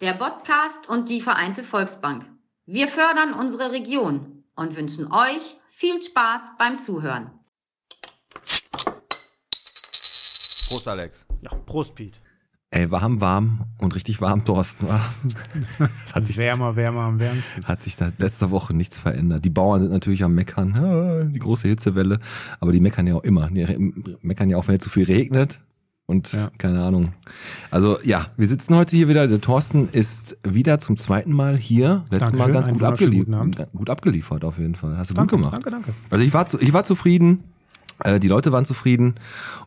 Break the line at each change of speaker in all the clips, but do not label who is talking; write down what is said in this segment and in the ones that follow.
der Podcast und die Vereinte Volksbank. Wir fördern unsere Region und wünschen euch viel Spaß beim Zuhören.
Prost, Alex.
Ja, Prost, Piet.
Ey, warm, warm und richtig warm, Thorsten. wa? Es hat sich,
Wärmer, wärmer am wärmsten.
hat sich da letzte Woche nichts verändert. Die Bauern sind natürlich am Meckern. Ah, Die große Hitzewelle. Aber die meckern ja auch immer. Die re- meckern ja auch, wenn es zu viel regnet. Und
Ja.
keine Ahnung. Also ja, wir sitzen heute hier wieder. Der Thorsten ist wieder zum zweiten Mal hier. Letztes
Dankeschön,
Mal ganz
einen
gut
wunderschönen guten
abgeliefert.
Abend.
Gut abgeliefert auf jeden Fall. Hast du
Danke,
gut gemacht.
danke, danke.
Also ich war, zu, ich war zufrieden. Äh, die Leute waren zufrieden.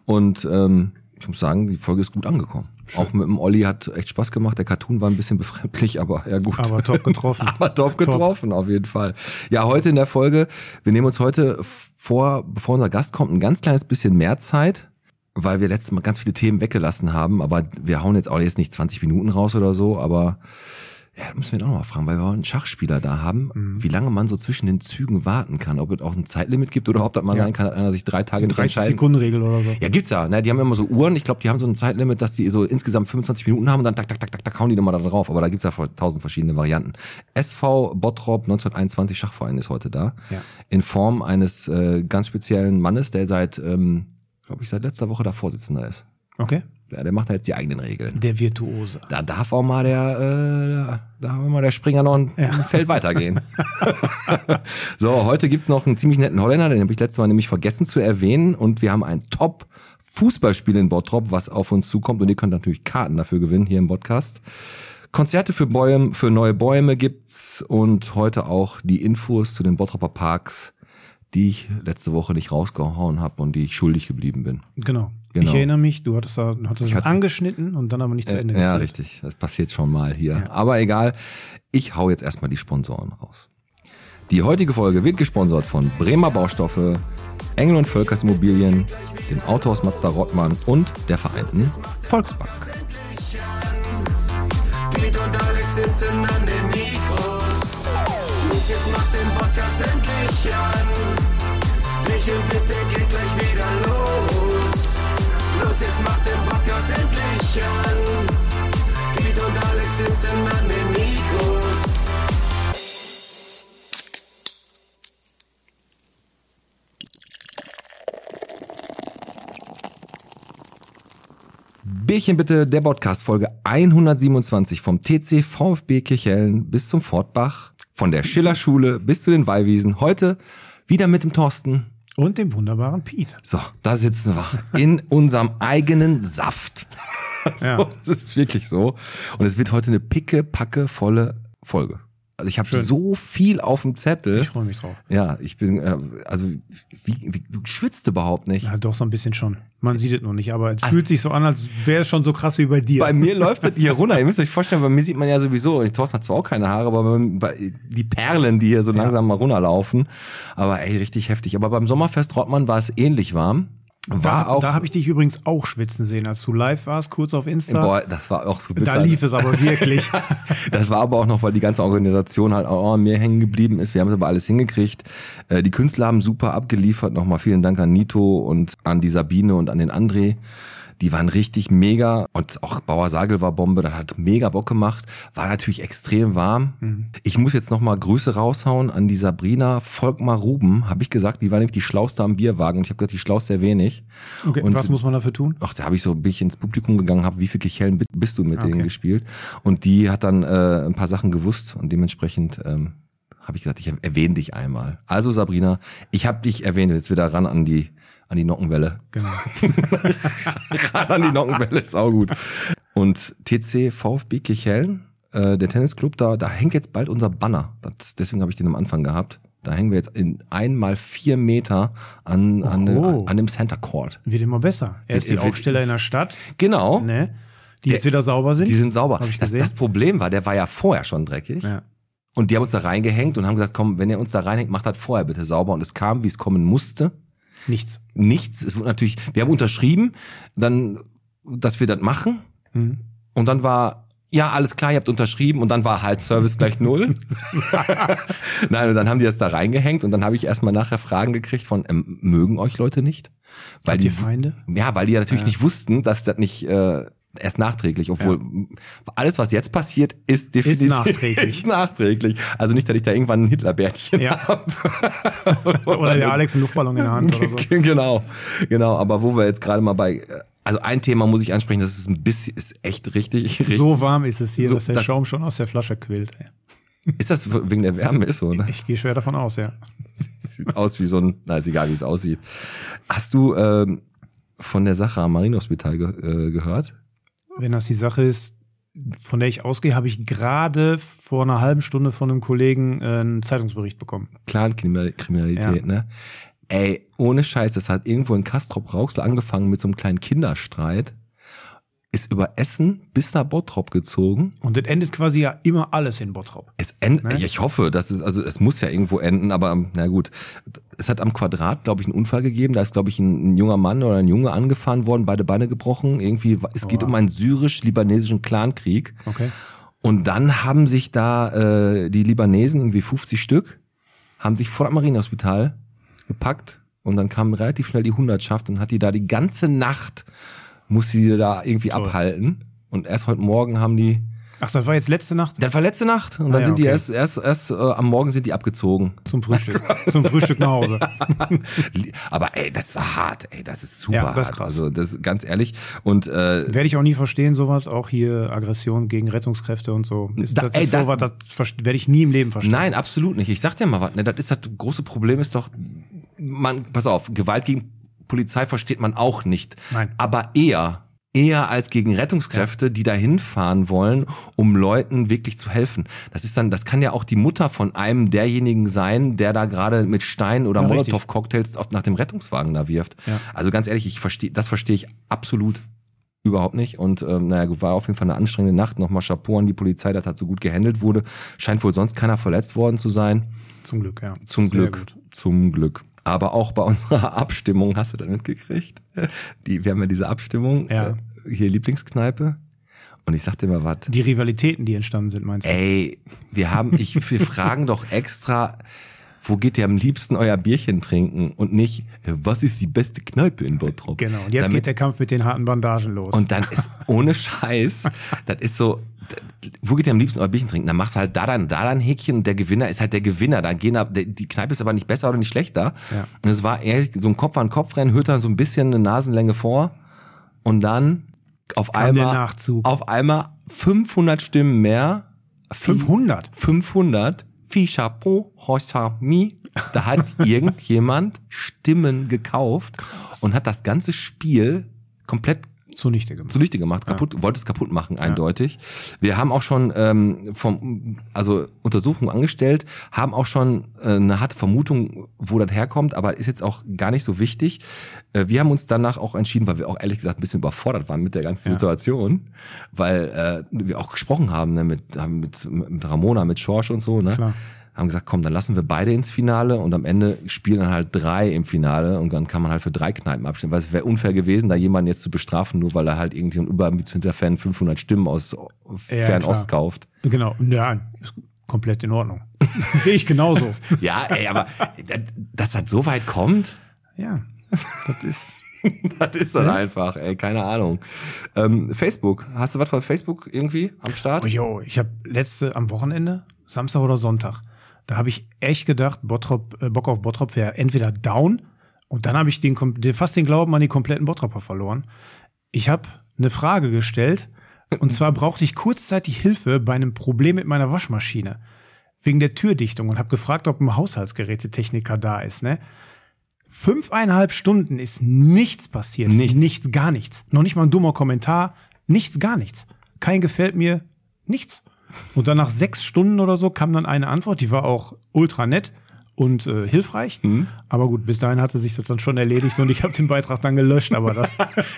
Und ähm, ich muss sagen, die Folge ist gut angekommen. Auch mit dem Olli hat echt Spaß gemacht. Der Cartoon war ein bisschen befremdlich, aber ja gut.
Aber top getroffen.
Aber top getroffen, auf jeden Fall. Ja, heute in der Folge, wir nehmen uns heute vor, bevor unser Gast kommt, ein ganz kleines bisschen mehr Zeit, weil wir letztes Mal ganz viele Themen weggelassen haben, aber wir hauen jetzt auch jetzt nicht 20 Minuten raus oder so, aber ja, da müssen wir ihn auch noch mal fragen, weil wir auch einen Schachspieler da haben,
Mhm.
wie lange man so zwischen den Zügen warten kann, ob es auch ein Zeitlimit gibt oder ob das mal
Ja.
sein kann, dass einer sich drei Tage nicht
30
entscheiden
Sekunden Regel oder so.
ja, gibt's ja. Ne? Die haben immer so Uhren. Ich glaube, die haben so ein Zeitlimit, dass die so insgesamt 25 Minuten haben und dann tak, tak, tak, tak, tak hauen die nochmal da drauf. Aber da gibt's ja voll- tausend verschiedene Varianten. SV Bottrop 1921 Schachverein ist heute da.
Ja.
In Form eines äh, ganz speziellen Mannes, der seit, ähm, glaube ich, seit letzter Woche da Vorsitzender ist.
Okay.
Ja, der macht da jetzt die eigenen Regeln.
Der Virtuose.
Da darf auch mal der, äh, da- da darf auch mal der Springer noch ein ein Feld weitergehen. so, heute gibt's noch einen ziemlich netten Holländer, den habe ich letztes Mal nämlich vergessen zu erwähnen. Und wir haben ein Top. Fußballspiel in Bottrop, was auf uns zukommt und ihr könnt natürlich Karten dafür gewinnen hier im Podcast. Konzerte für Bäume, für neue Bäume gibt's und heute auch die Infos zu den Bottroper Parks, die ich letzte Woche nicht rausgehauen habe und die ich schuldig geblieben bin.
Genau.
Genau.
Ich erinnere mich, du hattest, da, du hattest
Ich
es
hatte-
angeschnitten und dann aber nicht zu Ende
Äh, Ja,
geführt.
richtig. Das passiert schon mal hier. Aber egal. Ich hau jetzt erstmal die Sponsoren raus. Die heutige Folge wird gesponsert von Bremer Baustoffe, Engel und Völkers Immobilien, dem Autohaus Mazda Rottmann und der Vereinten Volksbank.
Piet und Alex sitzen an den Mikros. Los, jetzt macht den Podcast endlich an. Michel, bitte geht gleich wieder los. Los, jetzt macht den Podcast endlich an. Piet und Alex sitzen an den Mikros.
Bierchen bitte, der Podcast Folge 127 vom TC VfB Kirchhellen bis zum Fortbach, von der Schillerschule bis zu den Weihwiesen. Heute wieder mit dem Thorsten.
Und dem wunderbaren Piet.
So, da sitzen wir in unserem eigenen Saft. so,
Ja.
Das ist wirklich so. Und es wird heute eine picke, packe, volle Folge. Also ich habe
Schön.
so viel auf dem Zettel.
Ich freue mich drauf.
Ja, ich bin, äh, also wie, wie, du schwitzt überhaupt nicht.
Ja, doch, so ein bisschen schon. Man sieht es noch nicht, aber es fühlt sich so an, als wäre es schon so krass wie bei dir.
Bei mir läuft das hier runter. Ihr müsst euch vorstellen, bei mir sieht man ja sowieso, ich- Thorsten hat zwar auch keine Haare, aber wenn- bei- die Perlen, die hier so langsam mal runterlaufen. Aber ey, richtig heftig. Aber beim Sommerfest Rottmann war es ähnlich warm. War
da
auch.
da habe ich dich übrigens auch schwitzen sehen, als du live warst, kurz auf Insta.
boah, das war auch so bitter.
da lief es aber wirklich.
Das war aber auch noch, weil die ganze Organisation halt auch an mir hängen geblieben ist. Wir haben es aber alles hingekriegt. Äh, Die Künstler haben super abgeliefert. Nochmal vielen Dank an Nito und an die Sabine und an den André. Die waren richtig mega. Und auch Bauer Sagel war Bombe. Das hat mega Bock gemacht. War natürlich extrem warm. Ich muss jetzt nochmal Grüße raushauen an die Sabrina Volkmar Ruben. Habe ich gesagt, die war nämlich die Schlauste am Bierwagen. Und ich habe gesagt, die Schlauste sehr wenig.
Okay,
Und-
was muss man dafür tun?
Ach, da habe ich so, bin ich ins Publikum gegangen, habe, wie viel Kichellen bi- bist du mit denen
Ah, Okay.
gespielt? Und die hat dann äh, ein paar Sachen gewusst und dementsprechend ähm, habe ich gesagt, ich erwähne dich einmal. Also Sabrina, ich habe dich erwähnt, jetzt wieder ran an die an die Nockenwelle.
Genau.
ran an die Nockenwelle ist auch gut. Und TC VfB Kichellen, äh, der Tennisclub, da, da hängt jetzt bald unser Banner. Das, deswegen habe ich den am Anfang gehabt. Da hängen wir jetzt in einmal vier Meter an, an,
Oho.
an dem Center Court.
Wird immer besser. Er ist die
Wird- wird-
Aufsteller in der Stadt,
Genau.
ne? Die jetzt
Der-
wieder sauber sind.
Die sind sauber.
Hab ich
das,
gesehen.
das Problem war, der war ja vorher schon dreckig.
ja.
Und die haben uns da reingehängt und haben gesagt, komm, wenn ihr uns da reinhängt, macht das vorher bitte sauber. Und es kam, wie es kommen musste.
Nichts.
Nichts. Es wurde natürlich, wir haben unterschrieben, dann, dass wir das machen.
Mhm.
Und dann war, ja, alles klar, ihr habt unterschrieben. Und dann war halt Service gleich null. Nein, und dann haben die das da reingehängt. Und dann habe ich erstmal nachher Fragen gekriegt von, ähm, mögen euch Leute nicht? Weil
Habt
die,
ihr Feinde?
ja, weil die ja natürlich nicht wussten, dass das nicht, äh, erst nachträglich, obwohl alles, was jetzt passiert, ist definitiv
nachträglich.
ist nachträglich. Also nicht, dass ich da irgendwann ein Hitlerbärtchen
Ja.
habe.
Oder der Alex einen Luftballon in der Hand oder so.
genau, genau. Aber wo wir jetzt gerade mal bei, also ein Thema muss ich ansprechen, das ist ein bisschen, ist echt richtig. richtig.
So warm ist es hier,
So,
dass der
das-
Schaum schon aus der Flasche quillt. ey.
Ist das wegen der Wärme? Ist so, ne?
Ich gehe schwer davon aus, ja.
Sieht aus wie so ein, na, ist egal, wie es aussieht. Hast du ähm, von der Sache am Marienhospital ge äh, gehört?
Wenn das die Sache ist, von der ich ausgehe, habe ich gerade vor einer halben Stunde von einem Kollegen äh, einen Zeitungsbericht bekommen.
Clan-Kriminalität,
Ja.
ne? Ey, ohne Scheiß, das hat irgendwo in Kastrop-Rauxel angefangen mit so einem kleinen Kinderstreit, ist über Essen bis nach Bottrop gezogen
Und das endet quasi ja immer alles in Bottrop.
Es end,
Ne?
Ich hoffe, dass es, also es muss ja irgendwo enden, aber ähm, na gut. Es hat am Quadrat, glaube ich, einen Unfall gegeben. Da ist, glaube ich, ein, ein junger Mann oder ein Junge angefahren worden, beide Beine gebrochen. Irgendwie, wa- es geht
Boah.
um einen syrisch-libanesischen Clankrieg.
Okay.
Und dann haben sich da äh, die Libanesen, irgendwie 50 Stück, haben sich vor das Marienhospital gepackt und dann kam relativ schnell die Hundertschaft und hat die da die ganze Nacht, muss sie die da irgendwie
Toll.
abhalten. Und erst heute Morgen haben die
Ach, das war jetzt letzte Nacht
dann war letzte Nacht und dann
Ah ja,
sind die
okay.
erst, erst, erst äh, am Morgen sind die abgezogen.
zum Frühstück. zum Frühstück nach Hause.
Li- Aber ey, das ist hart, ey, das ist super
Ja, das ist
hart.
krass.
Also das ganz ehrlich. Und äh,
Werde ich auch nie verstehen, sowas. Auch hier Aggression gegen Rettungskräfte und so. Ist,
Da-
das
ey,
ist
das-
sowas, das verste- werde ich nie im Leben verstehen.
nein, absolut nicht. Ich sag dir mal was, ne, das ist das große Problem ist doch, man, pass auf, Gewalt gegen Polizei versteht man auch nicht.
Nein.
Aber eher, eher als gegen Rettungskräfte, die da hinfahren wollen, um Leuten wirklich zu helfen. Das ist dann, das kann ja auch die Mutter von einem derjenigen sein, der da gerade mit Steinen oder
Ja, richtig.
Molotow-Cocktails auf- nach dem Rettungswagen da wirft.
Ja.
Also ganz ehrlich, ich verstehe, das verstehe ich absolut überhaupt nicht. Und ähm, naja, gut, war auf jeden Fall eine anstrengende Nacht. Nochmal Chapeau an die Polizei, dass das so gut gehandelt wurde. Scheint wohl sonst keiner verletzt worden zu sein.
Zum Glück, ja.
Zum
Sehr
Glück.
gut.
Zum Glück. Aber auch bei unserer Abstimmung hast du dann mitgekriegt. Die, wir haben ja diese Abstimmung.
Ja.
äh, Hier Lieblingskneipe. Und ich sag dir mal was.
Die Rivalitäten, die entstanden sind, meinst du?
Ey, wir haben, ich, wir fragen doch extra, wo geht ihr am liebsten euer Bierchen trinken? Und nicht, äh, was ist die beste Kneipe in Bottrop?
Genau. Und jetzt
Damit-
geht der Kampf mit den harten Bandagen los.
und dann ist ohne Scheiß, das ist so, d- wo geht ihr am liebsten euer Bierchen trinken? Dann machst du halt da dann, da dann Häkchen und der Gewinner ist halt der Gewinner. Da gehen ab, der- die Kneipe ist aber nicht besser oder nicht schlechter.
Ja.
Und es war ehrlich so ein Kopf an Kopf rennen, hört dann so ein bisschen eine Nasenlänge vor und dann auf
Kam der
einmal,
Nachzug.
auf einmal 500 Stimmen mehr.
500?
500. Fille Chapeau, Hossami. Da hat irgendjemand Stimmen gekauft und hat das ganze Spiel komplett
Zunichte gemacht.
zunichte gemacht, kaputt, wollte es kaputt machen, eindeutig. Wir haben auch schon ähm, vom, also Untersuchungen angestellt, haben auch schon äh, eine harte Vermutung, wo das herkommt, aber ist jetzt auch gar nicht so wichtig. Äh, wir haben uns danach auch entschieden, weil wir auch ehrlich gesagt ein bisschen überfordert waren mit der ganzen
Ja.
Situation, weil äh, wir auch gesprochen haben ne, mit, haben mit, mit Ramona, mit Schorsch und so, ne?
Klar.
Haben gesagt, komm, dann lassen wir beide ins Finale und am Ende spielen dann halt drei im Finale und dann kann man halt für drei Kneipen abstimmen. Weil es wäre unfair gewesen, da jemanden jetzt zu bestrafen, nur weil er halt irgendwie ein überambitionierter Fan 500 Stimmen aus äh, Fernost
klar.
kauft.
Genau. Nein, ist komplett in Ordnung. Sehe ich genauso.
Ja, ey, aber äh, dass das so weit kommt,
ja. Das ist.
das ist dann einfach, ey, keine Ahnung. Ähm, Facebook, hast du was von Facebook irgendwie am
Oh,
Start?
yo, ich habe letzte am Wochenende, Samstag oder Sonntag, da habe ich echt gedacht, Bottrop, äh, Bock auf Bottrop wäre entweder down und dann habe ich den, kom- den, fast den Glauben an die kompletten Bottropper verloren. Ich habe eine Frage gestellt und zwar brauchte ich kurzzeitig Hilfe bei einem Problem mit meiner Waschmaschine wegen der Türdichtung und habe gefragt, ob ein Haushaltsgerätetechniker da ist. Ne? Fünfeinhalb Stunden ist nichts passiert.
Nichts.
Nichts, gar nichts. Noch nicht mal ein dummer Kommentar. Nichts, gar nichts. Kein gefällt mir. Nichts. Und dann nach sechs Stunden oder so kam dann eine Antwort, die war auch ultra nett und äh, hilfreich.
Mhm.
Aber gut, bis dahin hatte sich das dann schon erledigt und ich habe den Beitrag dann gelöscht. Aber das,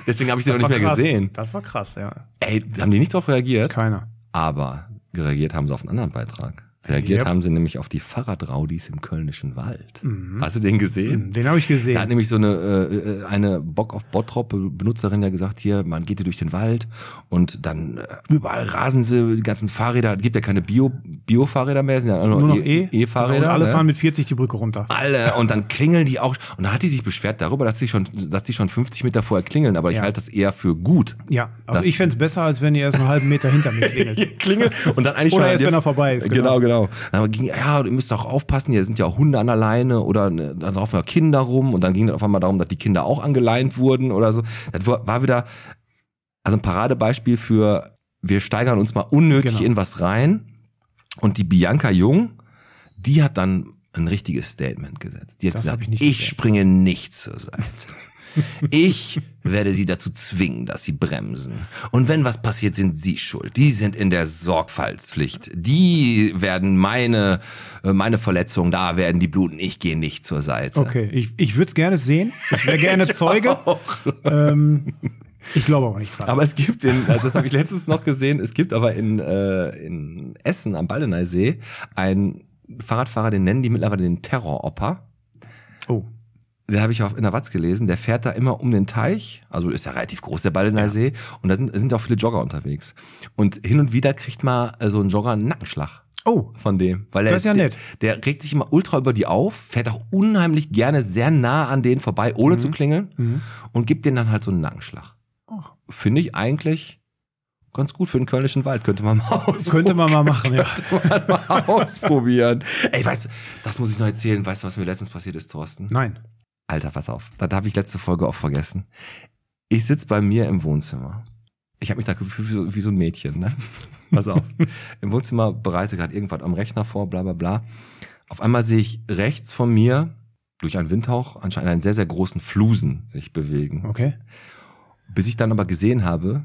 Deswegen habe ich den noch
war
nicht mehr
krass.
gesehen.
Das war krass, ja.
Ey, haben die nicht darauf reagiert?
Keiner.
Aber reagiert haben sie auf einen anderen Beitrag. Reagiert
Yep.
haben sie nämlich auf die Fahrradraudis im Kölnischen Wald.
Mhm.
Hast du den gesehen?
Den habe ich
Da hat
gesehen.
nämlich so eine, äh, äh, eine Bock auf Bottrop-Benutzerin ja gesagt, hier, man geht hier durch den Wald und dann äh, überall rasen sie, die ganzen Fahrräder, es gibt ja keine Bio, Bio-Fahrräder mehr, sind ja alle
Nur noch
E-
E.
E-Fahrräder.
Und alle
ne?
fahren mit 40 die Brücke runter.
alle und dann klingeln die auch. Und dann hat die sich beschwert darüber, dass die schon, dass die schon 50 Meter vorher klingeln, aber ich
Ja.
halte das eher für gut.
Ja, also
Das-
ich fänd's besser, als wenn ihr erst einen halben Meter hinter mir klingelt.
Klingel und dann eigentlich
Oder
schon an
erst,
dir-
wenn er vorbei ist,
Genau,
genau.
genau. Dann ging, ja, ihr müsst auch aufpassen, hier sind ja auch Hunde an der Leine oder ne, da laufen ja Kinder rum und dann ging es auf einmal darum, dass die Kinder auch angeleint wurden oder so. Das war war wieder, also ein Paradebeispiel für, wir steigern uns mal unnötig
Genau.
in was rein. Und die Bianca Jung, die hat dann ein richtiges Statement gesetzt. Die hat
Das
gesagt,
hab
ich,
ich nicht gesehen.
springe nicht zur Seite. Ich werde sie dazu zwingen, dass sie bremsen. Und wenn was passiert, sind sie schuld. Die sind in der Sorgfaltspflicht. Die werden meine, äh, meine Verletzungen, da werden die bluten. Ich gehe nicht zur Seite.
Okay, ich, ich würd's gerne sehen. Ich wäre gerne Zeuge. Ähm, ich glaube aber nicht dran.
Aber es gibt in, also das habe ich letztens noch gesehen, es gibt aber in, äh, in Essen am Baldeneysee einen Fahrradfahrer, den nennen die mittlerweile den Terroropper.
oh,
den habe ich auch in der Watz gelesen, der fährt da immer um den Teich, also ist ja relativ groß, der Baldener See, und da sind, sind auch viele Jogger unterwegs. Und hin und wieder kriegt mal äh, so ein Jogger einen Nackenschlag
oh,
von dem. Weil
Das ist ja
der,
nett.
Der regt sich immer ultra über die auf, fährt auch unheimlich gerne sehr nah an denen vorbei, ohne
Mhm.
zu klingeln, und gibt denen dann halt so einen Nackenschlag.
Ach.
Finde ich eigentlich ganz gut für den kölnischen Wald, könnte man mal
das
ausprobieren.
könnte man mal machen, ja.
mal ausprobieren. Ey, weißt du, das muss ich noch erzählen. Weißt du, was mir letztens passiert ist, Thorsten?
Nein.
Alter, pass auf. Da habe ich letzte Folge auch vergessen. Ich sitz bei mir im Wohnzimmer. Ich habe mich da gefühlt wie so- wie so ein Mädchen, ne? Pass auf. Im Wohnzimmer bereite gerade irgendwas am Rechner vor, bla bla bla. Auf einmal sehe ich rechts von mir durch einen Windhauch anscheinend einen sehr, sehr großen Flusen sich bewegen.
Okay.
Bis ich dann aber gesehen habe,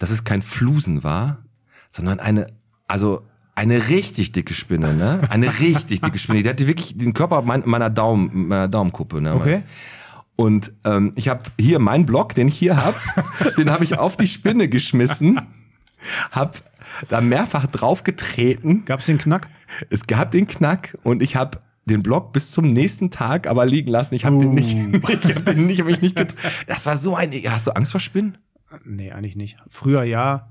dass es kein Flusen war, sondern eine, also eine richtig dicke Spinne, ne? Eine richtig dicke Spinne. Die hatte wirklich den Körper mein, meiner, Daumen, meiner Daumenkuppe, ne?
Okay.
Und ähm, ich habe hier meinen Block, den ich hier habe, den habe ich auf die Spinne geschmissen, habe da mehrfach draufgetreten.
Gab's den Knack?
Es gab den Knack und ich habe den Block bis zum nächsten Tag aber liegen lassen. Ich habe den nicht,
Uh.
ich habe den nicht, hab mich nicht get Das war so ein, hast du Angst vor Spinnen?
Nee, eigentlich nicht. Früher ja,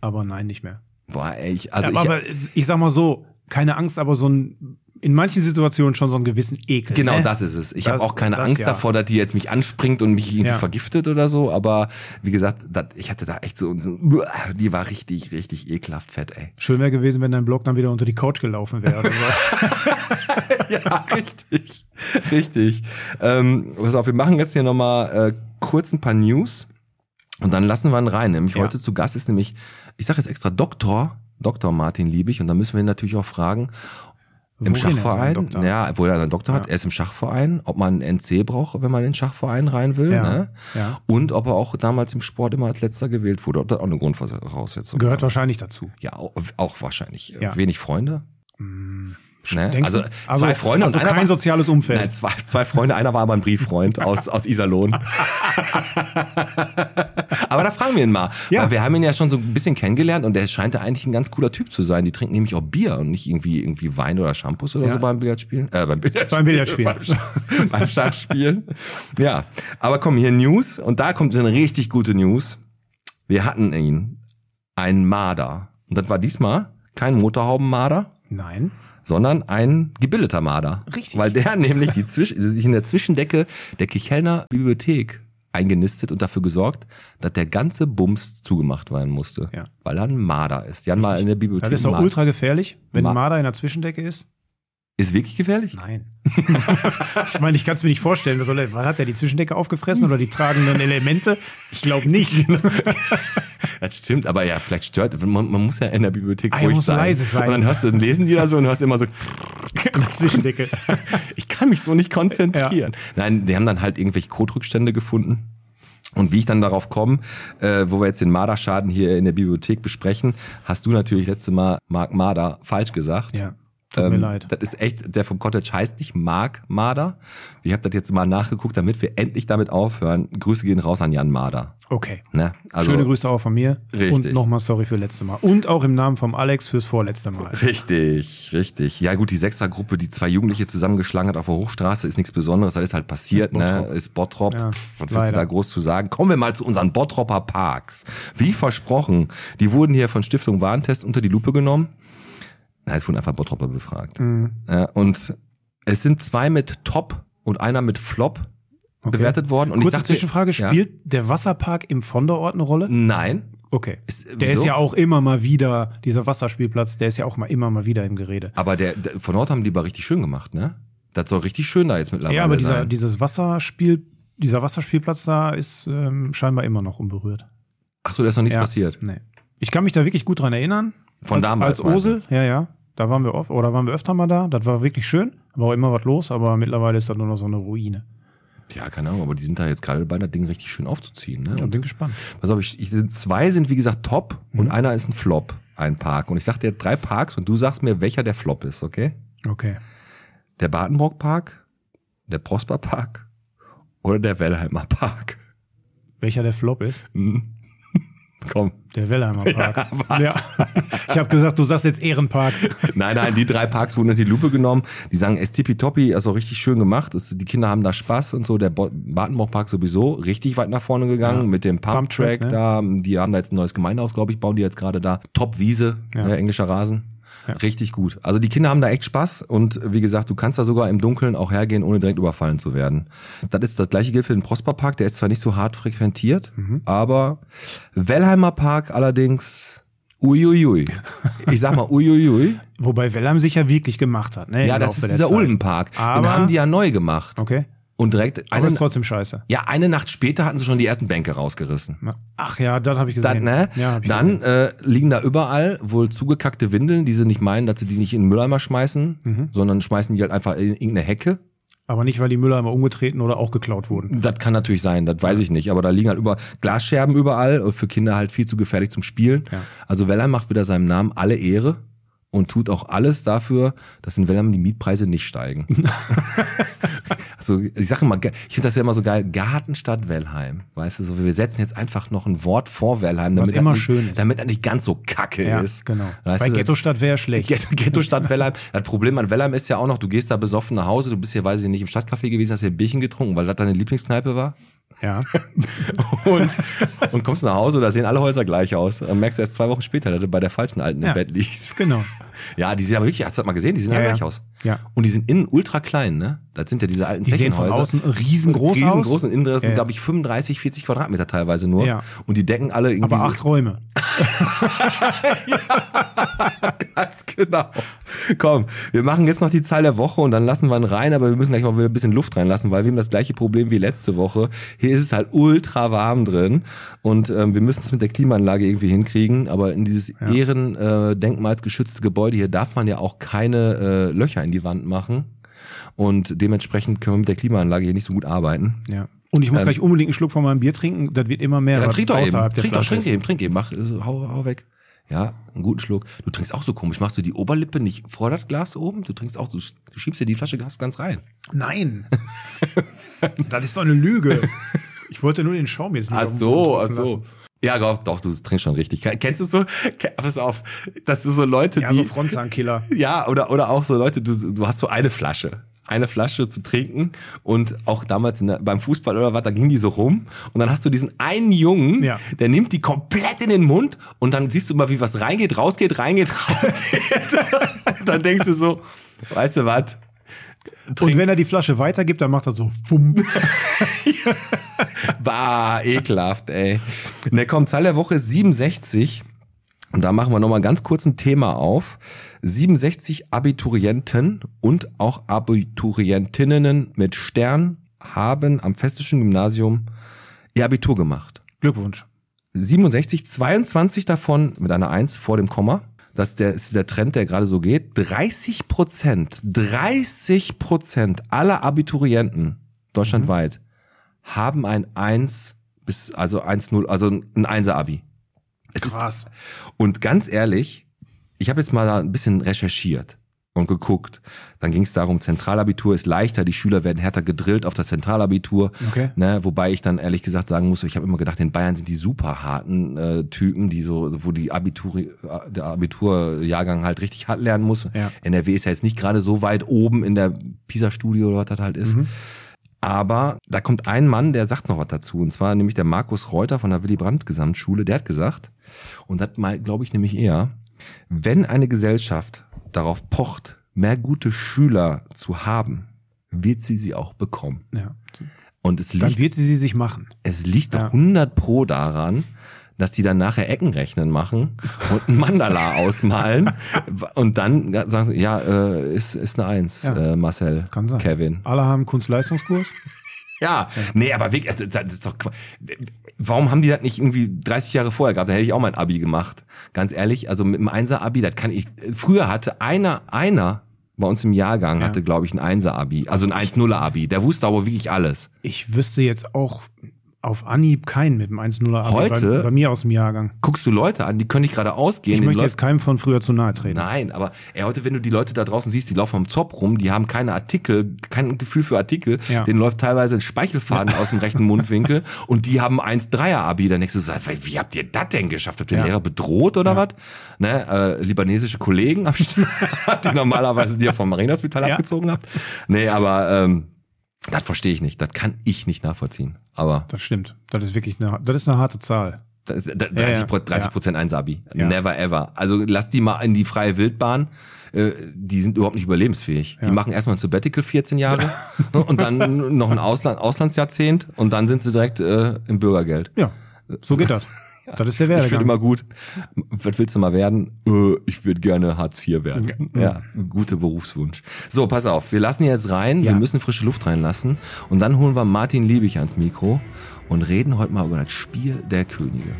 aber nein, nicht mehr.
Boah, ey, ich, also
aber,
ich,
aber ich sag mal so, keine Angst, aber so ein, in manchen Situationen schon so einen gewissen Ekel.
Genau,
ne?
das ist es. Ich
Das-
habe auch keine
das
Angst
ja.
davor, dass die jetzt mich anspringt und mich irgendwie
Ja.
vergiftet oder so. Aber wie gesagt, das, ich hatte da echt so, so, die war richtig, richtig ekelhaft fett, ey.
Schön wäre gewesen, wenn dein Blog dann wieder unter die Couch gelaufen wäre. Oder so.
ja, richtig. Richtig. Ähm, pass auf, wir machen jetzt hier nochmal äh, kurz ein paar News und dann lassen wir ihn rein. Nämlich
Ja.
heute zu Gast ist nämlich, ich sage jetzt extra Doktor, Doktor Martin Liebig und da müssen wir ihn natürlich auch fragen. Im
Worin er seinen
Schachverein,
Doktor hat.
ja, obwohl er einen Doktor hat,
Ja.
er ist im Schachverein, ob man einen NC braucht, wenn man in den Schachverein rein will,
Ja,
ne?
ja.
Und ob er auch damals im Sport immer als letzter gewählt wurde, ob das auch eine Grundvoraussetzung
Gehört
war.
wahrscheinlich dazu.
Ja, auch, auch wahrscheinlich. äh,
Ja. Hm.
Wenig Freunde. Ne?
Denkst
Also
du?
zwei Freunde
also
und einer
kein
war-
soziales Umfeld.
Nein, zwei, zwei Freunde, einer war aber ein Brieffreund aus, aus Iserlohn. aber da fragen wir ihn mal.
Ja.
Weil wir haben ihn ja schon so ein bisschen kennengelernt und der scheint ja eigentlich ein ganz cooler Typ zu sein. Die trinken nämlich auch Bier und nicht irgendwie, irgendwie Wein oder Shampoos oder
Ja.
so beim Billardspielen. Äh, beim Billardspielen.
Beim Billardspielen.
Beim, Schach- beim Schachspielen. Ja. Aber komm, hier News und da kommt eine richtig gute News. Wir hatten ihn. Ein Marder. Und das war diesmal kein Motorhaubenmarder,
Nein.
sondern ein gebildeter Marder.
Richtig.
Weil der nämlich die Zwisch sich in der Zwischendecke der Kichelner Bibliothek eingenistet und dafür gesorgt, dass der ganze Bums zugemacht werden musste.
Ja.
Weil er ein Marder ist. Die haben mal in der Bibliothek.
Das ist doch
einen Marder.
ultra gefährlich, wenn
Ma-
ein Marder in der Zwischendecke ist.
ist wirklich gefährlich?
Nein. ich meine, ich kann es mir nicht vorstellen. Was soll er, hat er die Zwischendecke aufgefressen oder die tragenden Elemente? Ich glaube nicht.
Das stimmt, aber ja, vielleicht stört. Man, man muss ja in der Bibliothek
Ah,
ruhig
man muss
sein.
leise sein.
Und dann hörst du, dann lesen die da so und hörst immer so,
Zwischendecke.
ich kann mich so nicht konzentrieren. Nein, die haben dann halt irgendwelche Kotrückstände gefunden. Und wie ich dann darauf komme, äh, wo wir jetzt den Marderschaden hier in der Bibliothek besprechen, hast du natürlich letzte Mal Mark Marder falsch gesagt. Ähm,
Ja, tut mir leid.
Das ist echt, der vom Cottage heißt nicht Mark Marder. Ich habe das jetzt mal nachgeguckt, damit wir endlich damit aufhören. Grüße gehen raus an Jan Marder.
Okay.
Ne? Also,
Schöne Grüße auch von mir.
Richtig.
Und nochmal sorry für letzte Mal. Und auch im Namen vom Alex fürs vorletzte Mal.
Richtig, richtig. Ja gut, die Sechsergruppe, die zwei Jugendliche zusammengeschlagen hat auf der Hochstraße, ist nichts Besonderes, das ist halt passiert,
Ist Bottrop.
ne? Ist Bottrop.
Ja,
Pff, Was willst
leider.
du da groß zu sagen? Kommen wir mal zu unseren Bottropper Parks. Wie versprochen, die wurden hier von Stiftung Warentest unter die Lupe genommen. Nein, es wurden einfach Bottropper befragt.
Mhm.
Ja, und es sind zwei mit Top und einer mit Flop bewertet worden. Und ich
Kurze
dachte,
Zwischenfrage,
ja.
spielt der Wasserpark im Vonderort eine Rolle?
Nein.
Okay.
Ist-
der
wieso?
ist ja auch immer mal wieder, dieser Wasserspielplatz, der ist ja auch mal immer mal wieder im Gerede.
Aber der, der von Nord haben die aber richtig schön gemacht, ne? Das soll richtig schön da jetzt mittlerweile
ja, aber dieser,
sein.
dieses Wasserspiel, dieser Wasserspielplatz da ist ähm, scheinbar immer noch unberührt.
Ach so, da ist noch nichts
ja,
passiert.
Nee. Ich kann mich da wirklich gut dran erinnern.
Von
als,
damals,
Als
meinst du?
Osel, ja, ja. Da waren wir oft, oder waren wir öfter mal da. Das war wirklich schön. War auch immer was los, aber mittlerweile ist da nur noch so eine Ruine.
Ja, keine Ahnung, aber die sind da jetzt gerade dabei, das Ding richtig schön aufzuziehen, ne?
Ich
Und
bin gespannt.
Pass auf, ich, ich, zwei sind wie gesagt top und einer ist ein Flop, ein Park. Und ich sag dir jetzt drei Parks und du sagst mir, welcher der Flop ist, okay?
Okay.
Der Badenbrock Park, der Prosper Park oder der Wellheimer Park?
Welcher der Flop ist?
Hm. Komm.
Der Wellheimer Park. Ja, Ich habe gesagt, du sagst jetzt Ehrenpark.
Nein, nein, die drei Parks wurden in die Lupe genommen. Die sagen, es tippitoppi, also richtig schön gemacht. Es, die Kinder haben da Spaß und so. Der Bo- Badenbrock Park sowieso richtig weit nach vorne gegangen
Ja.
mit dem Pump Track
Pump-Track, ne?
da. Die haben da jetzt ein neues Gemeindehaus, glaube ich, bauen die jetzt gerade da. Top Wiese,
Ja.
ne, englischer Rasen.
Ja.
Richtig gut. Also die Kinder haben da echt Spaß und wie gesagt, du kannst da sogar im Dunkeln auch hergehen, ohne direkt überfallen zu werden. Das ist das gleiche gilt für den Prosper Park, der ist zwar nicht so hart frequentiert,
Mhm.
aber Wellheimer Park allerdings, uiuiui. Ich sag mal uiuiui.
Wobei Wellheim sich ja wirklich gemacht hat. Ne,
Ja,
im
das
Laufe
ist
der
dieser
Zeit.
Ulmenpark. Den
Aber-
haben die ja neu gemacht.
Okay.
Und direkt
Aber
eine,
ist trotzdem scheiße.
ja, eine Nacht später hatten sie schon die ersten Bänke rausgerissen.
Na, Ach ja, das habe ich
Das,
gesehen.
ne?
Ja, hab ich
Dann
gesehen.
äh, liegen da überall wohl zugekackte Windeln, die sie nicht meinen, dass sie die nicht in den Mülleimer schmeißen,
Mhm.
sondern schmeißen die halt einfach in irgendeine Hecke.
Aber nicht, weil die Müller einmal umgetreten oder auch geklaut wurden.
Das kann natürlich sein, das weiß ich nicht. Aber da liegen halt über Glasscherben überall und für Kinder halt viel zu gefährlich zum Spielen.
Ja.
Also Wellheim macht wieder seinem Namen alle Ehre und tut auch alles dafür, dass in Wellheim die Mietpreise nicht steigen. also ich sage immer, ich finde das ja immer so geil, Gartenstadt Wellheim. Weißt du, so wir setzen jetzt einfach noch ein Wort vor Wellheim,
Was
damit
immer
das nicht,
schön ist.
damit das nicht ganz so kacke
Ja,
ist.
genau.
Weißt
Bei
du,
Ghetto-Stadt wäre schlecht.
Ghetto, Ghetto Stadt Wellheim. Das Problem an Wellheim ist ja auch noch, du gehst da besoffen nach Hause, du bist hier, weiß ich nicht, im Stadtcafé gewesen, hast dir ein Bierchen getrunken, weil das deine Lieblingskneipe war.
Ja.
Und, und kommst nach Hause, da sehen alle Häuser gleich aus. Dann merkst du erst zwei Wochen später, dass du bei der falschen Alten im
Ja.
Bett liegst.
genau.
Ja, die sehen aber wirklich, hast du das mal gesehen? Die sehen alle
Ja, ja.
gleich aus.
Ja.
Und die sind innen ultra klein, ne? Das sind ja diese alten
Die sehen von
Zechenhäuser.
außen riesengroß,
Riesengroß
aus.
und innen drin sind,
Ja.
glaube ich, 35, 40 Quadratmeter teilweise nur.
Ja.
Und die decken alle irgendwie.
Aber
so-
acht Räume.
Ganz genau. Komm, wir machen jetzt noch die Zahl der Woche und dann lassen wir ihn rein, aber wir müssen gleich mal wieder ein bisschen Luft reinlassen, weil wir haben das gleiche Problem wie letzte Woche. Hier ist es halt ultra warm drin und ähm, wir müssen es mit der Klimaanlage irgendwie hinkriegen, aber in dieses ehrendenkmalsgeschützte Gebäude hier darf man ja auch keine äh, Löcher in die Wand machen. Und dementsprechend können wir mit der Klimaanlage hier nicht so gut arbeiten.
Ja. Und ich muss gleich unbedingt einen Schluck von meinem Bier trinken. Das wird immer mehr.
Ähm, Ja, dann
was
trink doch eben.
außerhalb der
Trink doch,
Flasche
trink
ist.
eben, trink eben. Mach, äh, hau, hau weg. Ja, einen guten Schluck. Du trinkst auch so komisch. Machst du die Oberlippe nicht vor das Glas oben? Du trinkst auch, du, sch- du schiebst dir die Flasche Gas ganz rein.
Nein. das ist doch eine Lüge. Ich wollte nur den Schaum jetzt nicht auf dem Boden tropfen lassen.
Ja, doch, doch, du trinkst schon richtig. Ke- Kennst du so? Ke- Pass auf, das sind so Leute,
Ja,
die.
so Frontzahnkiller.
Ja, oder, oder auch so Leute, du, du hast so eine Flasche. Eine Flasche zu trinken und auch damals in der, beim Fußball oder was, da ging die so rum und dann hast du diesen einen Jungen,
Ja.
der nimmt die komplett in den Mund und dann siehst du mal, wie was reingeht, rausgeht, reingeht, rausgeht. dann denkst du so, weißt du was?
Und wenn er die Flasche weitergibt, dann macht er so. Bumm.
Bah, ekelhaft, ey. Ne, komm, Zahl der Woche ist 67. Und da machen wir nochmal ganz kurz ein Thema auf. 67 Abiturienten und auch Abiturientinnen mit Stern haben am Festischen Gymnasium ihr Abitur gemacht.
Glückwunsch.
67, 22 davon mit einer 1 vor dem Komma. Das ist der, ist der Trend, der gerade so geht. 30 Prozent, 30 Prozent aller Abiturienten deutschlandweit haben ein 1 bis, also 1-0, also ein 1er-Abi. Es ist
Krass.
und ganz ehrlich, ich habe jetzt mal da ein bisschen recherchiert und geguckt. Dann ging es darum, Zentralabitur ist leichter, die Schüler werden härter gedrillt auf das Zentralabitur.
Okay.
Ne, wobei ich dann ehrlich gesagt sagen muss, ich habe immer gedacht, in Bayern sind die super harten äh, Typen, die so, wo die Abitur, der Abiturjahrgang halt richtig hart lernen muss.
Ja.
NRW ist ja jetzt nicht gerade so weit oben in der PISA-Studie oder was das halt ist. Aber da kommt ein Mann, der sagt noch was dazu. Und zwar nämlich der Markus Reuter von der Willy Brandt Gesamtschule. Der hat gesagt, und das mal, glaube ich, nämlich eher, wenn eine Gesellschaft darauf pocht, mehr gute Schüler zu haben, wird sie sie auch bekommen.
Ja.
Und es
Dann
liegt,
wird sie sie sich machen.
es liegt doch
Ja.
100 pro daran, dass die dann nachher Eckenrechnen machen und ein Mandala ausmalen und dann sagen sie, ja, äh, ist, ist eine Eins,
Ja.
äh, Marcel,
Kann sein.
Kevin.
Alle haben Kunstleistungskurs.
Ja, nee, aber wirklich, das- das ist doch. Qua- Warum haben die das nicht irgendwie 30 Jahre vorher gehabt? Da hätte ich auch mein Abi gemacht. Ganz ehrlich, also mit dem Einser-Abi, das kann ich. Früher hatte einer, einer bei uns im Jahrgang hatte, glaube ich, ein Einser-Abi, also ein 1-0-Abi. Der wusste aber wirklich alles.
Ich wüsste jetzt auch auf Anhieb keinen mit dem 1-0er. aber
Heute?
Bei, bei mir aus dem Jahrgang.
Guckst du Leute an, die können nicht gerade ausgehen.
Ich
denen
möchte
läuft-
jetzt keinem von früher zu nahe treten.
Nein, aber ey, heute, wenn du die Leute da draußen siehst, die laufen am Zopf rum, die haben keine Artikel, kein Gefühl für Artikel,
Ja.
denen läuft teilweise ein Speichelfaden aus dem rechten Mundwinkel und die haben 1-3er-Abi. Dann denkst du, so, wie wie habt ihr das denn geschafft? Habt ihr den
Ja.
Lehrer bedroht oder was? Ne, äh, libanesische Kollegen am Start, die normalerweise dir vom Marienhospital
Ja.
abgezogen habt. Nee, aber ähm, das verstehe ich nicht. Das kann ich nicht nachvollziehen. Aber
Das stimmt. Das ist wirklich eine, das ist eine harte Zahl.
das ist da-
Ja, ja.
30, Pro- 30 Prozent ein Sabi.
Ja.
Never ever. Also lass die mal in die freie Wildbahn. Äh, Die sind überhaupt nicht überlebensfähig. Die machen erstmal ein Sabbatical 14 Jahre ne, und dann noch ein Ausland, Auslandsjahrzehnt und dann sind sie direkt äh, im Bürgergeld.
Ja, so geht das. Das ist der
Ich finde
Werdegang.
immer gut, was willst du mal werden? Äh, Ich würde gerne Hartz IV werden.
Ja.
Ja, guter Berufswunsch. So, pass auf, wir lassen jetzt rein,
Ja.
wir müssen frische Luft reinlassen und dann holen wir Martin Liebig ans Mikro und reden heute mal über das Spiel der Könige.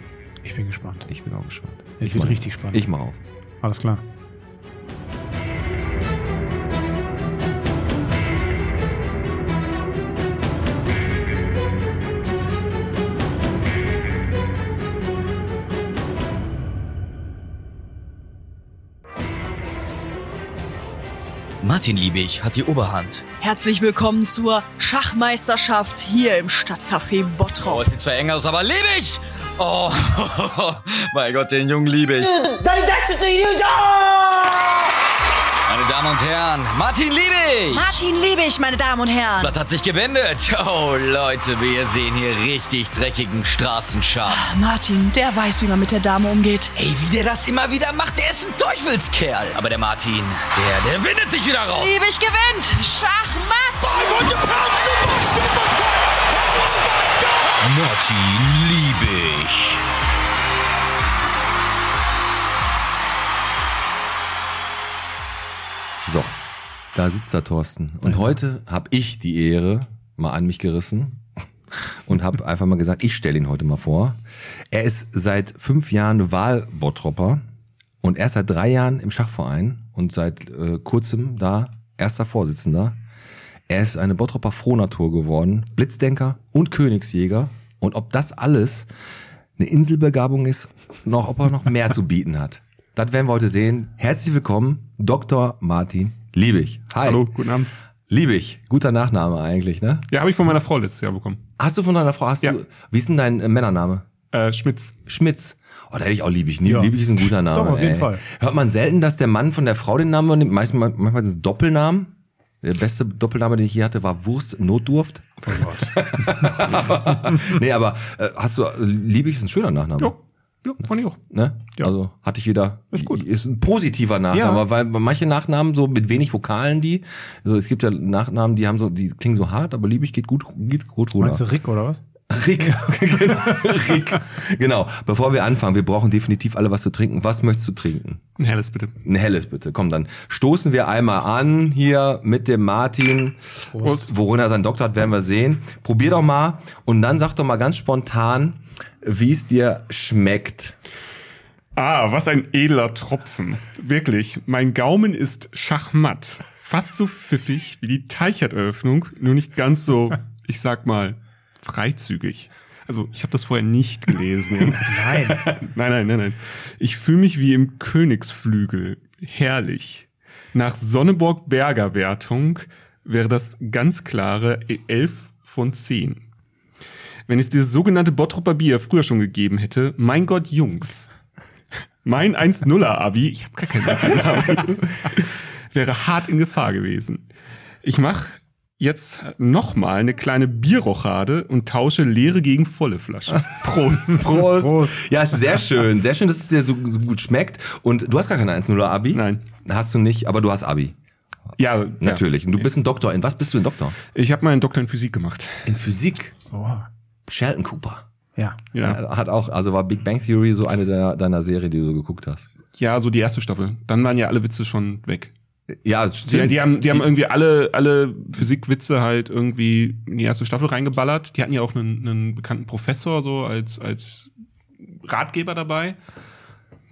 ich bin gespannt.
Ich bin auch gespannt.
Ich
mach-
wird richtig spannend.
Ich mach auf.
Alles klar.
Martin Liebig hat die Oberhand.
Herzlich willkommen zur Schachmeisterschaft hier im Stadtcafé
Oh,
Bottrop.
es sieht zwar eng aus, aber Liebig! Oh, mein Gott, den jungen Liebig. Meine Damen und Herren, Martin Liebig!
Martin Liebig, meine Damen und Herren.
Das hat sich gewendet. Oh, Leute, wir sehen hier richtig dreckigen Straßenschaden.
Martin, der weiß, wie man mit der Dame umgeht.
Ey, wie der das immer wieder macht, der ist ein Teufelskerl. Aber der Martin, der, der windet sich wieder raus.
Liebig gewinnt. Schachmatt.
Martin Liebig.
So, da sitzt da Thorsten. Und
Also.
heute habe ich die Ehre mal an mich gerissen und habe einfach mal gesagt, ich stelle ihn heute mal vor. Er ist seit fünf Jahren Wahlbottropper und erst seit drei Jahren im Schachverein und seit äh, kurzem da erster Vorsitzender. Er ist eine Bottropper Frohnatur geworden, Blitzdenker und Königsjäger. Und ob das alles eine Inselbegabung ist, noch, ob er noch mehr zu bieten hat. Das werden wir heute sehen. Herzlich willkommen, Dr. Martin Liebig. Hi.
Hallo, guten Abend.
Liebig, guter Nachname eigentlich, ne?
Ja, habe ich von meiner Frau letztes Jahr bekommen.
Hast du von deiner Frau, hast
Ja.
du, wie ist denn dein äh, Männername?
Äh, Schmitz.
Schmitz. Oh, da hätte ich auch Liebig. Nie-
Ja.
Liebig ist ein guter Name.
Doch, auf jeden
ey.
Fall.
Hört man selten, dass der Mann von der Frau den Namen nimmt. Manchmal, manchmal sind es Doppelnamen. Der beste Doppelname, den ich je hatte, war Wurst Notdurft.
Oh Gott.
nee, aber äh, hast du, Liebig ist ein schöner Nachname.
Jo, jo fand ich auch.
Ne?
Ja.
Also hatte ich wieder.
Ist gut.
Ist ein positiver Nachname,
Ja.
weil manche Nachnamen so mit wenig Vokalen die. Also es gibt ja Nachnamen, die haben so, die klingen so hart, aber liebig geht gut, geht gut runter.
Meinst du Rick oder was?
Rick. Genau, Rick. Genau. Bevor wir anfangen, wir brauchen definitiv alle was zu trinken. Was möchtest du trinken?
Ein helles bitte.
Ein helles bitte. Komm, dann stoßen wir einmal an hier mit dem Martin.
Prost.
Worin er seinen Doktor hat, werden wir sehen. Probier doch mal und dann sag doch mal ganz spontan, wie es dir schmeckt.
Ah, was ein edler Tropfen. Wirklich, mein Gaumen ist schachmatt. Fast so pfiffig wie die Teichertöffnung, nur nicht ganz so, ich sag mal, freizügig. Also, ich habe das vorher nicht gelesen. Ja.
Nein.
Nein, nein, nein, nein. Ich fühle mich wie im Königsflügel. Herrlich. Nach Sonneborg-Berger-Wertung wäre das ganz klare 11 von 10. Wenn es dieses sogenannte Bottropper Bier früher schon gegeben hätte, mein Gott, Jungs. Mein 1-0er-Abi, ich habe gar keinen 1-0er-Abi, wäre hart in Gefahr gewesen. Ich mache jetzt nochmal eine kleine Bierrochade und tausche leere gegen volle Flaschen. Prost.
Prost. Ja, ist sehr schön. Sehr schön, dass es dir so, so gut schmeckt. Und du hast gar kein 1-0er-Abi.
Nein.
Hast du nicht, aber du hast Abi.
Ja,
Natürlich.
Ja.
Und du bist ein Doktor. In was bist du ein Doktor?
Ich habe meinen Doktor in Physik gemacht.
In Physik.
Boah.
Sheldon Cooper.
Ja.
Ja.
Hat auch, also war Big Bang Theory so eine deiner, deiner Serien, die du so geguckt hast.
ja, so die erste Staffel. Dann waren ja alle Witze schon weg.
Ja,
Die,
stimmt.
die, haben, die haben irgendwie alle, alle Physikwitze halt irgendwie in die erste Staffel reingeballert. Die hatten ja auch einen, einen bekannten Professor so als, als Ratgeber dabei.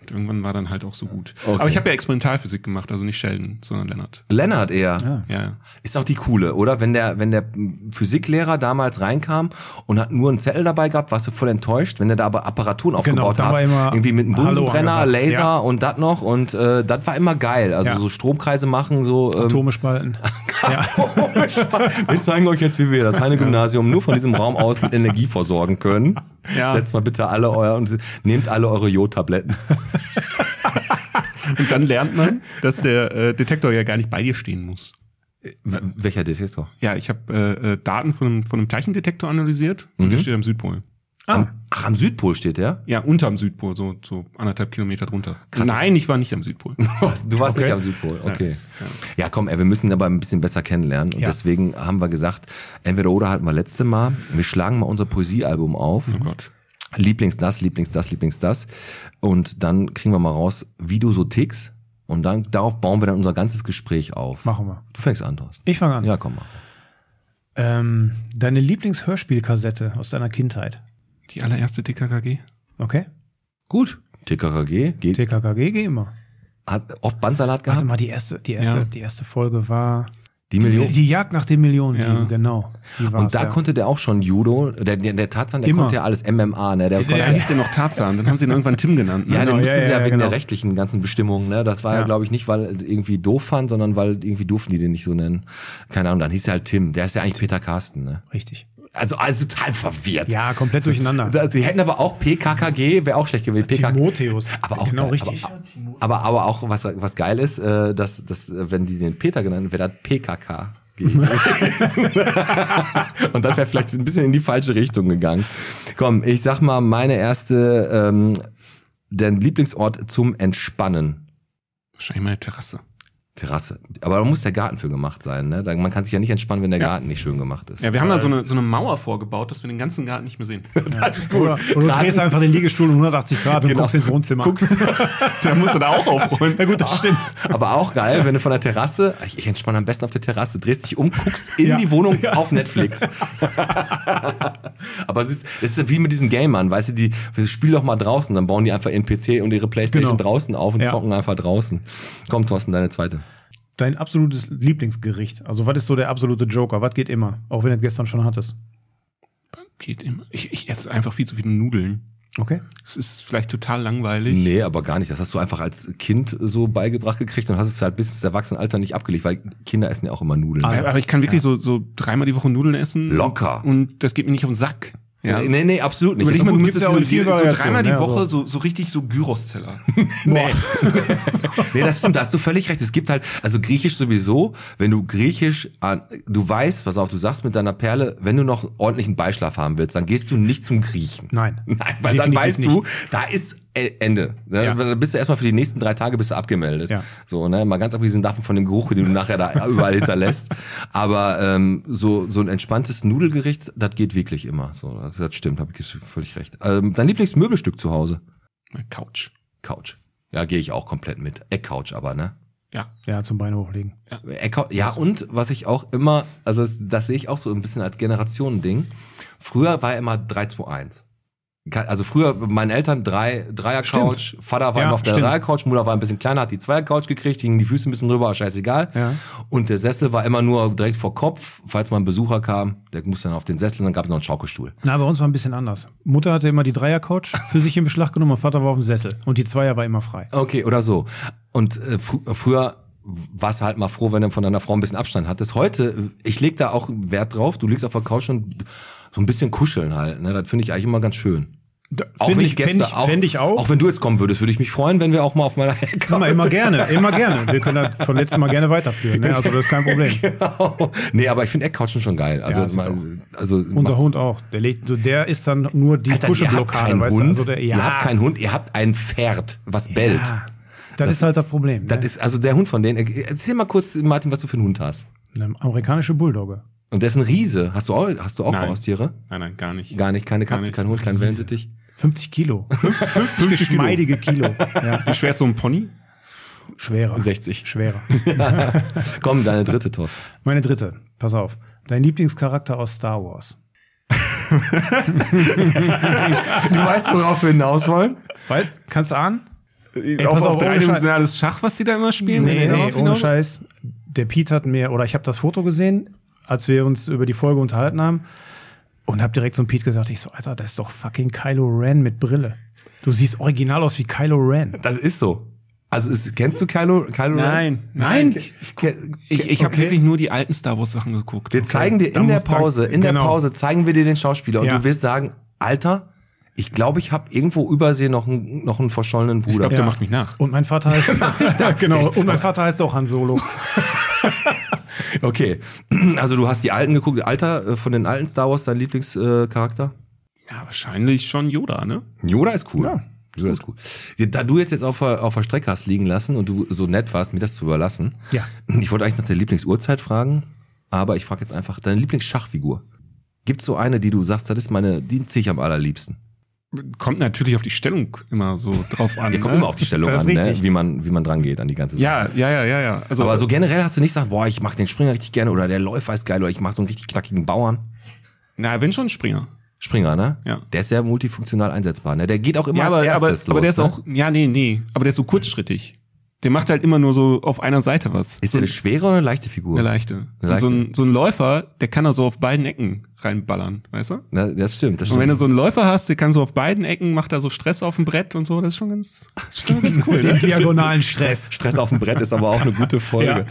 Und irgendwann war dann halt auch so gut.
Okay.
Aber ich habe ja Experimentalphysik gemacht, also nicht Sheldon, sondern Leonard.
Lennart eher.
Ja, ja.
Ist auch die coole, oder? Wenn der, wenn der Physiklehrer damals reinkam und hat nur einen Zettel dabei gehabt, warst du voll enttäuscht, wenn der da aber Apparaturen aufgebaut
Genau, da war
hat.
immer
Irgendwie mit einem
Hallo
Bunsenbrenner,
angesagt.
Laser
Ja.
und das noch. Und äh, das war immer geil. Also
Ja.
so Stromkreise machen, so. Ähm, Oh,
Atome spalten.
wir zeigen euch jetzt, wie wir das Heine Gymnasium nur von diesem Raum aus mit Energie versorgen können.
Ja.
Setzt mal bitte alle euer und nehmt alle eure Jodtabletten.
Und dann lernt man, dass der äh, Detektor ja gar nicht bei dir stehen muss.
W- Welcher Detektor?
Ja, ich habe äh, äh, Daten von einem, von einem Teilchendetektor analysiert
Mhm.
und der steht am Südpol.
Am, ach, am Südpol steht der?
Ja, unterm Südpol, so, so anderthalb Kilometer drunter. Nein, ich war nicht am Südpol.
Du warst- Du warst nicht am Südpol, okay. Ja, komm, ey, wir müssen aber ein bisschen besser kennenlernen. Und
Ja.
deswegen haben wir gesagt, entweder oder hatten wir letzte Mal, wir schlagen mal unser Poesiealbum auf.
Oh Gott.
Lieblings das, Lieblings das, Lieblings das. Und dann kriegen wir mal raus, wie du so tickst. Und dann darauf bauen wir dann unser ganzes Gespräch auf.
Machen wir.
Du fängst an, Thorsten.
Ich fange an.
Ja, komm mal.
Ähm, deine Lieblingshörspielkassette aus deiner Kindheit.
Die allererste TKKG?
Okay?
Gut. TKKG geht,
TKKG, geh immer.
hat oft Bandsalat
Warte
gehabt.
mal, die erste, die erste,
Ja.
die erste Folge war
Die Million.
Die, die Jagd nach den Millionen,
Ja.
genau. Die war's,
und da
ja.
konnte der auch schon Judo, der, der, der Tarzan, der
Immer.
konnte ja alles MMA, ne? Der konnte
Ja, hieß der noch Tarzan, dann haben sie ihn irgendwann Tim genannt. Ne?
Ja, den
Ne, Genau,
mussten
ja,
sie ja,
ja,
wegen
genau.
der rechtlichen ganzen Bestimmungen, ne? Das war ja,
Ja.
glaube ich, nicht, weil er irgendwie doof fand, sondern weil irgendwie durften die den nicht so nennen. Keine Ahnung, dann hieß er halt Tim. Der ist ja eigentlich Peter Carsten, ne?
Richtig.
Also, also total verwirrt.
Ja, komplett durcheinander.
Da- Sie hätten aber auch PKKG, wäre auch schlecht gewesen. PKK.
Timotheus.
Aber auch
genau
geil,
richtig.
Aber, aber auch, was, was geil ist, äh, dass, dass, äh, wenn die den Peter genannt wäre, das PKK. gewesen. Und das wäre vielleicht ein bisschen in die falsche Richtung gegangen. Komm, ich sag mal, meine erste, ähm, dein Lieblingsort zum Entspannen.
Wahrscheinlich meine Terrasse.
Terrasse. Aber da muss der Garten für gemacht sein, ne? Da- Man kann sich ja nicht entspannen, wenn der
Ja.
Garten nicht schön gemacht ist.
Ja, wir haben da so eine, so eine Mauer vorgebaut, dass wir den ganzen Garten nicht mehr sehen.
das ist
Oder, oder du drehst einfach den Liegestuhl um 180 Grad und guckst ins Wohnzimmer.
Genau. Guckst,
da musst du da auch aufräumen. Na gut, das stimmt.
aber auch geil, wenn du von der Terrasse, ich, ich entspanne am besten auf der Terrasse, drehst dich um, guckst in
Ja.
die Wohnung auf Netflix. aber es ist, es ist wie mit diesen Gamern, weißt du, die spielen doch mal draußen, dann bauen die einfach ihren PC und ihre Playstation
Genau.
draußen auf und
Ja.
zocken einfach draußen. Komm, Thorsten, deine zweite.
Dein absolutes Lieblingsgericht. Also, was ist so der absolute Joker? Was geht immer? Auch wenn du es gestern schon hattest.
Geht immer. Ich, ich esse einfach viel zu viele Nudeln.
Okay?
Es ist vielleicht total langweilig.
Nee, aber gar nicht. Das hast du einfach als Kind so beigebracht gekriegt und hast es halt bis ins Erwachsenenalter nicht abgelegt, weil Kinder essen ja auch immer Nudeln. Ne?
Aber aber ich kann wirklich so, so dreimal die Woche Nudeln essen.
Locker.
Und das geht mir nicht auf den Sack. Ja.
Nee, nee, absolut nicht. Also
Überleg mal, du
Obwohl,
müsstest
ja auch
so,
in viel
die- so
Variation,
dreimal die
ne,
Woche
also.
so, so richtig so Gyros-Teller.
nee, das stimmt, da hast du völlig recht. Es gibt halt, also Griechisch sowieso, wenn du Griechisch, an, du weißt, pass auf, du sagst mit deiner Perle, wenn du noch ordentlichen Beischlaf haben willst, dann gehst du nicht zum Griechen.
Nein.
Nein, weil dann
Definitiv
weißt
nicht.
du, da ist äh, Ende. Ne?
Ja.
Dann bist du erstmal für die nächsten drei Tage bist du abgemeldet.
Ja.
So, ne? Mal ganz abgesehen davon von dem Geruch, den du nachher da überall hinterlässt. Aber ähm, so, so ein entspanntes Nudelgericht, das geht wirklich immer. So, das, das stimmt, habe ich völlig recht. Ähm, dein Lieblingsmöbelstück zu Hause?
Äh, Couch.
Couch. Ja, gehe ich auch komplett mit. Eckcouch aber, ne?
Ja.
Ja, zum Bein hochlegen.
Eckcouch. Ja,
Also-
und was ich auch immer, also das, das sehe ich auch so ein bisschen als Generationending. Früher war immer 3-2-1. Ka- Also früher, bei meinen Eltern, drei, Dreier-Couch, Vater war
Ja,
immer auf der
stimmt.
Dreier-Couch, Mutter war ein bisschen kleiner, hat die Zweier-Couch gekriegt, hingen die Füße ein bisschen drüber, scheißegal.
Ja.
Und der Sessel war immer nur direkt vor Kopf, falls mal ein Besucher kam, der musste dann auf den Sessel und dann gab es noch einen Schaukelstuhl.
Na, bei uns war ein bisschen anders. Mutter hatte immer die Dreier-Couch für sich in Beschlag genommen, mein Vater war auf dem Sessel. Und die Zweier war immer frei.
Okay, oder so. Und äh, fr früher warst du halt mal froh, wenn du von deiner Frau ein bisschen Abstand hattest. Heute, äh, ich leg da auch Wert drauf, du liegst auf der Couch und so ein bisschen kuscheln halt. Ne? Das finde ich eigentlich immer ganz schön.
Fänd
Gäste-
fänd ich, fänd ich auch.
Auch wenn du jetzt kommen würdest, würde ich mich freuen, wenn wir auch mal auf meiner Hecke.
immer, immer gerne, immer gerne. Wir können das von letztem Mal gerne weiterführen. Ne? Also, das ist kein Problem.
Genau. Nee, aber ich finde Eckcouchen schon geil. Also,
Ja, sind
mal, also
Unser
macht-
Hund auch. Der, legt, so- der ist dann nur die
Alter, ihr habt
Kuschelblockade,
keinen
weißt du?
Hund.
Also der, ja,
Ihr habt keinen Hund, ihr habt ein Pferd, was bellt.
Ja. Das, ist halt das Problem.
Das
ne?
ist also der Hund von denen. Erzähl mal kurz, Martin, was du für einen Hund hast.
Eine amerikanische Bulldogge.
Und der ist ein Riese. Hast du auch, hast du auch
Nein.
Haustiere?
Nein, nein, gar nicht.
Gar nicht, keine Katze,
nicht.
kein Hund, kein Wellensittich.
50 Kilo.
50
Geschmeidige Kilo. Ja.
Wie schwer ist so ein Pony?
Schwerer.
60.
Schwerer.
Komm, deine dritte Tost.
Meine dritte. Pass auf. Dein Lieblingscharakter aus Star Wars.
Du weißt, worauf wir hinaus wollen?
Was? Kannst du ahnen?
Ey,
pass
auf,
auf,
auf
ohne
dreidimensionales Schach, was die da immer spielen? Willst
Nee,
du
nee,
darauf
ohne
hinaus?
Scheiß. Der Pete hat mir, oder ich habe das Foto gesehen, als wir uns über die Folge unterhalten haben und habe direkt zum Pete gesagt, ich so, Alter, das ist doch fucking Kylo Ren mit Brille. Du siehst original aus wie Kylo Ren.
Das ist so. Also ist, kennst du Kylo, Kylo Ren?
Nein,
Nein,
Ich,
Ke-
ich, ich habe
Okay.
wirklich nur die alten Star Wars Sachen geguckt.
Wir zeigen dir
dann
in der
muss da-
Pause, in der
genau.
Pause zeigen wir dir den Schauspieler und
Ja.
du wirst sagen, Alter, ich glaube, ich habe irgendwo übersee noch einen, noch einen verschollenen Bruder.
Ich glaube, der
Ja.
macht mich nach.
Und mein Vater heißt. Mach dich da. genau. Und mein Vater heißt auch Han Solo.
Okay, also du hast die alten geguckt. Alter, äh, von den alten Star Wars, dein Lieblingscharakter?
Ja, wahrscheinlich schon Yoda, ne?
Yoda ist cool. Yoda ist cool. Ja, Da du jetzt, jetzt auf, der- auf der Strecke hast liegen lassen und du so nett warst, mir das zu überlassen.
Ja.
Ich wollte eigentlich nach der Lieblingsuhrzeit fragen, aber ich frage jetzt einfach, deine Lieblingsschachfigur. Gibt so eine, die du sagst, das ist meine, die ziehe ich am allerliebsten?
Kommt natürlich auf die Stellung immer so drauf an.
Ja, kommt
ne?
immer auf die Stellung
Das
an,
ist
ne?
richtig.
wie, man, wie man dran geht an die ganze Sache.
Ja, ja, ja, ja, ja. Also,
Aber so generell hast du nicht gesagt, boah, ich mache den Springer richtig gerne oder der Läufer ist geil oder ich mache so einen richtig knackigen Bauern.
na, wenn schon Springer.
Springer, ne?
Ja.
Der ist ja multifunktional einsetzbar, ne? Der geht auch immer
Ja, aber,
als
aber,
erstes
aber
los,
der ist
ne?
auch, ja, nee, nee, aber der ist so kurzschrittig. Der macht halt immer nur so auf einer Seite was.
Ist der eine schwere oder eine leichte Figur?
Eine leichte.
Eine leichte.
So, ein, so ein Läufer, der kann da so auf beiden Ecken reinballern, weißt du? Und
Na, Ne, das stimmt, das stimmt.
wenn du so einen Läufer hast, der kann so auf beiden Ecken, macht da so Stress auf dem Brett und so, das ist schon ganz, schon ganz cool.
Den
ne?
diagonalen Stress.
Stress, Stress auf dem Brett ist aber auch eine gute Folge.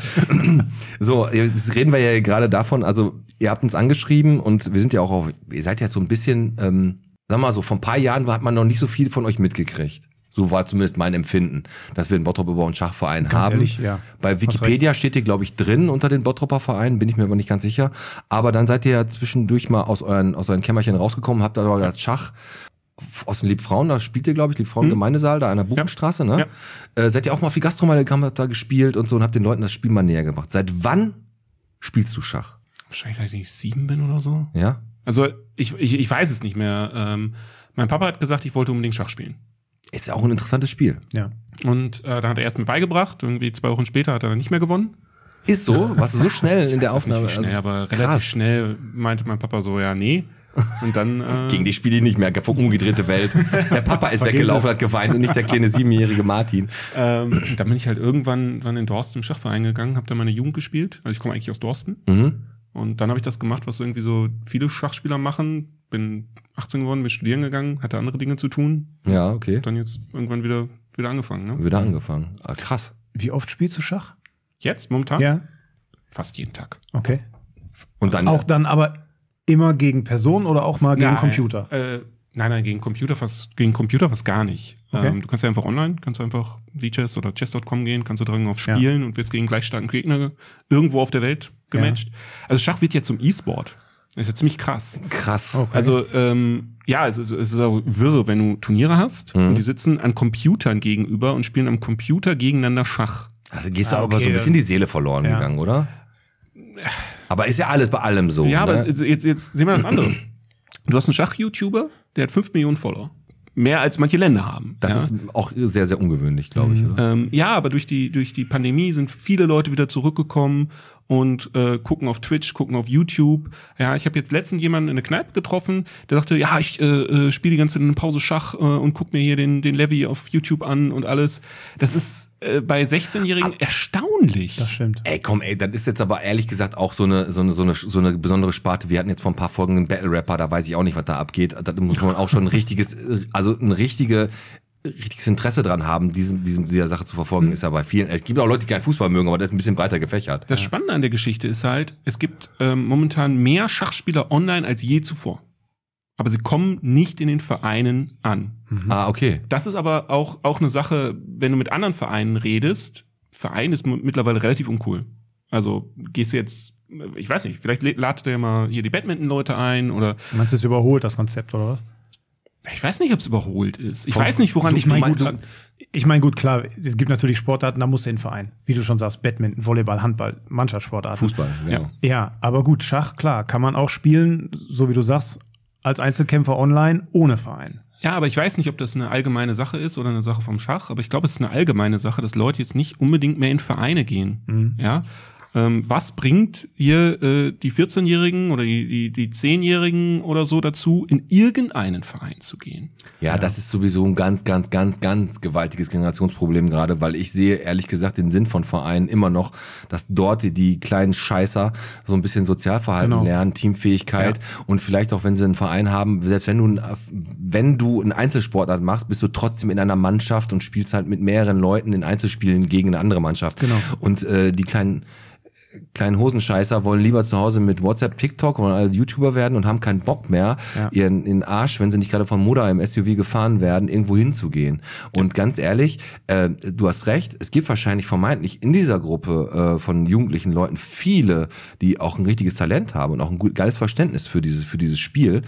So, jetzt reden wir ja gerade davon, also ihr habt uns angeschrieben und wir sind ja auch auf, ihr seid ja so ein bisschen, ähm, sag mal so, vor ein paar Jahren hat man noch nicht so viel von euch mitgekriegt. So war zumindest mein Empfinden, dass wir einen Bottrop über einen Schachverein haben.
ehrlich, ja.
Bei Wikipedia steht ihr, glaube ich, drin unter den Bottropper Vereinen, bin ich mir aber nicht ganz sicher. Aber dann seid ihr ja zwischendurch mal aus euren, aus euren Kämmerchen rausgekommen, habt aber gedacht, Schach, aus den Liebfrauen, da spielt ihr, glaube ich,
Hm.
Liebfrauen Gemeindesaal, da an der Buchenstraße, ne? Äh, seid ihr auch mal auf die Gastronomie habt da gespielt und so und habt den Leuten das Spiel mal näher gebracht. Seit wann spielst du Schach?
Wahrscheinlich, seit ich sieben bin oder so.
Ja?
Also ich, ich, ich weiß es nicht mehr. Ähm, mein Papa hat gesagt, ich wollte unbedingt Schach spielen.
Ist ja auch ein interessantes Spiel.
Ja.
Und äh, dann hat er erst mir beigebracht. Irgendwie zwei Wochen später hat er dann nicht mehr gewonnen.
Ist so, was so schnell in der
Weiß das
Aufnahme.
Nicht wie schnell,
also,
aber relativ
krass.
schnell meinte mein Papa so, ja, nee. Und dann äh,
Also Gegen die spiele ich nicht mehr, umgedrehte Welt. Der Papa ist weggelaufen, hat geweint und nicht der kleine siebenjährige Martin.
ähm, dann bin ich halt irgendwann dann in Dorsten im Schachverein gegangen, habe da meine Jugend gespielt. Also ich komme eigentlich aus Dorsten.
Mhm.
Und dann habe ich das gemacht, was irgendwie so viele Schachspieler machen. Bin 18 geworden, bin studieren gegangen, hatte andere Dinge zu tun.
Ja, okay.
Dann jetzt irgendwann wieder wieder angefangen. Ne?
Wieder angefangen. Ah, krass.
Wie oft spielst du Schach?
Jetzt momentan
Ja.
fast jeden Tag.
Okay.
Und dann
Auch dann aber immer gegen Personen oder auch mal gegen Computer.
Äh, nein, nein, gegen Computer fast, gegen Computer fast gar nicht.
Okay.
Ähm, du kannst ja einfach online, kannst du einfach Lichess oder Chess.com gehen, kannst du drücken auf Spielen und wirst gegen gleich starken Gegner irgendwo auf der Welt gematcht. Also Schach wird ja zum E-Sport. Das ist ja ziemlich krass.
krass.
Also ähm, ja, es ist, es ist auch wirre, wenn du Turniere hast
Mhm.
und die sitzen an Computern gegenüber und spielen am Computer gegeneinander Schach.
Ah, Da gehst du
Ah,
aber so
okay,
ein bisschen die Seele verloren
Ja.
gegangen, oder? Aber ist ja alles bei allem so.
Ja,
ne?
aber jetzt, jetzt, jetzt sehen wir das andere. Du hast einen Schach-YouTuber, der hat 5 Millionen Follower. Mehr als manche Länder haben.
Das
ja?
ist auch sehr, sehr ungewöhnlich, glaube ich, oder?
Ähm, ja, aber durch die, durch die Pandemie sind viele Leute wieder zurückgekommen und äh, gucken auf Twitch, gucken auf YouTube. Ja, ich habe jetzt letztens jemanden in der Kneipe getroffen, der sagte, ja, ich äh, äh, spiele die ganze Zeit in der Pause Schach äh, und guck mir hier den, den Levy auf YouTube an und alles. Das ist äh, bei 16-Jährigen erstaunlich.
das stimmt.
Ey, komm, ey, das ist jetzt aber ehrlich gesagt auch so eine, so eine, so eine, so eine besondere Sparte. Wir hatten jetzt vor ein paar Folgen einen Battle Rapper, da weiß ich auch nicht, was da abgeht. Da muss man auch schon ein richtiges, äh, also ein richtige, richtiges Interesse dran haben, diesem, diesem, dieser Sache zu verfolgen, ist ja bei vielen. Es gibt auch Leute, die keinen Fußball mögen, aber das ist ein bisschen breiter gefächert.
Das Spannende an der Geschichte ist halt, es gibt ähm, momentan mehr Schachspieler online als je zuvor. Aber sie kommen nicht in den Vereinen an.
Ah, okay.
Das ist aber auch, auch eine Sache, wenn du mit anderen Vereinen redest. Verein ist m- mittlerweile relativ uncool. Also gehst du jetzt, ich weiß nicht, vielleicht le- ladet ihr mal hier die Badminton-Leute ein oder
Meinst du, es ist überholt, das Konzept, oder was?
Ich weiß nicht, ob es überholt ist. Ich
Von-
weiß nicht, woran
du-
ich
du
mein
meinst-
gut.
du-
Ich meine, gut, klar, es gibt natürlich Sportarten, da musst du in den Verein. Wie du schon sagst, Badminton, Volleyball, Handball, Mannschaftssportarten.
Fußball, genau.
Ja.
Ja, aber gut, Schach, klar, kann man auch spielen, so wie du sagst, als Einzelkämpfer online ohne Verein.
Ja, aber ich weiß nicht, ob das eine allgemeine Sache ist oder eine Sache vom Schach, aber ich glaube, es ist eine allgemeine Sache, dass Leute jetzt nicht unbedingt mehr in Vereine gehen.
Mhm.
Ja. Ähm, was bringt hier äh, die 14-Jährigen oder die, die, die 10-Jährigen oder so dazu, in irgendeinen Verein zu gehen?
Ja,
Mhm.
das ist sowieso ein ganz, ganz, ganz, ganz gewaltiges Generationsproblem gerade, weil ich sehe ehrlich gesagt den Sinn von Vereinen immer noch, dass dort die, die kleinen Scheißer so ein bisschen Sozialverhalten
Genau.
lernen, Teamfähigkeit und vielleicht auch, wenn sie einen Verein haben, selbst wenn du, ein, wenn du einen Einzelsportart machst, bist du trotzdem in einer Mannschaft und spielst halt mit mehreren Leuten in Einzelspielen gegen eine andere Mannschaft.
Genau.
Und äh, die kleinen kleinen Hosenscheißer wollen lieber zu Hause mit WhatsApp, TikTok, wollen alle YouTuber werden und haben keinen Bock mehr,
Ja.
ihren, ihren Arsch, wenn sie nicht gerade vom Mutter im SUV gefahren werden, irgendwo hinzugehen. Und ganz ehrlich, äh, du hast recht, es gibt wahrscheinlich vermeintlich in dieser Gruppe äh, von jugendlichen Leuten viele, die auch ein richtiges Talent haben und auch ein gut, geiles Verständnis für dieses, für dieses Spiel.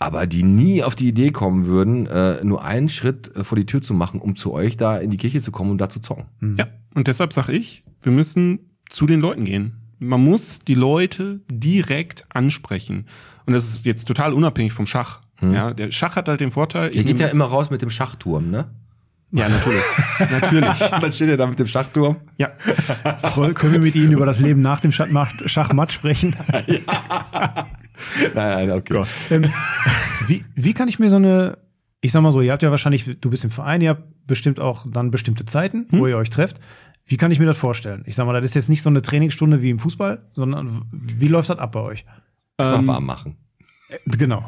Aber die nie auf die Idee kommen würden, äh, nur einen Schritt äh, vor die Tür zu machen, um zu euch da in die Kirche zu kommen und da zu zocken.
Ja, und deshalb sage ich, wir müssen zu den Leuten gehen. Man muss die Leute direkt ansprechen. Und das ist jetzt total unabhängig vom Schach. Ja, der Schach hat halt den Vorteil.
Ihr
ich
Mhm. geht ja
nehm-
immer raus mit dem Schachturm, ne?
ja, natürlich. natürlich.
Dann steht ihr da mit dem Schachturm.
Ja.
Voll, können wir mit Ihnen über das Leben nach dem Schachmatt- Schachmatt sprechen?
Nein, nein, okay.
ähm, wie, wie kann ich mir so eine, ich sag mal so, ihr habt ja wahrscheinlich, du bist im Verein, ihr habt bestimmt auch dann bestimmte Zeiten,
Hm?
wo ihr euch trefft. Wie kann ich mir das vorstellen? Ich sag mal, das ist jetzt nicht so eine Trainingsstunde wie im Fußball, sondern w- wie läuft das ab bei euch?
Ähm,
Erstmal warm machen.
Äh,
Genau.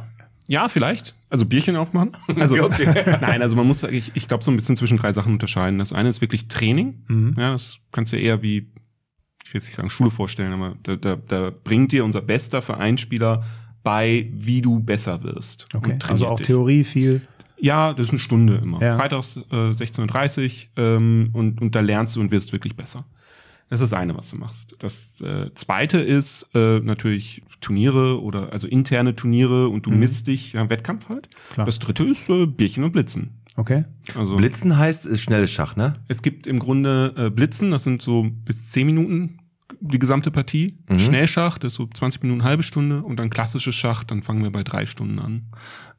Ja, vielleicht. Also Bierchen aufmachen. Also, Nein, also man muss, ich, ich glaube, so ein bisschen zwischen drei Sachen unterscheiden. Das eine ist wirklich Training.
Mhm.
Ja, das kannst du dir eher wie, ich will jetzt nicht sagen Schule vorstellen, aber da, da, da bringt dir unser bester Vereinsspieler bei, wie du besser wirst.
Okay.
Und trainiert
Also auch
dich.
Theorie viel.
Ja, das ist eine Stunde immer.
Ja.
Freitags äh, 16.30 Uhr ähm, und, und da lernst du und wirst wirklich besser. Das ist das eine, was du machst. Das äh, zweite ist äh, natürlich Turniere oder also interne Turniere und du misst dich, ja, Wettkampf halt.
Mhm. Klar.
Das dritte ist äh, Bierchen und Blitzen.
Okay.
Also
Blitzen heißt ist schnelles Schach, ne?
es gibt im Grunde äh, Blitzen, das sind so bis 10 Minuten die gesamte Partie.
Mhm.
Schnellschach, das ist so 20 Minuten, halbe Stunde und dann klassisches Schach, dann fangen wir bei drei Stunden an.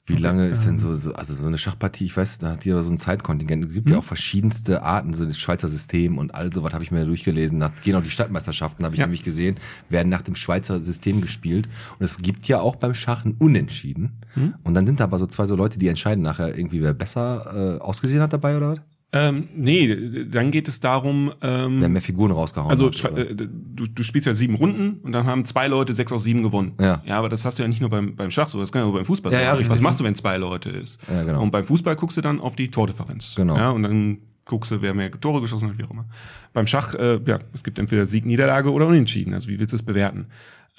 Wie lange ist
ähm.
denn so, so also so eine Schachpartie? Ich weiß, da hat jeder so ein Zeitkontingent. Es gibt
Hm?
ja auch verschiedenste Arten, so das Schweizer System und all sowas habe ich mir durchgelesen. Nach, gehen auch die Stadtmeisterschaften, habe ich
Ja.
nämlich gesehen, werden nach dem Schweizer System gespielt. Und es gibt ja auch beim Schach ein Unentschieden.
Hm?
Und dann sind da aber so zwei so Leute, die entscheiden nachher irgendwie, wer besser äh, ausgesehen hat dabei oder was?
Ähm, nee, dann geht es darum, ähm,
Wer mehr Figuren rausgehauen
Also
hat.
Schwe-
oder?
äh, du, du spielst ja sieben Runden und dann haben zwei Leute sechs aus sieben gewonnen.
Ja.
ja aber das hast du ja nicht nur beim, beim Schach so, das kann ja auch beim Fußball
Ja,
sein.
ja, richtig.
Was machst du, wenn zwei Leute ist?
Ja, genau.
Und beim Fußball guckst du dann auf die Tordifferenz.
Genau.
Ja, und dann guckst du, wer mehr Tore geschossen hat, wie auch immer. Beim Schach, äh, ja, es gibt entweder Sieg, Niederlage oder Unentschieden. Also wie willst du es bewerten?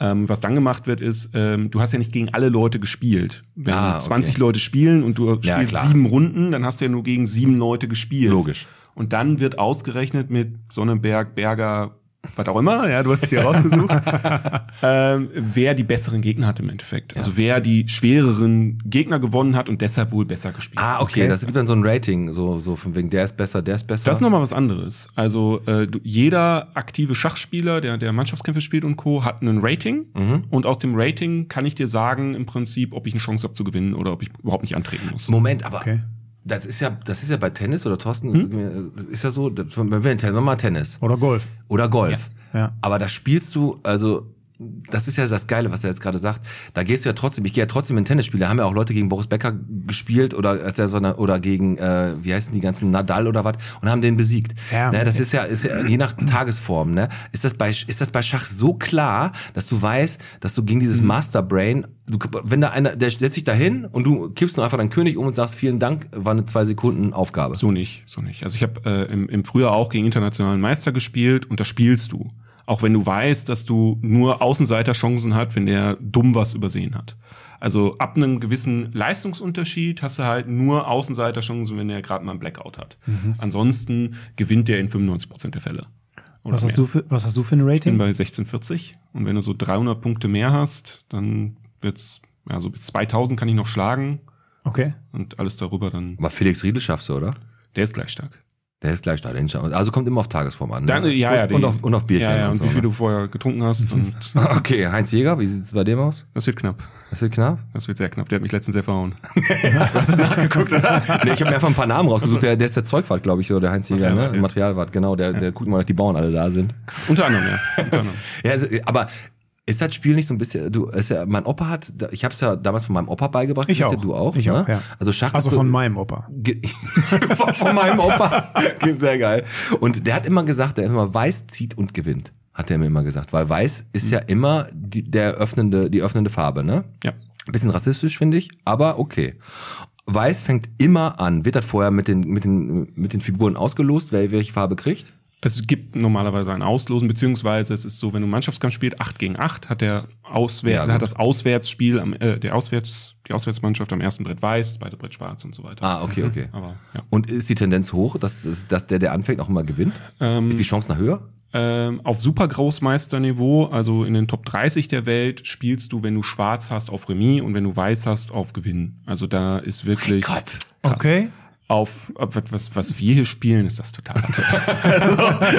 Ähm, was dann gemacht wird, ist, ähm, du hast ja nicht gegen alle Leute gespielt. Wenn
Ah, okay.
20 Leute spielen und du
Ja,
spielst
klar.
sieben Runden, dann hast du ja nur gegen sieben Leute gespielt.
Logisch.
Und dann wird ausgerechnet mit Sonnenberg, Berger, was auch immer, ja, du hast es dir rausgesucht, ähm, wer die besseren Gegner hat im Endeffekt. Also wer die schwereren Gegner gewonnen hat und deshalb wohl besser gespielt hat.
ah, okay, das gibt dann so ein Rating, so, so von wegen, der ist besser, der ist besser.
Das ist nochmal was anderes. Also äh, du, jeder aktive Schachspieler, der, der Mannschaftskämpfe spielt und Co., hat ein Rating. Und aus dem Rating kann ich dir sagen, im Prinzip, ob ich eine Chance habe zu gewinnen oder ob ich überhaupt nicht antreten muss.
Moment, aber
Okay.
das ist ja, das ist ja bei Tennis oder Thorsten, das ist ja so, das, wenn wir wenn wir mal Tennis
Oder Golf.
oder Golf.
Ja. Ja.
Aber da spielst du, also das ist ja das Geile, was er jetzt gerade sagt. Da gehst du ja trotzdem, ich gehe ja trotzdem in Tennisspiele. Da haben ja auch Leute gegen Boris Becker gespielt oder als er so eine, oder gegen, äh, wie heißen die ganzen Nadal oder was und haben den besiegt.
Ja.
Ne, das ist ja, ist ja je nach Tagesform. Ne, ist das bei ist das bei Schach so klar, dass du weißt, dass du gegen dieses
Mhm.
Masterbrain, du, wenn da einer, der setzt sich dahin und du kippst nur einfach deinen König um und sagst vielen Dank, war eine zwei Sekunden Aufgabe.
So nicht, so nicht. Also ich habe äh, im, im Frühjahr auch gegen internationalen Meister gespielt und da spielst du. Auch wenn du weißt, dass du nur Außenseiterchancen hat, wenn der dumm was übersehen hat. Also ab einem gewissen Leistungsunterschied hast du halt nur Außenseiterchancen, wenn der gerade mal einen Blackout hat.
Mhm.
Ansonsten gewinnt der in 95% der Fälle. Oder
Was hast,
mehr.
du für, was hast du für ein
Ich bin
Rating?
bei 1640 und wenn du so 300 Punkte mehr hast, dann wird's ja so bis 2000 kann ich noch schlagen
Okay.
Und alles darüber dann.
Aber Felix Riedel schaffst du, oder?
Der ist gleich stark.
Der ist gleich da. Den scha- also kommt immer auf Tagesform an. Ne?
Dann, ja, ja,
und, und,
die-
auf, und auf Bierchen.
Ja, ja, und
so,
wie viel
ne?
du vorher getrunken hast. Und
Okay, Heinz Jäger, wie sieht's bei dem aus?
das wird knapp.
Ist das knapp?
Das wird sehr knapp. Der hat mich letztens sehr verhauen.
Nee, ich habe mir einfach ein paar Namen rausgesucht. Der, der ist der Zeugwart, glaube ich, oder der Heinz Jäger, ne?
Materialwart, ja.
Materialwart, genau. Der, der guckt mal, dass die Bauern alle da sind.
Unter anderem, ja. Unter anderem.
Ja, also, aber ist das Spiel nicht so ein bisschen, du, ist ja, mein Opa hat, ich habe es ja damals von meinem Opa beigebracht,
Ich
Christian,
auch.
du auch.
Ich
ne?
auch, ja.
Also Schach
Also
ist so-
von meinem Opa.
Ge- von von meinem Opa. Sehr geil. Und der hat immer gesagt, der immer weiß zieht und gewinnt. Hat er mir immer gesagt, weil weiß ist ja immer die, der öffnende, die öffnende Farbe, ne?
Mhm. Ja.
Bisschen rassistisch finde ich, aber okay. Weiß fängt immer an. Wird das vorher mit den, mit den, mit den Figuren ausgelost, wer welche Farbe kriegt?
Es gibt normalerweise ein Auslosen, beziehungsweise es ist so, wenn du Mannschaftskampf spielst, 8 gegen 8, hat
Ja,
der Auswär
gut.
hat das Auswärtsspiel, am, äh, der Auswärts, die Auswärtsmannschaft am ersten Brett weiß, zweite Brett schwarz und so weiter.
Ah, okay, okay.
Mhm, Aber ja.
Und ist die Tendenz hoch, dass, dass, dass der, der anfängt, auch immer gewinnt? ist die Chance nach höher?
Ähm, auf Supergroßmeisterniveau, also in den Top 30 der Welt, spielst du, wenn du schwarz hast, auf Remis und wenn du weiß hast, auf Gewinn. Also da ist wirklich.
Gott.
krass.
Okay.
Auf, auf was- was, was wir hier spielen, ist das total hart.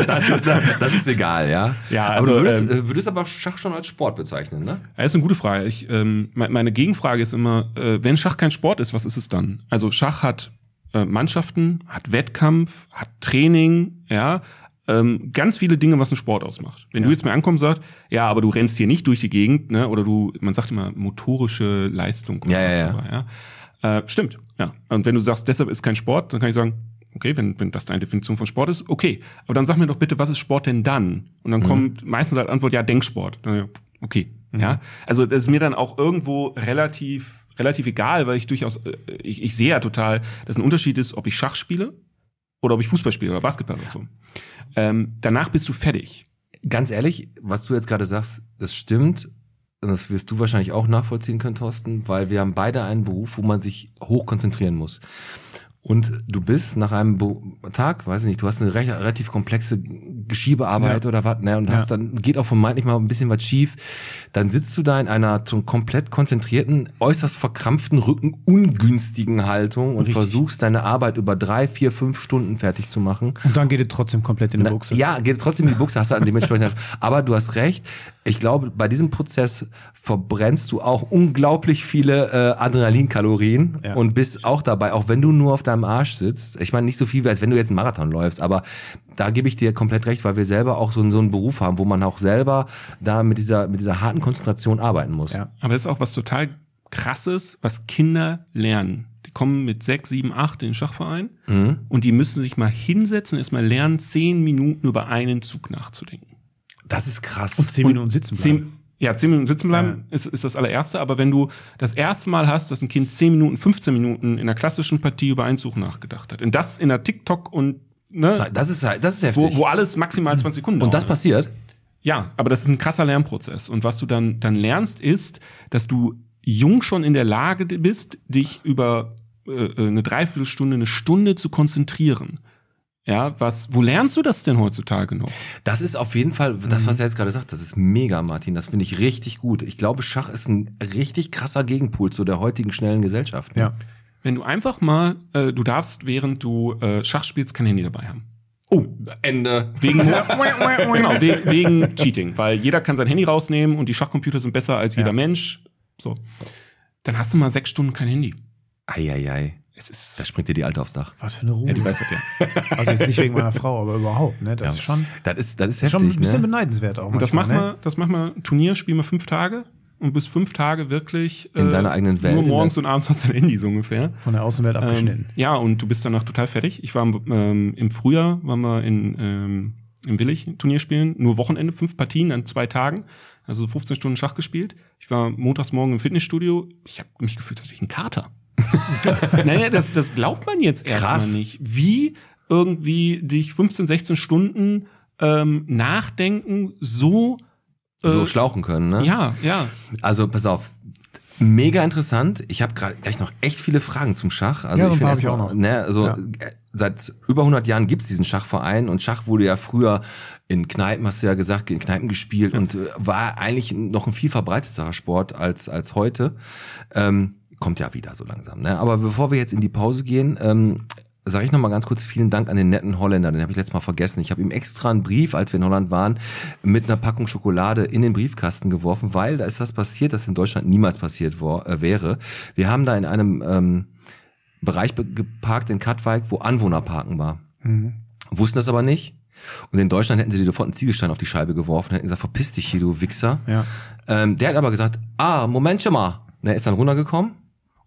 Das ist, das ist egal, ja?
Ja,
aber du
also,
würdest, äh, würdest aber Schach schon als Sport bezeichnen, ne?
Das ist eine gute Frage. Ich, ähm, me- meine Gegenfrage ist immer, äh, wenn Schach kein Sport ist, was ist es dann? Also Schach hat äh, Mannschaften, hat Wettkampf, hat Training, ja, ähm, ganz viele Dinge, was einen Sport ausmacht. Wenn du jetzt mir ankommst und sagst, ja, aber du rennst hier nicht durch die Gegend, ne? Oder du, man sagt immer motorische Leistung oder
Ja,
was
ja, ja.
sogar, ja? Äh, stimmt, ja. Und wenn du sagst, deshalb ist kein Sport, dann kann ich sagen, okay, wenn, wenn das deine Definition von Sport ist, okay. Aber dann sag mir doch bitte, was ist Sport denn dann? Und dann kommt meistens als Antwort, ja, Denksport. Dann, ja, okay, ja. Also das ist mir dann auch irgendwo relativ, relativ egal, weil ich durchaus, äh, ich, ich sehe ja total, dass ein Unterschied ist, ob ich Schach spiele oder ob ich Fußball spiele oder Basketball oder so. Ähm, danach bist du fertig.
Ganz ehrlich, was du jetzt gerade sagst, das stimmt. Und das wirst du wahrscheinlich auch nachvollziehen können, Thorsten, weil wir haben beide einen Beruf, wo man sich hoch konzentrieren muss. Und du bist nach einem Bo Tag, weiß ich nicht, du hast eine recht, relativ komplexe Geschiebearbeit oder was, ne, und hast dann, geht auch vermeintlich mal ein bisschen was schief, dann sitzt du da in einer zum komplett konzentrierten, äußerst verkrampften Rücken, ungünstigen Haltung und
Richtig.
versuchst deine Arbeit über drei, vier, fünf Stunden fertig zu machen.
Und dann geht es trotzdem komplett in die
Na,
Buchse.
Ja, geht trotzdem in die Buchse, hast du dementsprechend. halt. aber du hast recht. Ich glaube, bei diesem Prozess verbrennst du auch unglaublich viele äh, Adrenalinkalorien
Ja.
und bist auch dabei, auch wenn du nur auf deinem Arsch sitzt. Ich meine, nicht so viel, wie als wenn du jetzt einen Marathon läufst, aber da gebe ich dir komplett recht, weil wir selber auch so, einen- so einen Beruf haben, wo man auch selber da mit dieser, mit dieser harten Konzentration arbeiten muss.
Ja.
Aber das ist auch was total krasses, was Kinder lernen. Die kommen mit sechs, sieben, acht in den Schachverein
Mhm.
und die müssen sich mal hinsetzen und erstmal lernen, zehn Minuten über einen Zug nachzudenken.
Das ist krass.
Und zehn Minuten sitzen bleiben.
Zehn, ja, zehn Minuten sitzen bleiben ist, ist das allererste, aber wenn du das erste Mal hast, dass ein Kind zehn Minuten, 15 Minuten in einer klassischen Partie über einen Zug nachgedacht hat. Und das in der TikTok und ne,
das ist, halt- das ist heftig.
wo, wo alles maximal 20 Sekunden
und das
dauert.
passiert?
Ja, aber das ist ein krasser Lernprozess. Und was du dann, dann lernst, ist, dass du jung schon in der Lage bist, dich über äh, eine Dreiviertelstunde, eine Stunde zu konzentrieren. Ja, was, wo lernst du das denn heutzutage noch?
Das ist auf jeden Fall, das,
Mhm.
was er jetzt gerade sagt, das ist mega, Martin. Das finde ich richtig gut. Ich glaube, Schach ist ein richtig krasser Gegenpol zu der heutigen schnellen Gesellschaft. ne?
Ja.
Wenn du einfach mal, äh, du darfst, während du äh, Schach spielst, kein Handy dabei haben.
Oh, Ende.
Wegen, genau, we wegen Cheating. Weil jeder kann sein Handy rausnehmen und die Schachcomputer sind besser als jeder
Ja.
Mensch. So. Dann hast du mal sechs Stunden kein Handy.
Eieiei.
Es ist.
Da springt dir die Alte aufs Dach.
Was für eine Ruhe.
ja, du weißt das ja.
also jetzt nicht wegen meiner Frau, aber überhaupt. Ne? Das ist schon,
Das ist, das ist heftig,
schon ein bisschen
ne?
beneidenswert auch.
Und das macht
manchmal, ne?
man, das macht man ein Turnier, spielen wir fünf Tage und bis fünf Tage wirklich äh,
In deiner eigenen Welt,
Nur
in
morgens und abends hast du dein Handy so ungefähr.
ne? Von der Außenwelt
Ähm,
abgeschnitten.
ja, und du bist danach total fertig. Ich war am, ähm, im Frühjahr, waren wir in, ähm, im Willig ein Turnier spielen, nur Wochenende, fünf Partien an zwei Tagen, also 15 Stunden Schach gespielt. Ich war montags morgen im Fitnessstudio. Ich habe mich gefühlt, als hätte ich einen Kater. naja, das, das glaubt man jetzt erstmal
Krass.
nicht. Wie irgendwie dich 15, 16 Stunden ähm, nachdenken so
So
äh,
schlauchen können, ne?
ja, ja.
Also, pass auf. Mega interessant. Ich habe gerade gleich noch echt viele Fragen zum Schach. Also
Ja,
ich
ein
finde
paar hab ich
erstmal,
auch noch.
Ne, also
Ja.
äh, seit über 100 Jahren gibt's diesen Schachverein und Schach wurde ja früher in Kneipen, hast du ja gesagt, in Kneipen gespielt und äh, war eigentlich noch ein viel verbreiteterer Sport als als heute. Ähm, kommt ja wieder so langsam. Ne? Aber bevor wir jetzt in die Pause gehen, ähm, sage ich nochmal ganz kurz vielen Dank an den netten Holländer. Den habe ich letztes Mal vergessen. Ich habe ihm extra einen Brief, als wir in Holland waren, mit einer Packung Schokolade in den Briefkasten geworfen, weil da ist was passiert, das in Deutschland niemals passiert wor- äh, wäre. Wir haben da in einem ähm, Bereich be- geparkt in Katwijk, wo Anwohnerparken war. Wussten das aber nicht. Und in Deutschland hätten sie dir sofort einen Ziegelstein auf die Scheibe geworfen und hätten gesagt, verpiss dich hier, du Wichser.
Ja.
Ähm, der hat aber gesagt, ah, Momentchen mal. Und er ist dann runtergekommen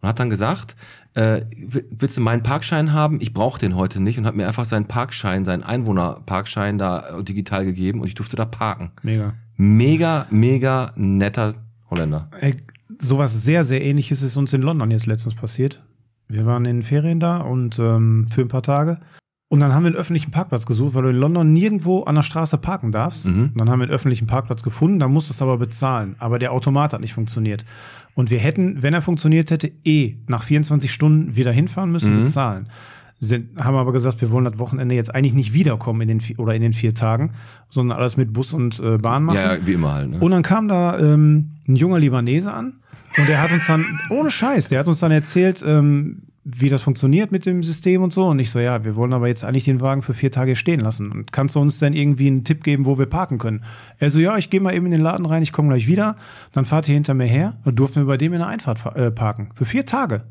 und hat dann gesagt, äh, wi- willst du meinen Parkschein haben? Ich brauche den heute nicht und hat mir einfach seinen Parkschein, seinen Einwohnerparkschein da äh, digital gegeben und ich durfte da parken.
Mega.
Mega, mega netter Holländer.
Ey, Äh, sowas sehr, sehr ähnliches ist uns in London jetzt letztens passiert. Wir waren in den Ferien da und ähm, für ein paar Tage. Und dann haben wir einen öffentlichen Parkplatz gesucht, weil du in London nirgendwo an der Straße parken darfst.
Mhm.
Und dann haben wir einen öffentlichen Parkplatz gefunden, da musstest du aber bezahlen. Aber der Automat hat nicht funktioniert. Und wir hätten, wenn er funktioniert hätte, eh nach 24 Stunden wieder hinfahren
Mhm.
müssen, bezahlen. Sind, haben aber gesagt, wir wollen das Wochenende jetzt eigentlich nicht wiederkommen in den, vi- oder in den vier Tagen, sondern alles mit Bus und äh, Bahn machen.
Ja, ja, wie immer halt. Ne?
Und dann kam da ähm, ein junger Libanese an und der hat uns dann, ohne Scheiß, der hat uns dann erzählt, ähm, wie das funktioniert mit dem System und so. Und ich so, ja, wir wollen aber jetzt eigentlich den Wagen für vier Tage stehen lassen. Und kannst du uns denn irgendwie einen Tipp geben, wo wir parken können? Er so, ja, ich gehe mal eben in den Laden rein, ich komme gleich wieder. Dann fahrt ihr hinter mir her und durften wir bei dem in der Einfahrt fa- äh, parken. Für vier Tage.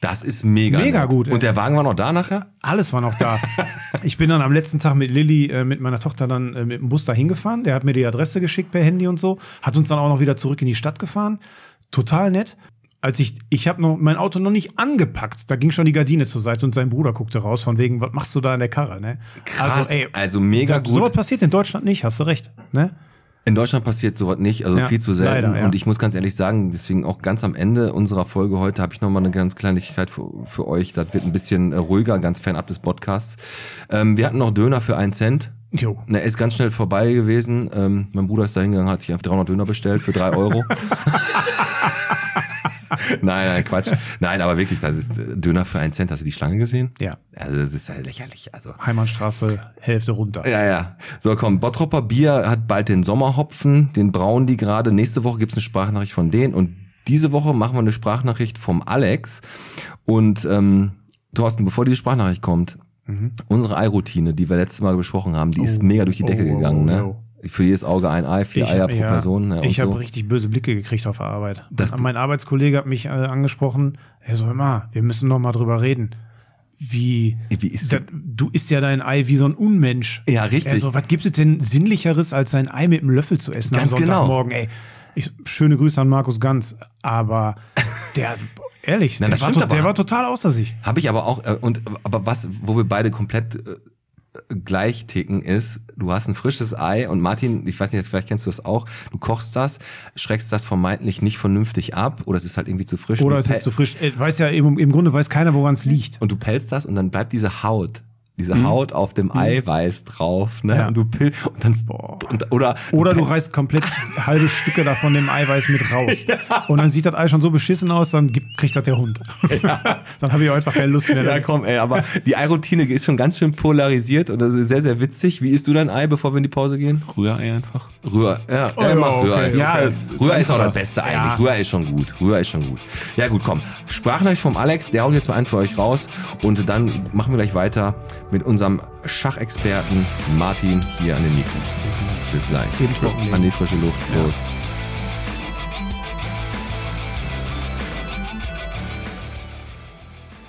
das ist mega.
Mega gut, ey.
Und der Wagen war noch da nachher?
Alles war noch da. Ich bin dann am letzten Tag mit Lilly, äh, mit meiner Tochter dann äh, mit dem Bus da hingefahren. Der hat mir die Adresse geschickt per Handy und so. Hat uns dann auch noch wieder zurück in die Stadt gefahren. Total nett. Als ich, ich habe noch mein Auto noch nicht angepackt. Da ging schon die Gardine zur Seite und sein Bruder guckte raus von wegen, was machst du da in der Karre, ne?
Krass, also mega gut.
Sowas passiert in Deutschland nicht, hast du recht, ne?
In Deutschland passiert sowas nicht, also
Ja,
viel zu selten.
leider, ja.
Und ich muss ganz ehrlich sagen, deswegen auch ganz am Ende unserer Folge heute habe ich nochmal eine ganz Kleinigkeit für, für euch. Das wird ein bisschen äh, ruhiger, ganz fernab des Podcasts. Ähm, wir hatten noch Döner für einen Cent.
Jo.
Na, ist ganz schnell vorbei gewesen. Ähm, mein Bruder ist da hingegangen, hat sich einfach 300 Döner bestellt für 3 Euro. nein, nein, Quatsch. Nein, aber wirklich, das ist äh, Döner für einen Cent. Hast du die Schlange gesehen?
Ja.
Also, das ist ja lächerlich. Also,
Heimatstraße, Hälfte runter.
ja, ja. So, komm, Bottropper Bier hat bald den Sommerhopfen, den brauen die gerade. Nächste Woche gibt's eine Sprachnachricht von denen und diese Woche machen wir eine Sprachnachricht vom Alex. Und ähm, Thorsten, bevor diese Sprachnachricht kommt, unsere Ei-Routine, die wir letztes Mal besprochen haben, die ist mega durch die
Mhm. Oh,
Decke
oh,
gegangen.
oh,
ne?
oh.
Für jedes Auge ein Ei, vier Eier pro
ja,
Person. Ne? und
ich habe
so.
richtig böse Blicke gekriegt auf der Arbeit.
Das-
mein Arbeitskollege hat mich äh, angesprochen. Er so, immer, wir müssen noch mal drüber reden. Wie,
Wie isst
das, du isst ja dein Ei wie so ein Unmensch.
Ja, richtig.
Er so, was gibt es denn Sinnlicheres, als sein Ei mit einem Löffel zu essen
Ganz
am
genau.
Sonntagmorgen? Ey, ich, schöne Grüße an Markus Ganz. Aber der, ehrlich,
Nein,
der,
das
war
stimmt
to- der
aber.
war total außer sich.
Habe ich aber auch, äh, und aber was, wo wir beide komplett äh, gleich ticken, ist, du hast ein frisches Ei und Martin, ich weiß nicht, jetzt vielleicht kennst du das auch, du kochst das, schreckst das vermeintlich nicht vernünftig ab oder es ist halt irgendwie zu frisch.
Oder
Du
es
pe-
ist zu frisch. Äh, Weiß ja, im, im Grunde weiß keiner, woran es liegt.
Und du pelzt das und dann bleibt diese Haut. Diese Haut auf dem Eiweiß drauf, ne?
Mhm. Ja.
Und du pill und dann und, oder
Oder du reißt komplett halbe Stücke davon dem Eiweiß mit raus. Und dann sieht das Ei schon so beschissen aus, dann gibt, kriegt das der Hund. dann habe ich auch einfach keine Lust mehr.
ja, komm, ey, aber die Ei-Routine ist schon ganz schön polarisiert und das ist sehr, sehr witzig. Wie isst du dein Ei, bevor wir in die Pause gehen?
Rührei einfach.
Rühr, ja,
Oh, ja,
er macht
okay,
Rührei.
okay.
Ja, Rührei ist auch das
einfach.
Beste
Ja.
eigentlich. Rührei ist schon gut. Rührei ist schon gut. Ja gut, komm. Sprachnachricht vom Alex, der haut jetzt mal einen für euch raus und dann machen wir gleich weiter mit unserem Schachexperten Martin hier an den Mikros. Bis gleich.
Eben trockenlegen.
An die frische Luft. Los.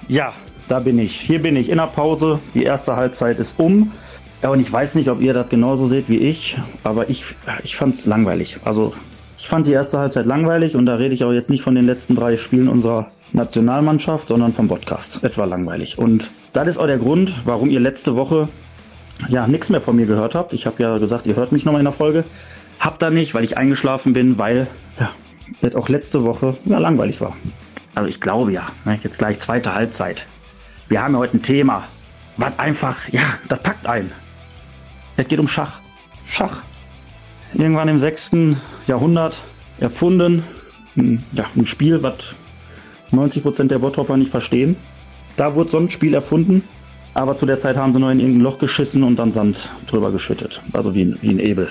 Ja, da bin ich. Hier bin ich in der Pause. Die erste Halbzeit ist um. Ja, und ich weiß nicht, ob ihr das genauso seht wie ich, aber ich, ich fand es langweilig. Also, ich fand die erste Halbzeit langweilig und da rede ich auch jetzt nicht von den letzten drei Spielen unserer Nationalmannschaft, sondern vom Podcast. Etwa langweilig. Und das ist auch der Grund, warum ihr letzte Woche ja nichts mehr von mir gehört habt. Ich habe ja gesagt, ihr hört mich nochmal in der Folge. Habt da nicht, weil ich eingeschlafen bin, weil ja, das auch letzte Woche ja, langweilig war. Also ich glaube ja, ne, jetzt gleich zweite Halbzeit. Wir haben ja heute ein Thema, was einfach, ja, das packt ein. Es geht um Schach. Schach. Irgendwann im 6. Jahrhundert erfunden. Ein, ja, ein Spiel, was 90% der Bottropper nicht verstehen. Da wurde so ein Spiel erfunden, aber zu der Zeit haben sie noch in irgendein Loch geschissen und dann Sand drüber geschüttet. Also wie, ein- wie ein Ebel.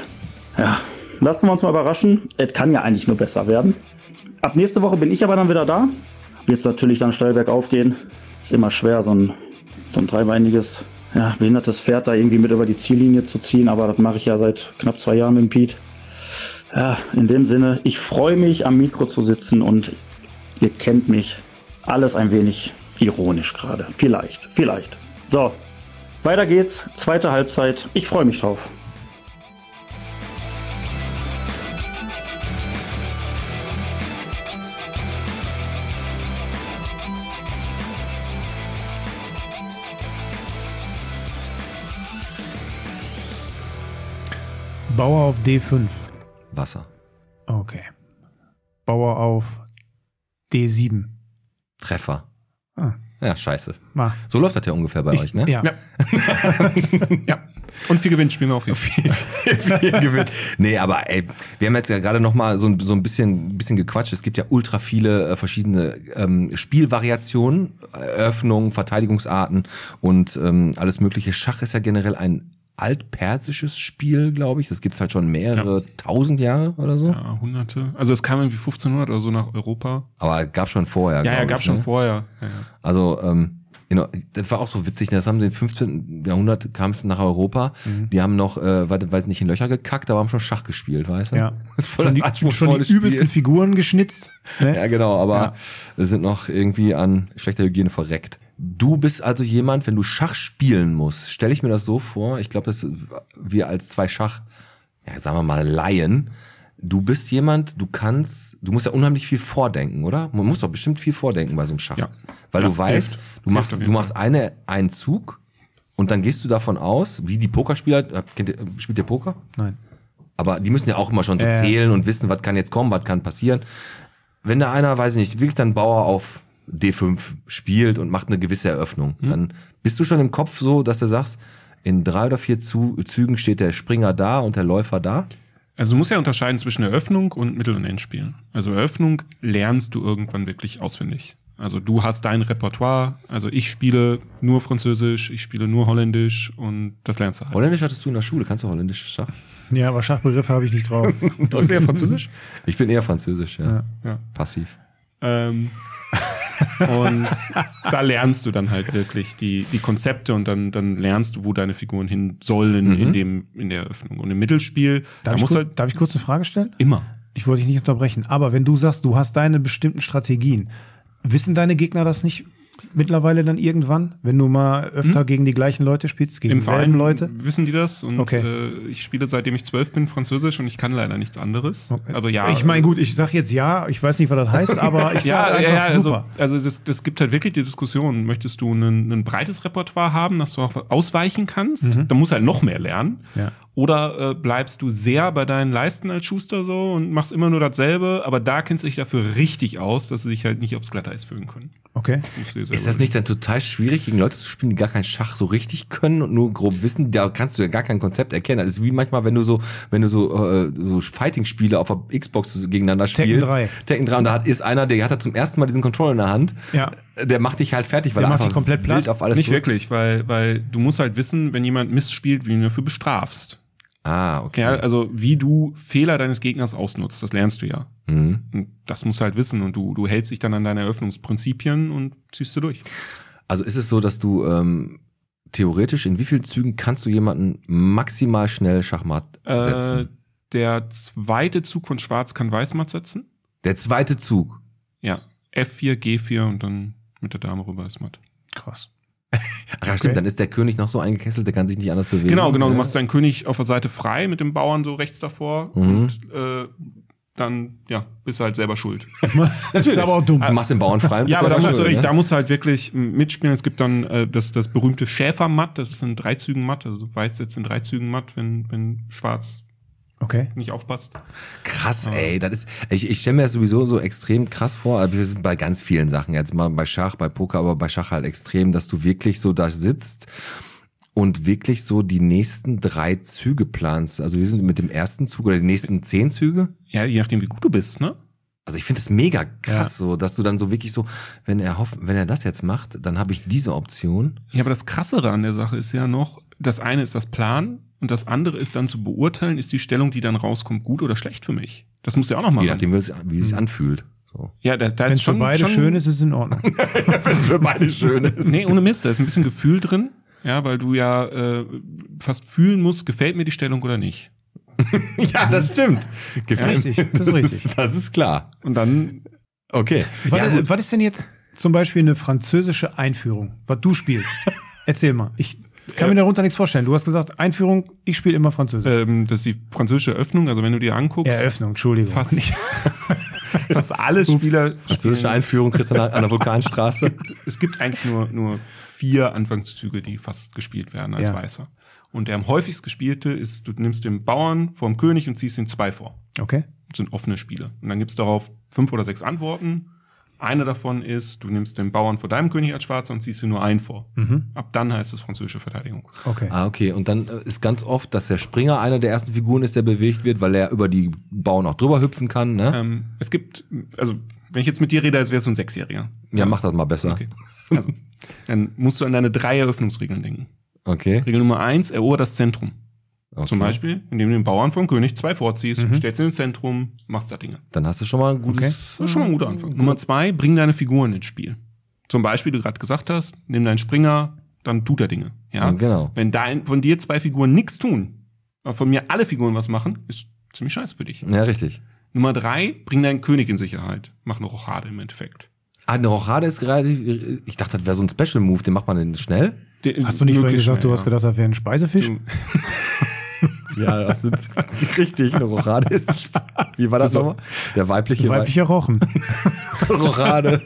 Ja, lassen wir uns mal überraschen. Es kann ja eigentlich nur besser werden. Ab nächste Woche bin ich aber dann wieder da. wird es natürlich dann steil bergauf gehen. Ist immer schwer, so ein, so ein dreibeiniges, ja, behindertes Pferd da irgendwie mit über die Ziellinie zu ziehen, aber das mache ich ja seit knapp zwei Jahren mit dem Pete. Ja, in dem Sinne, ich freue mich, am Mikro zu sitzen und ihr kennt mich. Alles ein wenig ironisch gerade. Vielleicht, vielleicht. So, weiter geht's. Zweite Halbzeit. Ich freue mich drauf.
Bauer auf D5.
Wasser.
Okay. Bauer auf D7.
Treffer.
Ah.
Ja, scheiße.
Mal.
So läuft das ja ungefähr bei euch, ne?
Ja.
Ja. ja. Und viel Gewinn spielen wir auf jeden Fall.
Ihr gewinnt. Nee, aber ey, wir haben jetzt ja gerade noch mal so ein, so ein bisschen, bisschen gequatscht. Es gibt ja ultra viele äh, verschiedene ähm, Spielvariationen, Eröffnungen, Verteidigungsarten und ähm, alles mögliche. Schach ist ja generell ein altpersisches Spiel, glaube ich. Das gibt's halt schon mehrere tausend Jahre oder so.
Ja, Hunderte. Also es kam irgendwie 1500 oder so nach Europa.
Aber gab schon vorher.
Ja, ja,
glaub
gab
ich,
schon
ne?
vorher. Ja, ja.
Also, ähm, genau, das war auch so witzig, das haben sie im 15. Jahrhundert, kam es nach Europa,
Mhm.
die haben noch, äh, wei- weiß nicht, in Löcher gekackt, aber haben schon Schach gespielt, weißt du?
Ja.
Voll
schon
das
die, schon
anspruchsvolle
die übelsten
Spiel.
Figuren geschnitzt. Ne?
Ja, genau, aber
Ja.
wir sind noch irgendwie an schlechter Hygiene verreckt. Du bist also jemand, wenn du Schach spielen musst, stelle ich mir das so vor, ich glaube, dass wir als zwei Schach, ja, sagen wir mal Laien, du bist jemand, du kannst, du musst ja unheimlich viel vordenken, oder? Man muss doch bestimmt viel vordenken bei so einem Schach.
Ja.
Weil
Ja,
du weißt,
hilft.
du machst,
Hilft auf
du
jeden
machst eine, einen Zug und dann gehst du davon aus, wie die Pokerspieler, äh, kennt ihr, äh, spielt ihr Poker?
Nein.
Aber die müssen ja auch immer schon so
Äh.
Ja, ja.
zählen und wissen, was kann jetzt kommen, was kann passieren. Wenn da einer, weiß ich nicht, wirklich dann Bauer auf D5 spielt und macht eine gewisse Eröffnung, dann bist du schon im Kopf so, dass du sagst, in drei oder vier Zu Zügen steht der Springer da und der Läufer da.
Also du musst ja unterscheiden zwischen Eröffnung und Mittel- und Endspielen. Also Eröffnung lernst du irgendwann wirklich auswendig. Also du hast dein Repertoire, also ich spiele nur Französisch, ich spiele nur Holländisch und das lernst du halt.
Holländisch hattest du in der Schule, kannst du Holländisch Schach?
Ja, aber Schachbegriffe habe ich nicht drauf.
Du bist eher Französisch?
Ich bin eher Französisch, ja.
Ja.
Passiv.
Ähm, und da lernst du dann halt wirklich die, die Konzepte und dann, dann lernst du, wo deine Figuren hin sollen in, dem, in der Eröffnung. Und im Mittelspiel,
Mhm. Darf,
da
ich kurz,
musst du halt
darf ich kurz eine Frage stellen?
immer.
Ich wollte dich nicht unterbrechen. Aber wenn du sagst, du hast deine bestimmten Strategien, wissen deine Gegner das nicht mittlerweile dann irgendwann, wenn du mal öfter gegen die gleichen Leute spielst, gegen
Hm? Im
dieselben
Verein
Leute?
wissen die das und
Okay.
äh, ich spiele seitdem ich zwölf bin Französisch und ich kann leider nichts anderes. Aber Also ja, äh,
Ich meine, gut, ich sage jetzt ja, ich weiß nicht, was das heißt, aber ich
Ja,
sage
ja, ja,
einfach
also,
super.
also das, das gibt halt wirklich die Diskussion. Möchtest du ein, ein breites Repertoire haben, dass du auch ausweichen kannst? Dann musst du halt noch mehr lernen.
Mhm. Ja.
Oder äh, bleibst du sehr bei deinen Leisten als Schuster so und machst immer nur dasselbe, aber da kennst du dich dafür richtig aus, dass sie sich halt nicht aufs Glatteis fügen können.
Okay.
Musst du dir
Ist
selber
das nicht dann total schwierig, gegen Leute zu spielen, die gar kein Schach so richtig können und nur grob wissen? Da kannst du ja gar kein Konzept erkennen. Das ist wie manchmal, wenn du so, wenn du so, äh, so Fighting-Spiele auf der Xbox gegeneinander
Tekken
spielst.
3.
Tekken 3. Und da hat, ist einer, der hat da zum ersten Mal diesen Controller in der Hand.
Ja.
Der macht dich halt fertig, weil er
Der macht
einfach
dich komplett platt.
wild auf alles
nicht
zurück-
wirklich, weil, weil du musst halt wissen, wenn jemand missspielt, wie du ihn dafür bestrafst.
Ah, okay.
Ja, also wie du Fehler deines Gegners ausnutzt, das lernst du ja.
Mhm.
Und das musst du halt wissen und du, du hältst dich dann an deine Eröffnungsprinzipien und ziehst du durch.
Also ist es so, dass du ähm, theoretisch in wie vielen Zügen kannst du jemanden maximal schnell Schachmatt setzen?
Äh, der zweite Zug von Schwarz kann Weißmatt setzen.
der zweite Zug.
Ja, F4, G4 und dann mit der Dame rüber ist Matt.
Krass.
Ach ja, stimmt, dann ist der König noch so eingekesselt, der kann sich nicht anders bewegen.
Genau, genau. Du
Ja.
machst deinen König auf der Seite frei mit dem Bauern so rechts davor
Mhm.
und äh, dann, ja, bist du halt selber schuld.
Das ist aber auch dumm.
Du machst den Bauern frei. und
Ah.
bist
Ja, aber da
selber
musst, du,
schuld, ne?
da musst du halt wirklich m, mitspielen. Es gibt dann äh, das, das berühmte Schäfermatt, das ist in drei Zügen Matt. Also Weiß setzt in drei Zügen Matt, wenn, wenn Schwarz
Okay.
nicht aufpasst.
Krass,
Ah.
ey, das ist, ich, ich stelle mir das sowieso so extrem krass vor, aber wir sind bei ganz vielen Sachen, jetzt mal bei Schach, bei Poker, aber bei Schach halt extrem, dass du wirklich so da sitzt und wirklich so die nächsten drei Züge planst. Also wir sind mit dem ersten Zug oder die nächsten zehn Züge.
Ja, je nachdem, wie gut du bist, ne?
Also ich finde es mega krass, so, dass du dann so wirklich so, wenn er hofft, wenn er das jetzt macht, dann habe ich diese Option.
Ja, aber das Krassere an der Sache ist ja noch, das eine ist das Plan und das andere ist dann zu beurteilen, ist die Stellung, die dann rauskommt, gut oder schlecht für mich. Das musst du ja Mhm. auch noch mal
Je
ran.
nachdem, wie es, wie es sich anfühlt.
Ja, da, da
Wenn
ist
es für
schon,
beide
schon
schön ist, ist es in Ordnung.
Für beide Schönes.
Nee, ohne Mist, da ist ein bisschen Gefühl drin. Ja, weil du ja äh, fast fühlen musst, gefällt mir die Stellung oder nicht.
Ja, das stimmt. Gefällt
richtig, das ist richtig.
Das ist klar.
Und dann
Okay.
was,
Ja, gut.
was ist denn jetzt zum Beispiel eine französische Einführung, was du spielst? Erzähl mal. Ich kann mir darunter nichts vorstellen. Du hast gesagt, Einführung, ich spiele immer Französisch.
ähm, das ist die französische Eröffnung, also wenn du dir anguckst,
Eröffnung, Entschuldigung.
fast, fast alle Spieler
Französische Einführung, Christian, an der Vulkanstraße.
es gibt eigentlich nur, nur vier Anfangszüge, die fast gespielt werden als
Ja.
Weißer. Und der am häufigst gespielte ist, du nimmst den Bauern vom König und ziehst ihn zwei vor.
Okay.
Das sind offene Spiele. Und dann gibt's darauf fünf oder sechs Antworten. Eine davon ist, du nimmst den Bauern vor deinem König als Schwarzer und ziehst dir nur einen vor.
Mhm.
Ab dann heißt es französische Verteidigung.
Okay.
Ah, okay. Und dann äh, ist ganz oft, dass der Springer einer der ersten Figuren ist, der bewegt wird, weil er über die Bauern auch drüber hüpfen kann. Ne?
Ähm, es gibt, also wenn ich jetzt mit dir rede, als wärst du ein Sechsjähriger.
Ja, mach das mal besser.
Okay. Also, dann musst du an deine drei Eröffnungsregeln denken.
Okay.
Regel Nummer eins, erober das Zentrum.
okay.
Zum Beispiel, indem du den Bauern vom König zwei vorziehst,
Mhm.
stellst ihn ins Zentrum, machst da Dinge.
Dann hast du schon mal ein gutes.
Das ist schon mal ein guter
Ah,
Anfang. Nummer zwei, bring deine Figuren ins Spiel. Zum Beispiel, du gerade gesagt hast, nimm deinen Springer, dann tut er Dinge. Ja,
Ja, genau.
Wenn dein, von dir zwei Figuren nichts tun, aber von mir alle Figuren was machen, ist ziemlich scheiße für dich.
Ja, richtig.
Nummer drei, bring deinen König in Sicherheit. Mach eine Rochade im Endeffekt.
Ah, eine Rochade ist relativ. äh, Ich dachte, das wäre so ein Special Move, den macht man denn schnell.
De-
Hast du nicht vorhin
möglichst
gesagt,
schnell,
du hast gedacht, das wäre ein Speisefisch?
Du-
Ja, das ist richtig. Eine Rochade ist. Wie war das nochmal? Der weibliche
Weiblicher Rochen.
Rochade.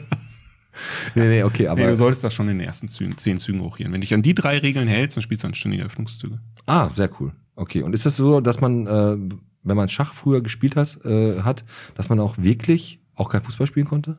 nee, nee, okay, aber.
Nee, du solltest das schon in den ersten Zügen, zehn Zügen hochhieren. Wenn dich an die drei Regeln hältst, dann spielst du anständige Öffnungszüge.
ah, sehr cool. Okay, und ist das so, dass man, äh, wenn man Schach früher gespielt hat, äh, hat, dass man auch wirklich auch kein Fußball spielen konnte?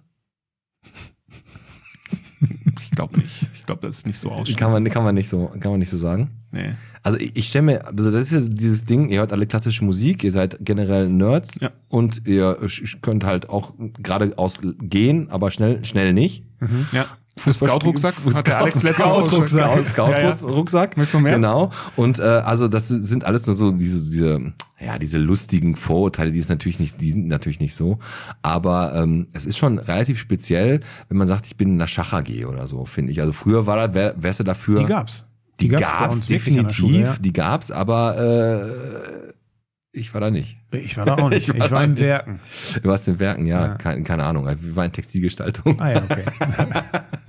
Ich glaube nicht. Ich glaube, das ist nicht so
Kann
ausschließlich.
man, kann man nicht so, kann man nicht so sagen.
Nee.
Also ich, ich stelle mir, also das ist ja dieses Ding, ihr hört alle klassische Musik, ihr seid generell Nerds
Ja.
und ihr sch- sch- könnt halt auch geradeaus gehen, aber schnell, schnell nicht.
Ja. Scout-Rucksack hat der Alex letzte Woche schon
Scout-Rucksack.
gesagt. Ja, ja.
Scout-Rucksack.
Willst du mehr?
Genau. Und äh, also das sind alles nur so diese, diese, ja, diese lustigen Vorurteile, die ist natürlich nicht, die sind natürlich nicht so. Aber ähm, es ist schon relativ speziell, wenn man sagt, ich bin in einer Schach AG oder so, finde ich. Also früher war da, wär, wärst du dafür.
Die gab's.
Die,
gab's bei
gab's
uns wirklich an der
definitiv,
Schule, ja.
die gab's, aber äh, ich war da nicht.
Ich war da auch nicht.
Ich
Ich
war
war,
da
in
nicht.
Werken.
Du warst in Werken, ja,
Ja.
Keine, keine Ahnung. Wir waren in Textilgestaltung.
Ah ja, okay.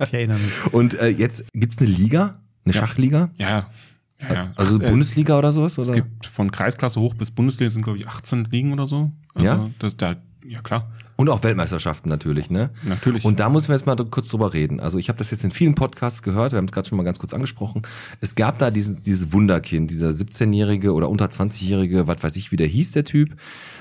ich erinnere mich.
Und äh, jetzt gibt's eine Liga, eine Schachliga,
Ja. ja, ja.
also
Ach, äh,
Bundesliga oder sowas? Oder?
Es gibt von Kreisklasse hoch bis Bundesliga sind, glaube ich, 18 Ligen oder so. Also
Ja?
Das, da, ja, klar.
Und auch Weltmeisterschaften natürlich, ne?
Natürlich.
Und da müssen wir jetzt mal dr- kurz drüber reden. Also ich habe das jetzt in vielen Podcasts gehört, wir haben es gerade schon mal ganz kurz angesprochen. Es gab da dieses, dieses Wunderkind, dieser 17-jährige oder unter 20-jährige, was weiß ich, wie der hieß, der Typ.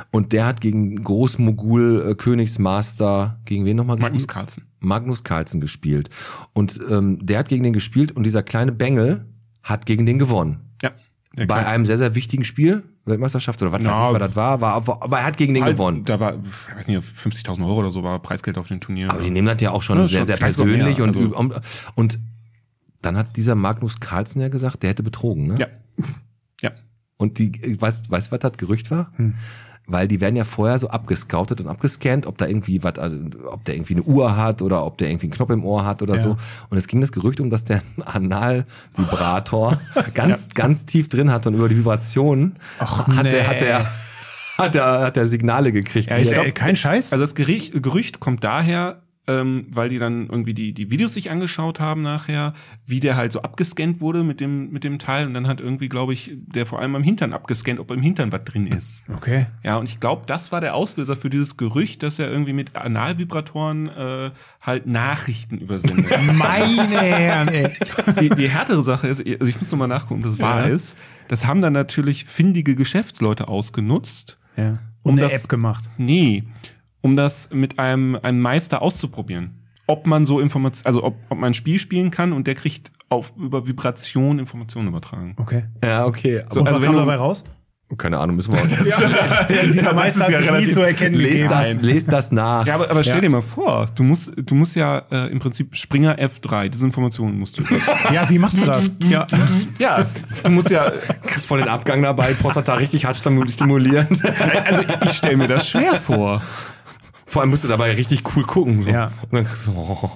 Und der hat gegen Großmogul, äh, Königsmaster, gegen wen nochmal
Magnus Carlsen.
Magnus Carlsen gespielt. Und ähm, der hat gegen den gespielt und dieser kleine Bengel hat gegen den gewonnen.
Ja. ja
bei
klar.
einem sehr, sehr wichtigen Spiel, Weltmeisterschaft oder was
Na,
weiß ich, was das war, war, aber- aber er hat gegen den
Halt,
gewonnen.
Da war, ich weiß nicht, 50.000 Euro oder so war Preisgeld auf dem Turnier.
Aber die nehmen das ja auch schon
Ja,
sehr,
schon
sehr
vielleicht noch
persönlich
mehr,
und,
also-
üb- und, und dann hat dieser Magnus Carlsen ja gesagt, der hätte betrogen, ne?
ja. Ja. Hm.
Und die, äh, weißt, weißt du, was das Gerücht war? Weil die werden ja vorher so abgescoutet und abgescannt, ob da irgendwie was, äh, ob der irgendwie eine Uhr hat oder ob der irgendwie einen Knopf im Ohr hat oder
Ja.
so. Und es ging das Gerücht um, dass der einen Analvibrator ganz, ganz tief drin hat und über die Vibrationen hat
nee.
der, hat der, hat der, hat der Signale gekriegt.
Ja, ich
Jetzt-
glaub-
Äh, kein Scheiß?
Also das Gericht, Gerücht kommt daher, ähm, weil die dann irgendwie die, die Videos sich angeschaut haben nachher, wie der halt so abgescannt wurde mit dem, mit dem Teil und dann hat irgendwie, glaube ich, der vor allem am Hintern abgescannt, ob im Hintern was drin ist.
Okay.
Ja, und ich glaube, das war der Auslöser für dieses Gerücht, dass er irgendwie mit Analvibratoren äh, halt Nachrichten übersendet.
Meine Herren, ey.
die, die härtere Sache ist, also ich muss nochmal nachgucken, ob das wahr ist, das haben dann natürlich findige Geschäftsleute ausgenutzt.
Ja.
Um
Und eine
das-
App gemacht.
Nee, um das mit einem, einem Meister auszuprobieren. Ob man so Informationen, also ob, ob man ein Spiel spielen kann und der kriegt auf, über Vibration Informationen übertragen.
Okay.
ja, okay.
So,
Und
also
was
wenn
kam
du-
dabei raus?
Keine Ahnung, müssen wir aus.
Dieser
Meister hat sich nie zu
erkennen
Lest das, lest das nach.
Ja, aber, aber stell
Ja.
dir mal vor, du musst, du musst ja äh, im Prinzip Springer F3, diese Informationen musst du.
Ja, wie machst du das? ja.
ja, du musst ja,
Kriegst voll den Abgang dabei, Prostata richtig hart stimulieren.
also ich stell mir das schwer vor.
Vor allem musst du dabei richtig cool gucken. So.
Ja.
Und dann kriegst du, oh.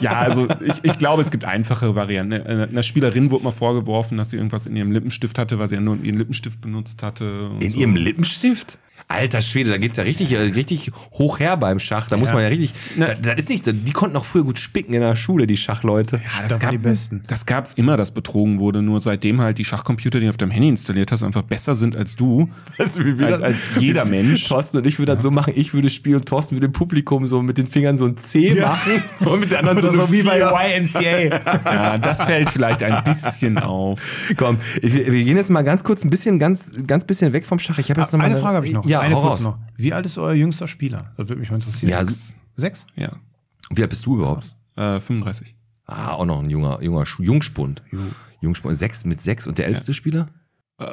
Ja, also ich, ich glaube, es gibt einfachere Varianten. Eine- Einer Spielerin wurde mal vorgeworfen, dass sie irgendwas in ihrem Lippenstift hatte, weil sie ja nur ihren Lippenstift benutzt hatte. und
In
so.
ihrem Lippenstift? Alter Schwede, da geht's ja richtig, äh, richtig hoch her beim Schach. Da muss man ja richtig.
Na-
Da, das ist nicht, so- die konnten auch früher gut spicken in der Schule, die Schachleute.
Ah,
das waren die Besten.
Das gab's immer, dass betrogen wurde. Nur seitdem halt die Schachcomputer, die du auf deinem Handy installiert hast, einfach besser sind als du.
Weißt du, wie wir
Als- als jeder Mensch.
Thorsten und ich würden das so machen, ich würde spielen und Thorsten würde dem Publikum so mit den Fingern so ein C machen und mit den anderen
Also
so, so wie bei
YMCA.
Ja, das fällt vielleicht ein bisschen auf.
Komm, ich, wir wir gehen jetzt mal ganz kurz ein bisschen, ganz, ganz bisschen weg vom Schach. Ich habe jetzt noch mal
Ah, Eine Frage habe ich noch.
Ja,
Eine
hau
kurz
raus.
noch. Wie alt ist euer jüngster Spieler? Das würde mich mal interessieren.
Ja,
Sechs? Sechs?
Ja.
Wie alt bist du überhaupt?
Äh, 35.
Ah, auch noch ein junger, junger Schu- Jungspund. Jungspund, sechs mit sechs und der älteste Spieler?
Äh,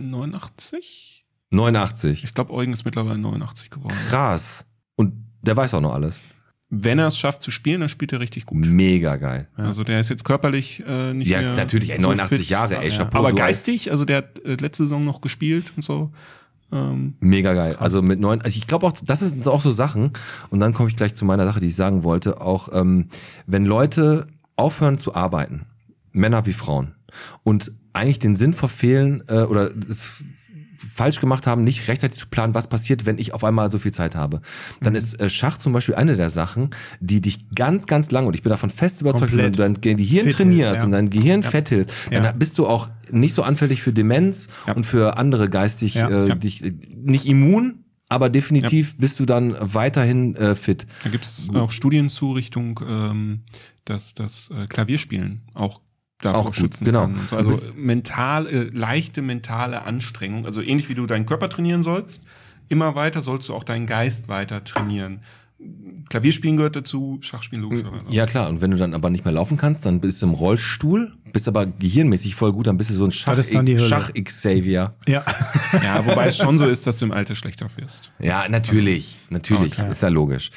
89?
89.
Ich glaube, Eugen ist mittlerweile 89 geworden.
Krass. Und der weiß auch noch alles.
Wenn er es schafft zu spielen, dann spielt er richtig gut.
Mega geil.
Also der ist jetzt körperlich äh, nicht
Ja,
mehr
natürlich, ey, 89 Jahre, ey, Chapeau,
Aber
so
geistig, also der hat äh, letzte Saison noch gespielt und so. Ähm,
Mega geil. Also mit neun, also ich glaube auch, das sind auch so Sachen. Und dann komme ich gleich zu meiner Sache, die ich sagen wollte. Auch ähm, wenn Leute aufhören zu arbeiten, Männer wie Frauen, und eigentlich den Sinn verfehlen äh, oder es falsch gemacht haben, nicht rechtzeitig zu planen, was passiert, wenn ich auf einmal so viel Zeit habe.
Mhm.
Dann ist äh, Schach zum Beispiel eine der Sachen, die dich ganz, ganz lang, und ich bin davon fest überzeugt,
Komplett.
wenn du dein Gehirn
Fit
trainierst
hält, ja.
und dein Gehirn fett hilft, dann
Ja.
bist du auch nicht so anfällig für Demenz
Ja.
und für andere geistig
Ja.
äh,
Ja.
dich äh, nicht immun, aber definitiv bist du dann weiterhin äh, fit.
da gibt's auch Studien zu Richtung, ähm, dass das äh, Klavierspielen auch davor
Auch gut,
schützen
genau.
kann. und So.
Du
Also
bist-
mental, äh, leichte mentale Anstrengung, also ähnlich wie du deinen Körper trainieren sollst, immer weiter sollst du auch deinen Geist weiter trainieren. Klavierspielen gehört dazu, Schachspielen logischerweise.
Ja klar, und wenn du dann aber nicht mehr laufen kannst, dann bist du im Rollstuhl, bist aber gehirnmäßig voll gut, dann bist du so ein Schach,
Das ist dann die Hölle.
Schach Xavier.
Ja.
ja, wobei es schon so ist, dass du im Alter schlechter wirst.
Ja, natürlich, natürlich, ist ja logisch.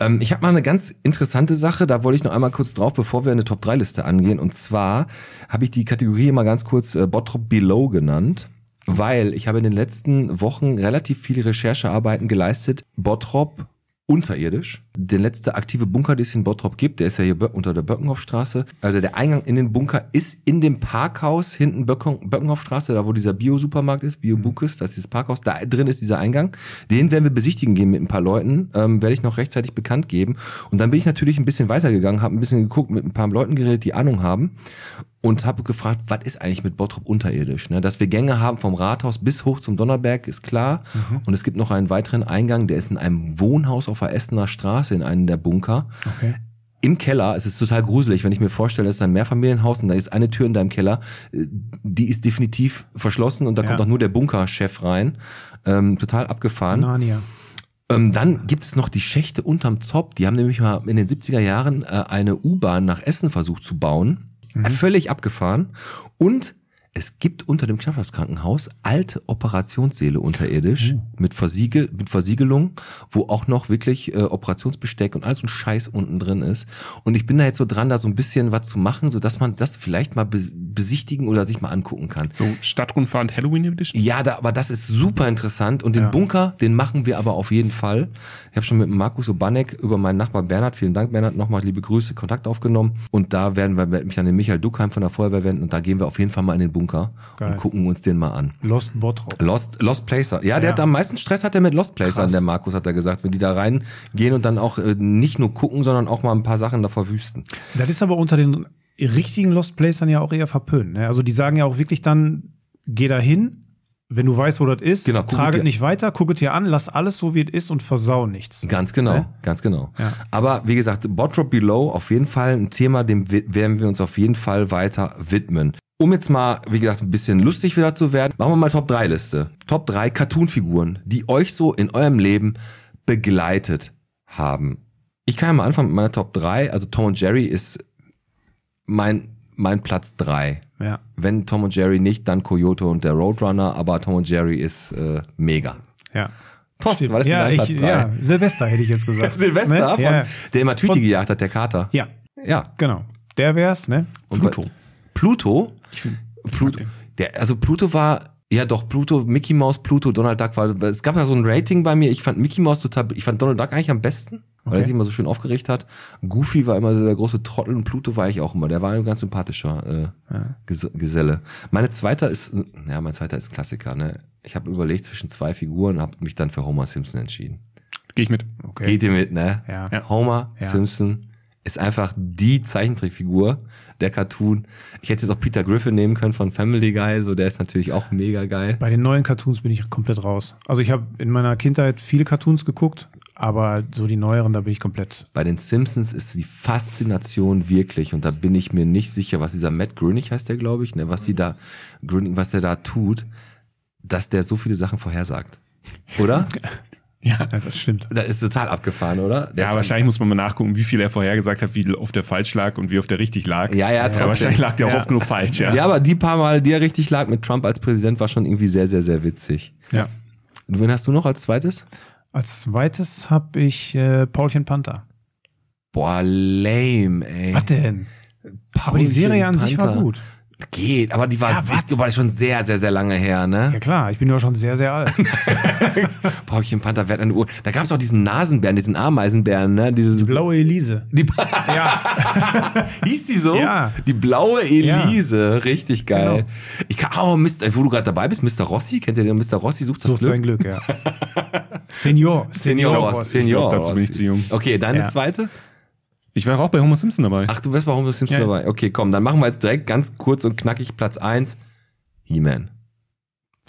Ähm, ich habe mal eine ganz interessante Sache, da wollte ich noch einmal kurz drauf, bevor wir eine Top-3-Liste angehen. Und zwar habe ich die Kategorie mal ganz kurz äh, Bottrop Below genannt, weil ich habe in den letzten Wochen relativ viele Recherchearbeiten geleistet. Bottrop unterirdisch. Der letzte aktive Bunker, den es in Bottrop gibt, der ist ja hier Bö- unter der Böckenhoffstraße. Also der Eingang in den Bunker ist in dem Parkhaus hinten Böcken, Böckenhoffstraße, da wo dieser Bio-Supermarkt ist, Bio-Buk ist, das ist dieses Parkhaus. Da drin ist dieser Eingang. Den werden wir besichtigen gehen mit ein paar Leuten. Ähm, werde ich noch rechtzeitig bekannt geben. Und dann bin ich natürlich ein bisschen weitergegangen, habe ein bisschen geguckt, mit ein paar Leuten geredet, die Ahnung haben und habe gefragt, was ist eigentlich mit Bottrop unterirdisch? Ne? Dass wir Gänge haben vom Rathaus bis hoch zum Donnerberg, ist klar.
Mhm.
Und es gibt noch einen weiteren Eingang, der ist in einem Wohnhaus auf der Essener Straße in einem der Bunker.
Okay.
Im Keller, es ist total gruselig, wenn ich mir vorstelle, es ist ein Mehrfamilienhaus und da ist eine Tür in deinem Keller, äh, die ist definitiv verschlossen und da
Ja.
kommt auch nur der Bunkerchef rein. Ähm, total abgefahren.
Narnia.
Ähm, dann gibt es noch die Schächte unterm Zopp. Die haben nämlich mal in den 70er Jahren äh, eine U-Bahn nach Essen versucht zu bauen. Äh, Völlig abgefahren. Und es gibt unter dem Knappschaftskrankenhaus alte Operationssäle unterirdisch mit, Versiegel, mit Versiegelung, wo auch noch wirklich äh, Operationsbesteck und alles so ein Scheiß unten drin ist. Und ich bin da jetzt so dran, da so ein bisschen was zu machen, sodass man das vielleicht mal bes- besichtigen oder sich mal angucken kann.
So Stadtrundfahrt Halloween Edition?
Ja, da, aber das ist super interessant. Und den
Ja.
Bunker, den machen wir aber auf jeden Fall. Ich habe schon mit Markus Obanek über meinen Nachbar Bernhard, vielen Dank Bernhard, nochmal liebe Grüße, Kontakt aufgenommen. Und da werden wir werd mich an den Michael Duckheim von der Feuerwehr wenden und da gehen wir auf jeden Fall mal in den Bunker
Geil.
und gucken uns den mal an.
Lost Bottrop.
Lost, Lost Placer. Ja, der
Ja.
hat am meisten Stress hat er mit Lost Placern,
Krass.
der Markus hat er gesagt, wenn die da reingehen und dann auch äh, nicht nur gucken, sondern auch mal ein paar Sachen da verwüsten.
Das ist aber unter den richtigen Lost Placern ja auch eher verpönt. Ne? Also die sagen ja auch wirklich dann, geh da hin, wenn du weißt, wo das ist,
Genau, guck
trage
dir-
es nicht weiter, guck es dir an, lass alles so, wie es ist und versau nichts.
Ganz genau,
Ne?
ganz genau.
Ja.
Aber wie gesagt, Bottrop Below auf jeden Fall ein Thema, dem wi- werden wir uns auf jeden Fall weiter widmen. Um jetzt mal, wie gesagt, ein bisschen lustig wieder zu werden, machen wir mal Top 3 Liste. Top 3 Cartoon-Figuren, die euch so in eurem Leben begleitet haben. Ich kann ja mal anfangen mit meiner Top 3. Also Tom und Jerry ist mein, mein Platz 3.
Ja.
Wenn Tom und Jerry nicht, dann Coyote und der Roadrunner, aber Tom und Jerry ist äh, mega.
Ja.
Thorsten, war das denn
ja,
dein
ich,
Platz 3?
ja, Silvester hätte ich jetzt gesagt. Ne?
Silvester, von,
Ja,
der immer Tüte
Von-
gejagt hat, der Kater.
ja,
Ja.
genau. Der wär's, ne?
Und Pluto. Pluto? Ich Pluto. Der, also Pluto war Ja, doch, Pluto, Mickey Mouse, Pluto, Donald Duck war. Es gab ja so ein Rating bei mir. Ich fand Mickey Mouse total. Ich fand Donald Duck eigentlich am besten, weil
Okay.
er sich immer so schön aufgeregt hat. Goofy war immer der große Trottel und Pluto war ich auch immer. Der war ein ganz sympathischer äh, Ges Geselle. Meine zweiter ist, ja, mein zweiter ist Klassiker, ne? Ich habe überlegt zwischen zwei Figuren, habe mich dann für Homer Simpson entschieden.
Gehe ich mit.
Okay.
Geht ihr mit, ne?
Ja.
Homer
Ja.
Simpson ist einfach die Zeichentrickfigur der Cartoon. Ich hätte jetzt auch Peter Griffin nehmen können von Family Guy, so der ist natürlich auch mega geil.
Bei den neuen Cartoons bin ich komplett raus. Also ich habe in meiner Kindheit viele Cartoons geguckt, aber so die neueren, da bin ich komplett.
Bei den Simpsons ist die Faszination wirklich und da bin ich mir nicht sicher, was dieser Matt Groening heißt der, glaube ich, ne, was die da Groening, was der da tut, dass der so viele Sachen vorhersagt. Oder?
Ja.
Ja, das stimmt.
Das ist total abgefahren, oder? Der
Ja,
ist-
wahrscheinlich muss man mal nachgucken, wie viel er vorhergesagt hat, wie oft er falsch lag und wie oft er richtig lag.
Ja, ja, trotzdem.
aber wahrscheinlich lag der auch
Ja.
oft nur falsch, ja.
Ja, aber die paar Mal, die er richtig lag mit Trump als Präsident, war schon irgendwie sehr, sehr, sehr witzig.
Ja.
Und Wen hast du noch als zweites?
Als zweites habe ich äh, Paulchen Panther.
Boah, lame, ey.
Was denn? Aber die Serie an sich war
Panther.
gut.
Geht, aber die war,
Ja,
se-
was?
aber schon sehr, sehr, sehr lange her,
Ja
ne?
klar, ich bin ja schon sehr, sehr alt.
Paulchen Panther, Wert an der Uhr. Da gab's auch diesen Nasenbären, diesen Ameisenbären, ne? Diese,
Blaue Elise.
die, Hieß die so?
Ja.
Die blaue Elise. Richtig geil.
Genau.
Ich kann, oh, Mr., wo du gerade dabei bist, Mr. Rossi, kennt ihr den? Mr. Rossi sucht das
Sucht
Glück.
sein Glück, ja. Senior.
Senior,
Boss.
Senior.
dazu bin ich zu jung.
Okay, deine
Ja.
zweite?
Ich war auch bei Homer Simpson dabei.
Ach, du weißt, warum du Simpsons
Ja.
dabei. Okay, komm, dann machen wir jetzt direkt ganz kurz und knackig Platz eins. He-Man.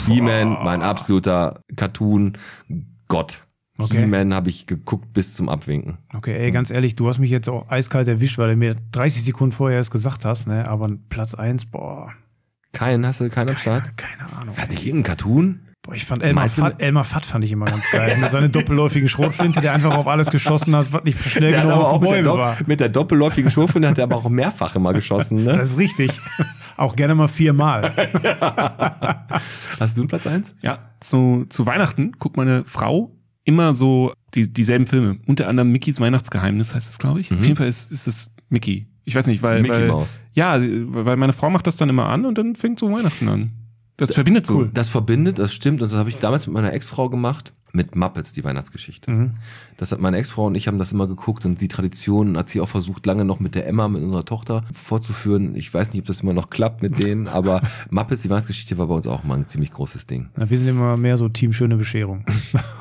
He-Man, mein absoluter Cartoon-Gott.
Okay.
He-Man habe ich geguckt bis zum Abwinken.
Okay, ey, ganz ehrlich, du hast mich jetzt auch eiskalt erwischt, weil du mir 30 Sekunden vorher erst gesagt hast, ne? Aber Platz 1, boah,
Keinen, hast du keinen am Start?
keine Ahnung.
Hast nicht irgendeinen Cartoon?
Boah, ich fand Elmar
Meinst du-
Fatt, Elmar Fatt fand ich immer ganz geil. Mit seiner doppelläufigen Schrotflinte, der einfach auf alles geschossen hat, was nicht schnell
Der hat
genug
aber
genau, auf
auch
die
mit der,
Bäume
Dopp-
war.
mit der doppelläufigen Schurfin hat er aber auch mehrfach immer geschossen. Ne?
Das ist richtig. Auch gerne mal viermal.
Hast du einen Platz eins?
Ja, zu, zu Weihnachten guckt meine Frau immer so die, dieselben Filme. Unter anderem Mickeys Weihnachtsgeheimnis heißt es, glaube ich. Auf jeden Fall ist, ist es Mickey. Ich weiß nicht, weil.
Mhm. Mickey
weil,
Mouse.
Ja, weil meine Frau macht das dann immer an und dann fängt so Weihnachten an. Das verbindet so.
Das verbindet, das stimmt. Und das habe ich damals mit meiner Ex-Frau gemacht. Mit Muppets, die Weihnachtsgeschichte. Das hat meine Ex-Frau und ich haben das immer geguckt und die Tradition hat sie auch versucht, lange noch mit der Emma, mit unserer Tochter fortzuführen. Ich weiß nicht, ob das immer noch klappt mit denen, aber Muppets, die Weihnachtsgeschichte war bei uns auch mal ein ziemlich großes Ding.
Na, wir sind immer mehr so Team Schöne Bescherung.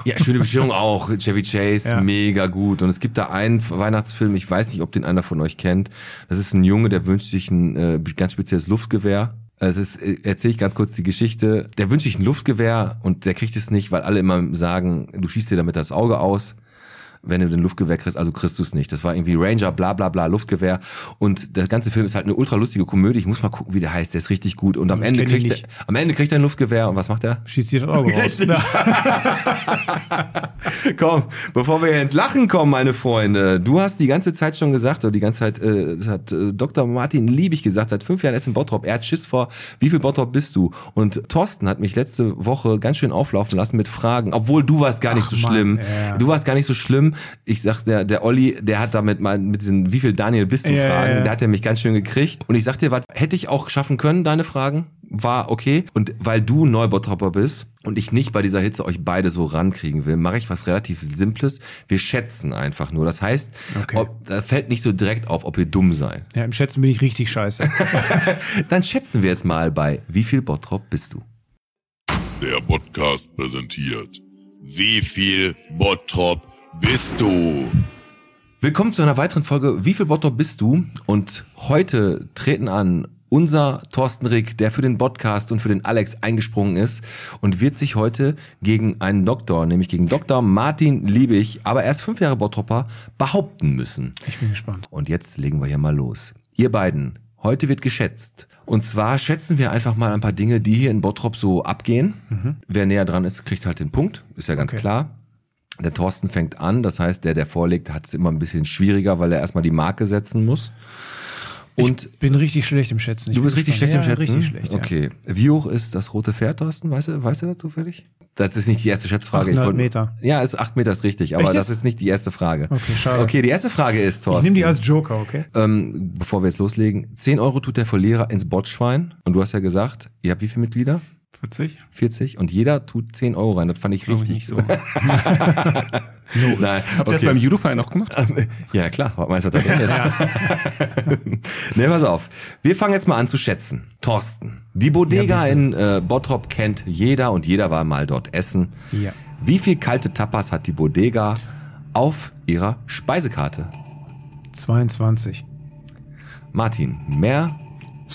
Ja, schöne Bescherung auch. Chevy Chase,
Ja.
mega gut. Und es gibt da einen Weihnachtsfilm, ich weiß nicht, ob den einer von euch kennt. Das ist ein Junge, der wünscht sich ein äh, ganz spezielles Luftgewehr. Also es ist, erzähle ich ganz kurz die Geschichte. Der wünscht sich ein Luftgewehr und der kriegt es nicht, weil alle immer sagen, du schießt dir damit das Auge aus wenn du den Luftgewehr kriegst, also kriegst du es nicht. Das war irgendwie Ranger, bla bla bla, Luftgewehr. Und der ganze Film ist halt eine ultra lustige Komödie. Ich muss mal gucken, wie der heißt. Der ist richtig gut. Und am Ende,
Also kenn ihn
kriegt er,
nicht.
am Ende kriegt er ein Luftgewehr. Und was macht er?
Schießt dir das Auge raus.
Richtig. Komm, bevor wir hier ins Lachen kommen, meine Freunde. Du hast die ganze Zeit schon gesagt, oder die ganze Zeit, äh, das hat äh, Dr. Martin Liebig gesagt, seit fünf Jahren ist in Bottrop. Er hat Schiss vor, wie viel Bottrop bist du? Und Thorsten hat mich letzte Woche ganz schön auflaufen lassen mit Fragen, obwohl du warst gar nicht so
Mann,
schlimm.
ja.
Du warst gar nicht so schlimm. Ich sag, der, der Olli, der hat damit mal mit diesen, wie viel Daniel bist du
Ja,
Fragen,
ja, ja.
der hat er mich ganz schön gekriegt. Und ich sag dir, was hätte ich auch schaffen können, deine Fragen? War okay. Und weil du Neubottropper bist und ich nicht bei dieser Hitze euch beide so rankriegen will, mache ich was relativ Simples. Wir schätzen einfach nur. Das heißt,
Okay.
ob, da fällt nicht so direkt auf, ob ihr dumm seid.
Ja, im Schätzen bin ich richtig scheiße.
Dann schätzen wir jetzt mal bei, wie viel Bottrop bist du?
Der Podcast präsentiert. Wie viel Bottrop bist du?
Willkommen zu einer weiteren Folge Wie viel Bottrop bist du? Und heute treten an unser Thorsten Rick, der für den Podcast und für den Alex eingesprungen ist und wird sich heute gegen einen Doktor, nämlich gegen Dr. Martin Liebig, aber erst fünf Jahre Bottropper, behaupten müssen.
Ich bin gespannt.
Und jetzt legen wir hier mal los. Ihr beiden, heute wird geschätzt. Und zwar schätzen wir einfach mal ein paar Dinge, die hier in Bottrop so abgehen. Wer näher dran ist, kriegt halt den Punkt. Ist ja ganz
Mhm. Okay.
klar. Der Thorsten fängt an, das heißt, der, der vorlegt, hat es immer ein bisschen schwieriger, weil er erstmal die Marke setzen muss. Und
Bin richtig schlecht im Schätzen. Ich
du
bin
bist richtig schlecht im
gespannt.
Schätzen.
Ja, Richtig schlecht. ja.
Okay. Wie hoch ist das rote Pferd, Thorsten? Weißt du, weißt du das zufällig? Das ist nicht die erste Schätzfrage. Ich
800
wollt-
Meter.
Ja, ist acht Meter ist richtig, aber
Echt
das
jetzt?
ist nicht die erste Frage.
Okay, schade.
Okay, die erste Frage ist,
Ich
Thorsten.
nehme die als Joker, okay?
Ähm, bevor wir jetzt loslegen, 10 Euro tut der Verlierer ins Botschwein. Und du hast ja gesagt, ihr habt wie viele Mitglieder?
40?
40 und jeder tut 10 Euro rein. Das fand ich
Glaub ich
richtig
nicht so.
so. Nein,
Habt ihr das beim Judo-Verein auch gemacht?
Äh, Ja, klar, was meinst du, was da drin ist? ne, pass auf. Wir fangen jetzt mal an zu schätzen. Thorsten. Die Bodega in äh, Bottrop kennt jeder und jeder war mal dort essen.
Ja.
Wie viel kalte Tapas hat die Bodega auf ihrer Speisekarte?
22.
Martin, mehr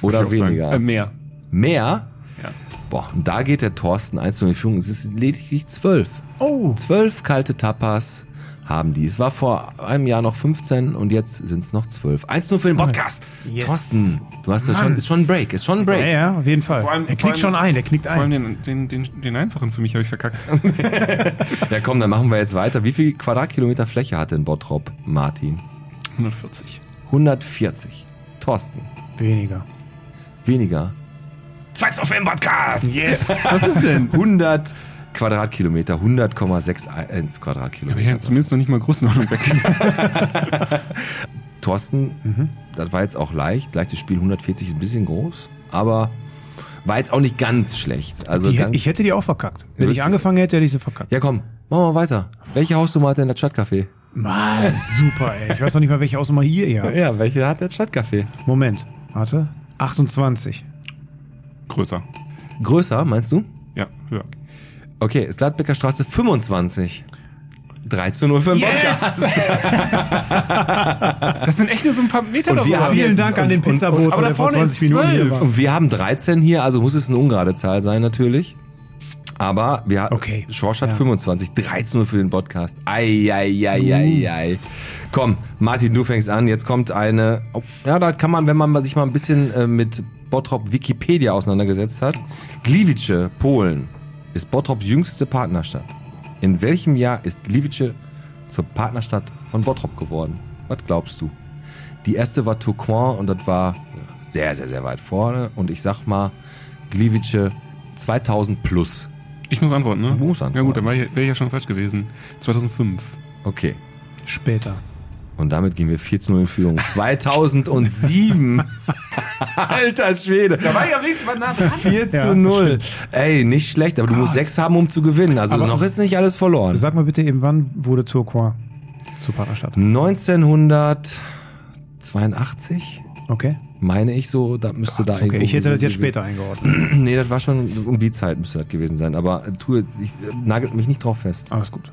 oder
Muss ich auch
weniger?
Sagen. Äh, mehr.
Mehr?
Ja.
Boah, und da geht der Thorsten 1 zu in Führung. Es ist lediglich 12.
Oh.
Zwölf kalte Tapas haben die. Es war vor einem Jahr noch 15 und jetzt sind es noch 12. Eins nur für den Podcast.
Yes.
Thorsten, du hast ja schon, ist schon ein Break, ist schon ein
Ja,
Break.
ja, auf jeden Fall.
Vor allem-
er
vor allem-
knickt schon ein, er knickt
Vor allem
ein.
den, den, den, den einfachen für mich habe ich verkackt.
Ja komm, dann machen wir jetzt weiter. Wie viel Quadratkilometer Fläche hat denn Bottrop, Martin?
140.
140. Thorsten,
Weniger.
weniger. Zweites auf dem Podcast!
Yes.
Was ist denn?
100 Quadratkilometer, 100,61 Quadratkilometer.
Aber ja, zumindest noch nicht mal Größenordnung weg.
Thorsten, das war jetzt auch leicht. Leichtes Spiel, 140 ist ein bisschen groß, aber war jetzt auch nicht ganz schlecht. Also
die,
ganz,
ich hätte die auch verkackt. Wenn
Würdest
ich
du-
angefangen hätte, hätte ich sie verkackt.
ja komm, machen wir weiter. Welche Hausnummer hat denn das Stadtcafé?
Mal, super, ey. Ich weiß noch nicht mal, welche Ausnummer hier ihr habt.
Ja, welche hat das Stadtcafé?
Moment, warte. 28.
Größer.
Größer, meinst du?
Ja, höher.
Okay, ist Gladbecker Straße 25. 13 Uhr für den Podcast.
Das sind echt nur so ein paar Meter
Und wir
darüber.
haben-
Vielen Dank an den
und- und-
Pizzaboten,
aber da
der vor
vorne
20
ist
Minuten hier
12.
war.
Und wir haben 13 hier, also muss es eine ungerade Zahl sein natürlich. Aber wir hatten
Okay.
Schorsch hat
Ja.
25, 13 Uhr für den Podcast. Ei, ei, ei, ei,
Uh.
ei. Komm, Martin, du fängst an. Jetzt kommt eine. Oh, ja, da kann man, wenn man sich mal ein bisschen äh, mit Bottrop Wikipedia auseinandergesetzt hat. Gliwice, Polen, ist Bottrops jüngste Partnerstadt. In welchem Jahr ist Gliwice zur Partnerstadt von Bottrop geworden? Was glaubst du? Die erste war Tourcoing und das war sehr, sehr, sehr weit vorne. Und ich sag mal, Gliwice 2000 plus.
Ich muss antworten, ne?
Du musst antworten.
Ja gut, dann wäre ich ja schon falsch gewesen. 2005.
Okay.
Später.
Und damit gehen wir 4 zu 0 in Führung. 2007. Alter Schwede. Da war ich auf jeden Fall nach 4 zu
Ja,
0. Ey, nicht schlecht, aber du musst 6 haben, um zu gewinnen. Also
Aber-
noch ist nicht alles verloren.
Sag mal bitte eben, wann wurde Turquoise zur Partnerstadt?
Hm. 1982,
Okay.
meine ich so, da müsste da
Okay,
irgendwo
ich hätte das jetzt
gewesen-
später eingeordnet.
Nee, das war schon um die Zeit müsste das gewesen sein. Aber äh, tu, jetzt- ich, äh, nagelt mich nicht drauf fest.
Alles gut.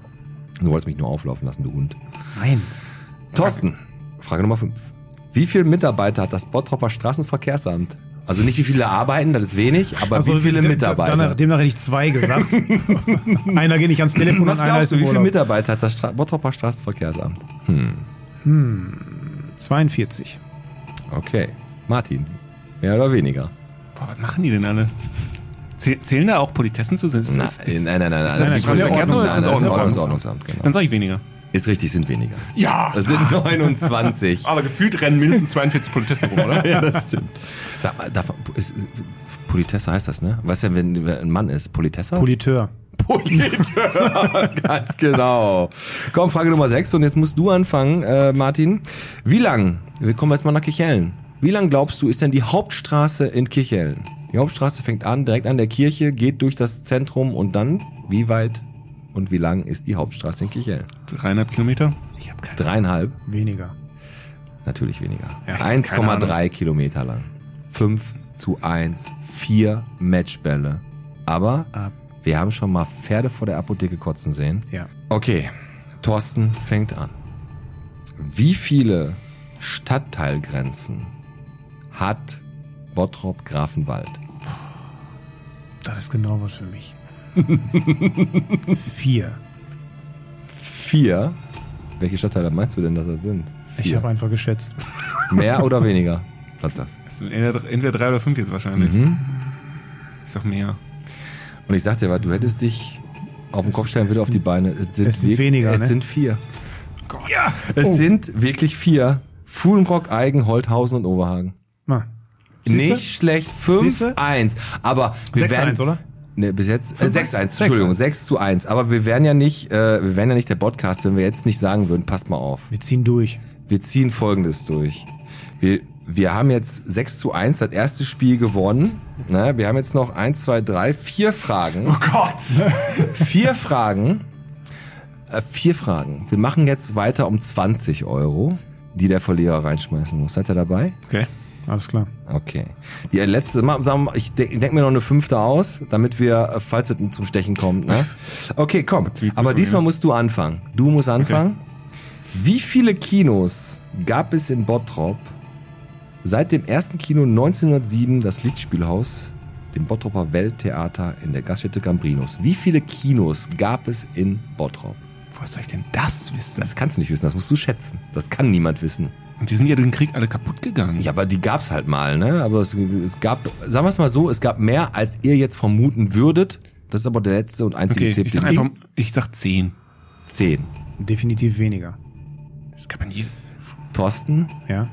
Du wolltest mich nur auflaufen lassen, du Hund.
Nein.
Thorsten, Frage Nummer 5. Wie viele Mitarbeiter hat das Bottropper Straßenverkehrsamt? Also nicht wie viele arbeiten, das ist wenig, aber wie viele
d- d-
Mitarbeiter?
Danach, demnach hätte ich zwei gesagt. einer geht nicht ans Telefon
Was
und einer ist
glaubst du,
im
wie viele
Urlaub.
Mitarbeiter hat das Stra Bottropper Straßenverkehrsamt?
42.
Okay. Martin, mehr oder weniger?
Boah, was machen die denn alle? Zäh- Zählen da auch Politessen zu? Ist, ist, ist,
nein, nein, nein.
das die Straßenverkehrsamt oder ist das Ordnungsamt?
Ordnungsamt, genau.
dann sage ich weniger.
Ist richtig, sind weniger.
Ja!
Das sind 29.
Aber gefühlt rennen mindestens 42 Politessen rum, oder?
ja, das stimmt. Sag mal, darf, man- ist, ist- Politesse heißt das, ne? Was denn, wenn wenn ein Mann ist? Politesse?
Politeur.
Politeur. Ganz genau. Komm, Frage Nummer 6 und jetzt musst du anfangen, äh, Martin. Wie lang, wir kommen jetzt mal nach Kirchhellen. Wie lang glaubst du, ist denn die Hauptstraße in Kirchhellen? Die Hauptstraße fängt an, direkt an der Kirche, geht durch das Zentrum und dann, wie weit und wie lang ist die Hauptstraße in Kirchhellen?
Dreieinhalb Kilometer? Ich habe keine
Dreieinhalb,
Weniger.
natürlich weniger.
Ja, ich hab keine
1,3 Kilometer lang. 5 zu 1, vier Matchbälle. Aber
Ah.
Ab.
wir haben schon mal Pferde vor der Apotheke kotzen sehen.
Ja.
Okay, Thorsten fängt an. Wie viele Stadtteilgrenzen hat Bottrop Grafenwald?
Das ist genau was für mich. Vier.
Vier. Welche Stadtteile meinst du denn, dass das sind?
Ich habe einfach geschätzt.
Mehr oder weniger? Was ist das?
Das sind Entweder, entweder drei oder fünf jetzt wahrscheinlich. Ich sag mehr.
Und ich sag dir was, du hättest dich auf den Kopf stellen, würde auf die Beine. Es sind,
es sind
wirk-
weniger,
Es
ne? Oh.
sind vier. Ja! Es sind wirklich vier. Fuhlenbrock, Eigen, Holthausen und Oberhagen.
Mal. Siehste?
Nicht schlecht. 5-1. Aber wir werden.
6-1, oder?
Ne, bis jetzt. Äh, 6-1, Entschuldigung, 6 zu 1. Aber wir wären ja nicht, äh, wir wären ja nicht der Podcast, wenn wir jetzt nicht sagen würden, passt mal auf.
Wir ziehen durch.
Wir ziehen folgendes durch. Wir Wir haben jetzt 6 zu 1 das erste Spiel gewonnen. Ne? Wir haben jetzt noch 1, 2, 3, 4 Fragen.
Oh Gott.
Vier Fragen. Äh, vier Fragen. Wir machen jetzt weiter um 20 Euro, die der Verlierer reinschmeißen muss. Seid ihr dabei?
Okay.
Alles klar.
Okay. Die letzte, ma- sagen wir mal, ich denke denk mir noch eine fünfte aus, damit wir, äh, falls es zum Stechen kommt, ne? Okay, komm.
wie
Aber
Prüfung,
diesmal
ja.
musst du anfangen. Du musst anfangen. Wie viele Kinos gab es in Bottrop seit dem ersten Kino 1907, das Lichtspielhaus, dem Bottroper Welttheater in der Gaststätte Gambrinus? Wie viele Kinos gab es in Bottrop?
Woher soll ich denn das wissen?
Das kannst du nicht wissen, das musst du schätzen. Das kann niemand wissen.
Und die sind ja durch den Krieg alle kaputt gegangen.
Ja, aber die gab's halt mal, ne? Aber es, es gab, sagen wir es mal so, es gab mehr, als ihr jetzt vermuten würdet. Das ist aber der letzte und einzige
Okay,
Tipp.
ich sag
den ich-
einfach, ich sag 10.
zehn.
Definitiv weniger.
Das kann man jedem.
Thorsten,
Ja.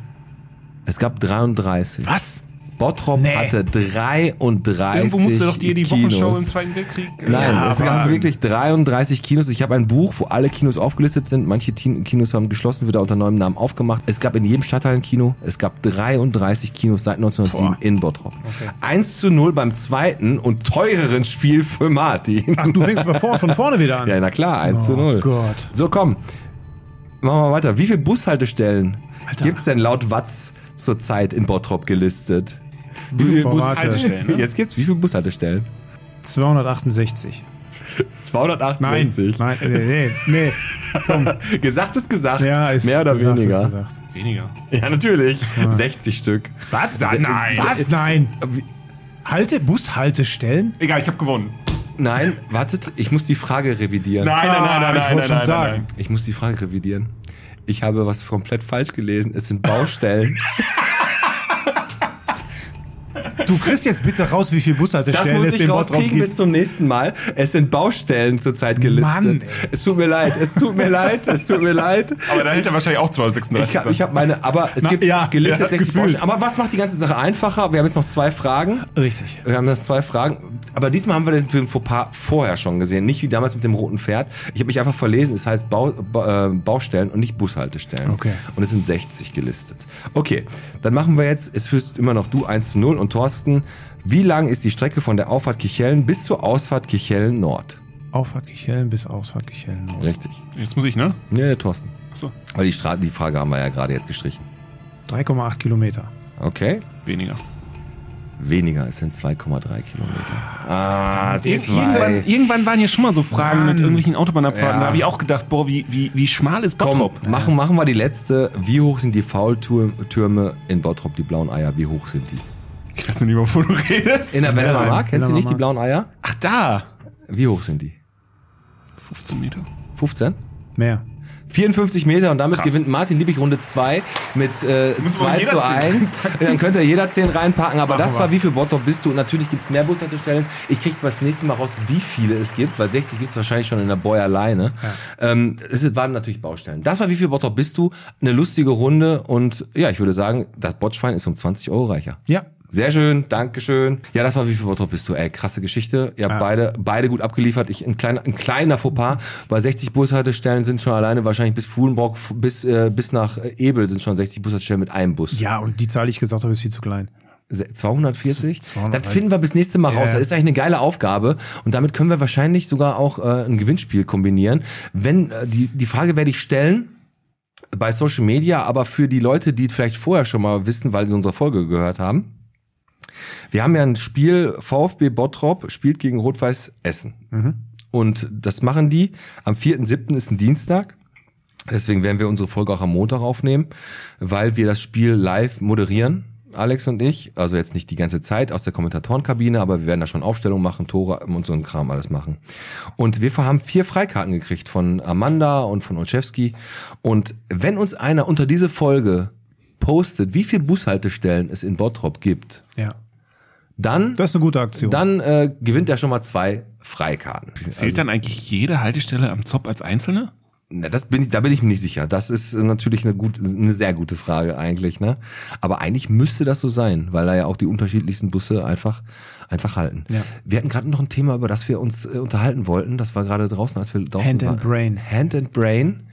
es gab 33.
Was?
Bottrop
Nee.
hatte 33
Irgendwo musste doch die, die
Kinos.
Wochenschau im Zweiten Weltkrieg. äh,
Nein,
Ja,
es
aber-
gab wirklich 33 Kinos. Ich habe ein Buch, wo alle Kinos aufgelistet sind. Manche Teen- Kinos haben geschlossen, wieder unter neuem Namen aufgemacht. Es gab in jedem Stadtteil ein Kino. Es gab 33 Kinos seit 1907 in Bottrop. 1 zu 0 beim zweiten und teureren Spiel für Martin.
Ach, du fängst mal vor, von vorne wieder an.
Ja, na klar, 1 zu
Oh
0.
Gott.
So, komm. Machen wir weiter. Wie viele Bushaltestellen gibt's denn laut Watz zurzeit in Bottrop gelistet? Wie viele
Boah, warte.
Bushaltestellen? Jetzt gibt's wie viele Bushaltestellen?
268.
268.
nein, nee, nee, nee.
Gesagt ist gesagt.
Ja, ist
Mehr oder
gesagt, ist
weniger.
gesagt.
Weniger.
Ja, natürlich. 60 Stück.
Was?
Nein.
Was? Nein.
Wie-
Halte, Bushaltestellen?
Egal, ich habe gewonnen.
Nein, wartet, ich muss die Frage revidieren.
Nein, nein, nein, nein,
Ah, ich
nein,
wollte
nein,
schon
nein,
sagen.
nein.
Ich muss die Frage revidieren. Ich habe was komplett falsch gelesen. Es sind Baustellen.
Du kriegst jetzt bitte raus, wie viel
Das
Bushaltestellen
muss
es
ich
in Bottrop
rauskriegen bis
gibt.
zum nächsten Mal. Es sind Baustellen zurzeit gelistet.
Mann, ey.
es tut mir leid, es tut mir leid, es tut mir leid.
Aber da hätte er wahrscheinlich auch 236
Ich habe ich hab meine, aber es gibt
ja,
gelistet
ja,
60
gefühlt.
Baustellen. Aber was macht die ganze Sache einfacher? Wir haben jetzt noch zwei Fragen.
Richtig.
Wir haben jetzt zwei Fragen. Aber diesmal haben wir den Film Fauxpas vorher schon gesehen. Nicht wie damals mit dem roten Pferd. Ich habe mich einfach verlesen. Es heißt Bau, ba, äh, Baustellen und nicht Bushaltestellen.
Okay.
Und es sind 60 gelistet. Okay, dann machen wir jetzt, es führst immer noch du 1 zu 0 und Thorsten. Wie lang ist die Strecke von der Auffahrt Kichellen bis zur Ausfahrt Kichellen Nord?
Auffahrt Kichellen bis Ausfahrt Kichellen.
Richtig.
Jetzt muss ich, ne?
Nee, der Thorsten.
Achso.
Weil die, Stra die Frage haben wir ja gerade jetzt gestrichen.
3,8 Kilometer.
Okay.
Weniger.
Weniger, es sind 2,3 Kilometer. Ah,
Irgendwann, irgendwann waren hier schon mal so Fragen mit irgendwelchen Autobahnabfahrten.
Ja.
Da habe ich auch gedacht, boah, wie, wie, wie schmal ist
Komm,
Bottrop?
machen, machen wir die letzte. Wie hoch sind die Faultürme in Bottrop, die blauen Eier? Wie hoch sind die?
Ich weiß noch nicht mal, wovon du redest.
In der Wendeler Mark, kennst du
Wendeler
nicht die
Mark.
blauen Eier?
Ach, da.
Wie hoch sind die?
15 Meter.
15?
Mehr.
54 Meter und damit
Krass.
gewinnt Martin Liebig Runde 2 mit äh,
Müssen wir
2
jeder
zu
zehn
1. Dann könnte jeder 10 reinpacken, aber das
wir.
war wie viel Bottrop bist du. Und natürlich gibt's mehr Bushaltestellen. Ich krieg das nächste Mal raus, wie viele es gibt, weil 60 gibt's wahrscheinlich schon in der Boy alleine. Ähm, es waren natürlich Baustellen. Das war wie viel Bottrop bist du. Eine lustige Runde und ja, ich würde sagen, das Botschwein ist um 20 Euro reicher.
Ja.
Sehr schön, Dankeschön. Ja, das war wie viel Bottrop bist du? Ey, krasse Geschichte. Ihr habt beide, beide gut abgeliefert. Ich, ein, kleiner, ein kleiner Fauxpas. Bei 60 Bushaltestellen sind schon alleine wahrscheinlich bis Fuhlenbrock, f- bis, äh, bis nach äh, Ebel sind schon 60 Bushaltestellen mit einem Bus.
Ja, und die Zahl, die ich gesagt habe, ist viel zu klein.
Se- 240?
230.
Das finden wir bis nächste Mal raus.
Ja.
Das ist eigentlich eine geile Aufgabe. Und damit können wir wahrscheinlich sogar auch äh, ein Gewinnspiel kombinieren. Wenn äh, die, die Frage werde ich stellen bei Social Media, aber für die Leute, die vielleicht vorher schon mal wissen, weil sie unsere Folge gehört haben. Wir haben ja ein Spiel, VfB Bottrop spielt gegen Rot-Weiß Essen. Und das machen die. Am 4.7. ist ein Dienstag. Deswegen werden wir unsere Folge auch am Montag aufnehmen, weil wir das Spiel live moderieren. Alex und ich, also jetzt nicht die ganze Zeit aus der Kommentatorenkabine, aber wir werden da schon Aufstellungen machen, Tore und so ein Kram alles machen. Und wir haben vier Freikarten gekriegt von Amanda und von Olszewski. Und wenn uns einer unter diese Folge postet, wie viele Bushaltestellen es in Bottrop gibt,
Ja.
dann,
Das ist eine gute Aktion.
dann äh, gewinnt er schon mal zwei Freikarten.
Zählt dann eigentlich jede Haltestelle am Zopf als einzelne?
Na, das bin ich, da bin ich mir nicht sicher. Das ist äh, natürlich eine, gut, eine sehr gute Frage eigentlich. Ne? Aber eigentlich müsste das so sein, weil da ja auch die unterschiedlichsten Busse einfach, einfach halten.
Ja.
Wir hatten gerade noch ein Thema, über das wir uns äh, unterhalten wollten. Das war gerade draußen, als wir draußen
Hand
waren.
and Brain.
Hand and Brain.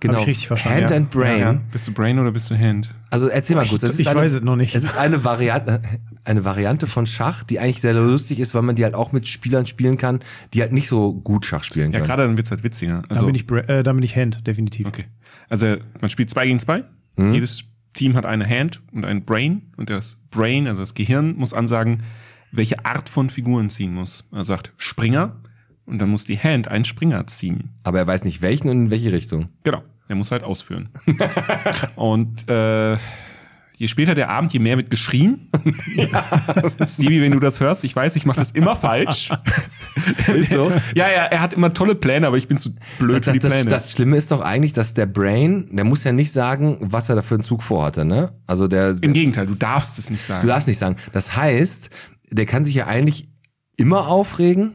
Genau.
ich richtig verstanden,
Hand
ja.
and Brain.
Ja. Mhm. Bist du Brain oder bist du Hand?
Also erzähl mal kurz. das
Ich-
ist
ich
eine,
weiß es noch nicht.
Es ist eine Variante, eine Variante von Schach, die eigentlich sehr lustig ist, weil man die halt auch mit Spielern spielen kann, die halt nicht so gut Schach spielen
Ja,
können.
gerade dann wird's halt witziger.
Dann,
Also,
bin ich, Bra- äh, dann bin ich Hand, definitiv.
okay. Also man spielt zwei gegen zwei. Jedes Team hat eine Hand und ein Brain. Und das Brain, also das Gehirn, muss ansagen, welche Art von Figuren ziehen muss. Er sagt Springer und dann muss die Hand einen Springer ziehen.
Aber er weiß nicht welchen und in welche Richtung.
Genau, er muss halt ausführen. und äh, je später der Abend, je mehr wird geschrien. Stevie, wenn du das hörst, ich weiß, ich mache das immer falsch. Ist so. Ja, ja, er hat immer tolle Pläne, aber ich bin zu blöd für
Das,
die
das,
Pläne.
das Schlimme ist doch eigentlich, dass der Brain, der muss ja nicht sagen, was er da für einen Zug vorhatte, ne? Also der,
Im Gegenteil, du darfst es nicht
du
sagen.
darfst nicht sagen. Das heißt, der kann sich ja eigentlich immer aufregen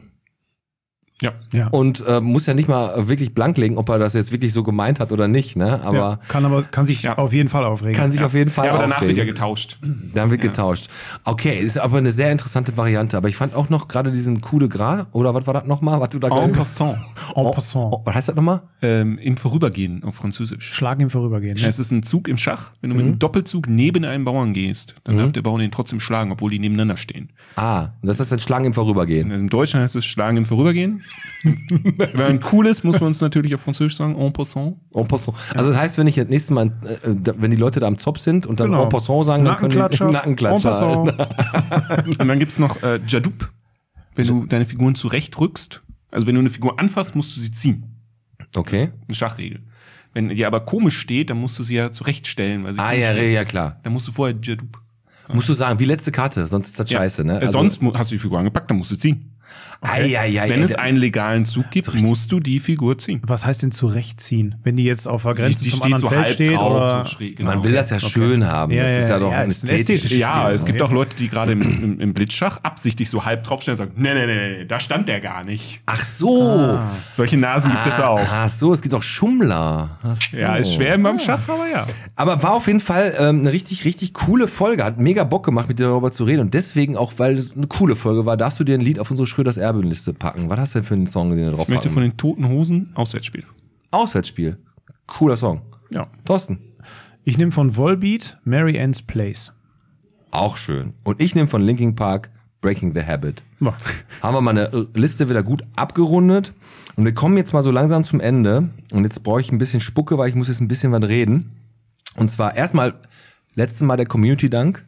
Ja.
Ja.
und äh, muss ja nicht mal wirklich blank legen, ob er das jetzt wirklich so gemeint hat oder nicht, ne? Aber
ja, kann aber kann sich
Ja.
auf jeden Fall aufregen.
kann sich auf jeden Fall
ja, aber danach
aufregen.
wird ja getauscht.
Dann wird getauscht. Okay, ist aber eine sehr interessante Variante. Aber ich fand auch noch gerade diesen Coup de Gras, oder was war das nochmal, was du da
En
gesagt hast?
passant.
en passant.
Oh, was heißt das nochmal?
Ähm, Im Vorübergehen auf Französisch.
Schlagen im Vorübergehen.
Ja, Es ist ein Zug im Schach. Wenn du
Mhm.
mit einem Doppelzug neben einem Bauern gehst, dann darf der Bauer den trotzdem schlagen, obwohl die nebeneinander stehen.
Ah, das ist dann Schlangen im Vorübergehen.
Also Im Deutschen heißt es Schlagen im Vorübergehen. Wenn man cool ist, muss man es natürlich auf Französisch sagen, en passant.
En passant. Also das heißt, wenn ich das nächste Mal, äh, da- wenn die Leute da am Zopf sind und dann
Genau.
en passant sagen, dann können die
Nackenklatscher. En
Nackenklatscher.
passant.
Und dann gibt's noch äh, Jadup. Wenn du deine Figuren zurechtrückst, also wenn du eine Figur anfasst, musst du sie ziehen.
Okay.
Eine Schachregel. Wenn die aber komisch steht, dann musst du sie ja zurechtstellen. Weil sie
Ah
komisch
ja,
steht.
ja, klar.
Dann musst du vorher Jadup.
Musst du sagen, wie letzte Karte, sonst ist das scheiße, ne? ah,
Äh, sonst mu- hast du die Figur angepackt, dann musst du ziehen.
ai, ai, ai,
Wenn es einen legalen Zug gibt, musst du die Figur ziehen.
Was heißt denn zurechtziehen? Wenn die jetzt auf der Grenze zum anderen Feld steht oder
so schräg,
Man
genau.
will das ja schön haben.
Ja,
das ist
ja,
ja doch
ja,
ein
ist ne? ein ästhetisches
ästhetisches
Ja,
Spiel. ne?
es gibt auch Leute, die gerade im, im, im Blitzschach absichtlich so halb draufstellen und sagen, nee, nee, nee, nee, da stand der gar nicht.
Ach so. Ah,
Solche Nasen gibt es Ah, auch.
Ach so, es gibt auch Schummler. Ach so.
Ja, ist schwer beim Schach, aber ja.
Aber war auf jeden Fall ähm, eine richtig, richtig coole Folge. Hat mega Bock gemacht, mit dir darüber zu reden. Und deswegen, auch weil es eine coole Folge war, darfst du dir ein Lied auf unsere Schröders Erbenliste packen. Was hast du denn für einen Song, den du drauf
Ich möchte
packen?
von den toten Hosen Auswärtsspiel.
Auswärtsspiel. Cooler Song.
Ja.
Thorsten.
Ich nehme von Volbeat Mary Ann's Place.
Auch schön. Und ich nehme von Linkin Park Breaking the Habit.
Ja.
haben wir mal eine äh, Liste wieder gut abgerundet. Und wir kommen jetzt mal so langsam zum Ende. Und jetzt brauche ich ein bisschen Spucke, weil ich muss jetzt ein bisschen was reden. Und zwar erstmal, letztes Mal der Community-Dank.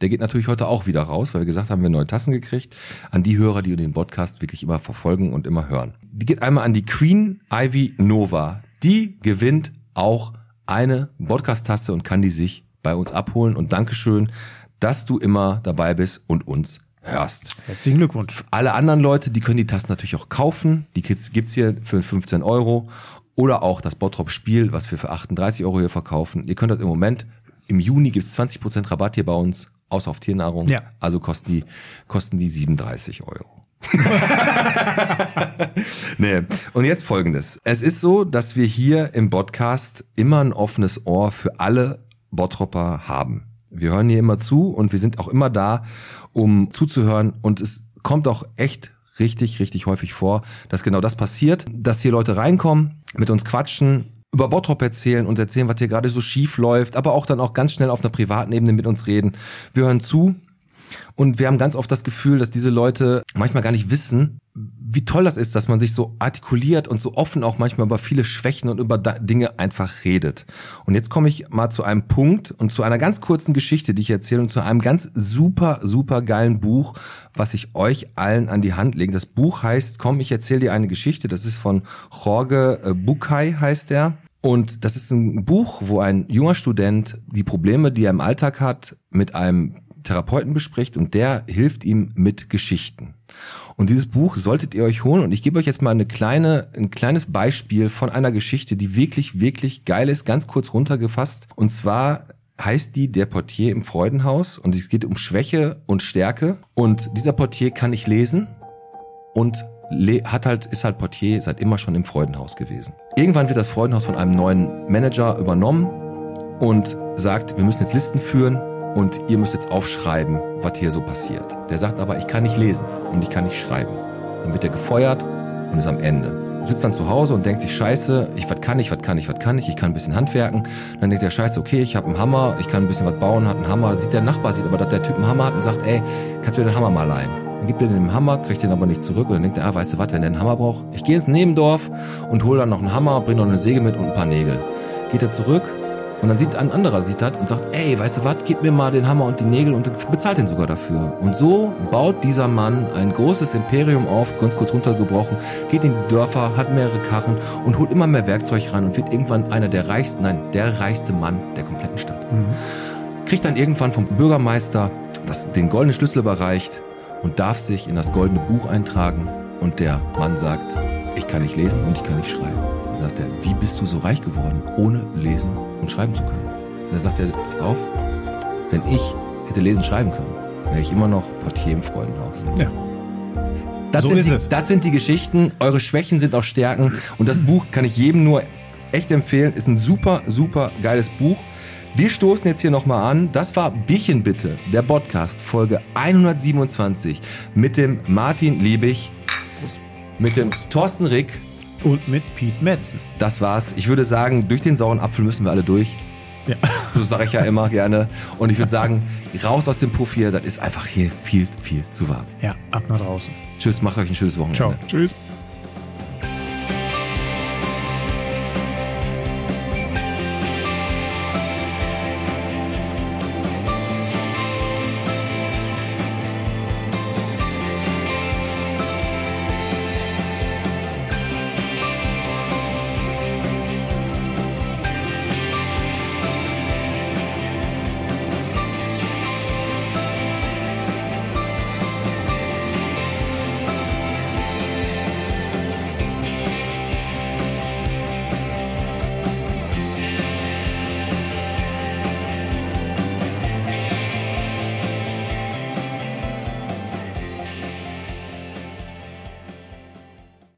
Der geht natürlich heute auch wieder raus, weil wir gesagt haben, wir haben neue Tassen gekriegt. An die Hörer, die den Podcast wirklich immer verfolgen und immer hören. Die geht einmal an die Queen Ivy Nova. Die gewinnt auch eine Podcast-Tasse und kann die sich bei uns abholen. Und Dankeschön, dass du immer dabei bist und uns hörst.
Herzlichen Glückwunsch.
Alle anderen Leute, die können die Tassen natürlich auch kaufen. Die Kids gibt's hier für 15 Euro. Oder auch das Bottrop-Spiel, was wir für 38 Euro hier verkaufen. Ihr könnt das im Moment, im Juni gibt's 20% Rabatt hier bei uns, außer auf Tiernahrung.
Ja.
Also kosten die, kosten die 37 Euro. nee. Und jetzt folgendes. Es ist so, dass wir hier im Podcast immer ein offenes Ohr für alle Bottropper haben. Wir hören hier immer zu und wir sind auch immer da, um zuzuhören. Und es kommt auch echt richtig, richtig häufig vor, dass genau das passiert, dass hier Leute reinkommen, mit uns quatschen, über Bottrop erzählen, uns erzählen, was hier gerade so schief läuft, aber auch dann auch ganz schnell auf einer privaten Ebene mit uns reden. Wir hören zu, und wir haben ganz oft das Gefühl, dass diese Leute manchmal gar nicht wissen, wie toll das ist, dass man sich so artikuliert und so offen auch manchmal über viele Schwächen und über da- Dinge einfach redet. Und jetzt komme ich mal zu einem Punkt und zu einer ganz kurzen Geschichte, die ich erzähle und zu einem ganz super, super geilen Buch, was ich euch allen an die Hand lege. Das Buch heißt, komm, ich erzähle dir eine Geschichte. Das ist von Jorge äh, Bucay heißt er. Und das ist ein Buch, wo ein junger Student die Probleme, die er im Alltag hat, mit einem Therapeuten bespricht und der hilft ihm mit Geschichten. Und dieses Buch solltet ihr euch holen und ich gebe euch jetzt mal eine kleine, ein kleines Beispiel von einer Geschichte, die wirklich, wirklich geil ist, ganz kurz runtergefasst. Und zwar heißt die Der Portier im Freudenhaus und es geht um Schwäche und Stärke und dieser Portier kann nicht lesen und le- hat halt, ist halt Portier seit immer schon im Freudenhaus gewesen. Irgendwann wird das Freudenhaus von einem neuen Manager übernommen und sagt, wir müssen jetzt Listen führen und ihr müsst jetzt aufschreiben, was hier so passiert. Der sagt aber, ich kann nicht lesen und ich kann nicht schreiben. Dann wird er gefeuert und ist am Ende. sitzt dann zu Hause und denkt sich, scheiße, ich was kann ich, was kann ich, was kann ich, ich kann ein bisschen handwerken. Dann denkt er, scheiße, okay, ich habe einen Hammer, ich kann ein bisschen was bauen, hat einen Hammer. Sieht der Nachbar, sieht aber, dass der Typ einen Hammer hat und sagt, ey, kannst du mir den Hammer mal leihen? Dann gibt er den den Hammer, kriegt den aber nicht zurück und dann denkt er, ah, weißt du was, wenn der einen Hammer braucht, ich gehe ins Nebendorf und hole dann noch einen Hammer, bringe noch eine Säge mit und ein paar Nägel. Geht er zurück und dann sieht ein anderer, sieht das und sagt, ey, weißt du was, gib mir mal den Hammer und die Nägel und bezahlt den sogar dafür. Und so baut dieser Mann ein großes Imperium auf, ganz kurz runtergebrochen, geht in die Dörfer, hat mehrere Karren und holt immer mehr Werkzeug rein und wird irgendwann einer der reichsten, nein, der reichste Mann der kompletten Stadt kriegt dann irgendwann vom Bürgermeister das, den goldenen Schlüssel überreicht und darf sich in das goldene Buch eintragen. Und der Mann sagt, ich kann nicht lesen und ich kann nicht schreiben. Dann sagt er, wie bist du so reich geworden, ohne lesen und schreiben zu können? Dann sagt er, pass auf, wenn ich hätte lesen und schreiben können, wäre ich immer noch Portier im Freudenhaus.
Ja.
Das,
So
sind
ist
die,
es.
das sind die Geschichten. Eure Schwächen sind auch Stärken. Und das Buch kann ich jedem nur echt empfehlen. Ist ein super, super geiles Buch. Wir stoßen jetzt hier nochmal an. Das war Bierchen bitte, der Podcast, Folge 127 mit dem Martin Liebig, mit dem Thorsten Rick.
Und mit Pete Metzen.
Das war's. Ich würde sagen, durch den sauren Apfel müssen wir alle durch.
Ja.
So sage ich ja immer gerne. Und ich würde sagen, raus aus dem Puff hier. Das ist einfach hier viel, viel zu warm.
Ja, ab nach draußen.
Tschüss, macht euch ein schönes Wochenende.
Ciao.
Tschüss.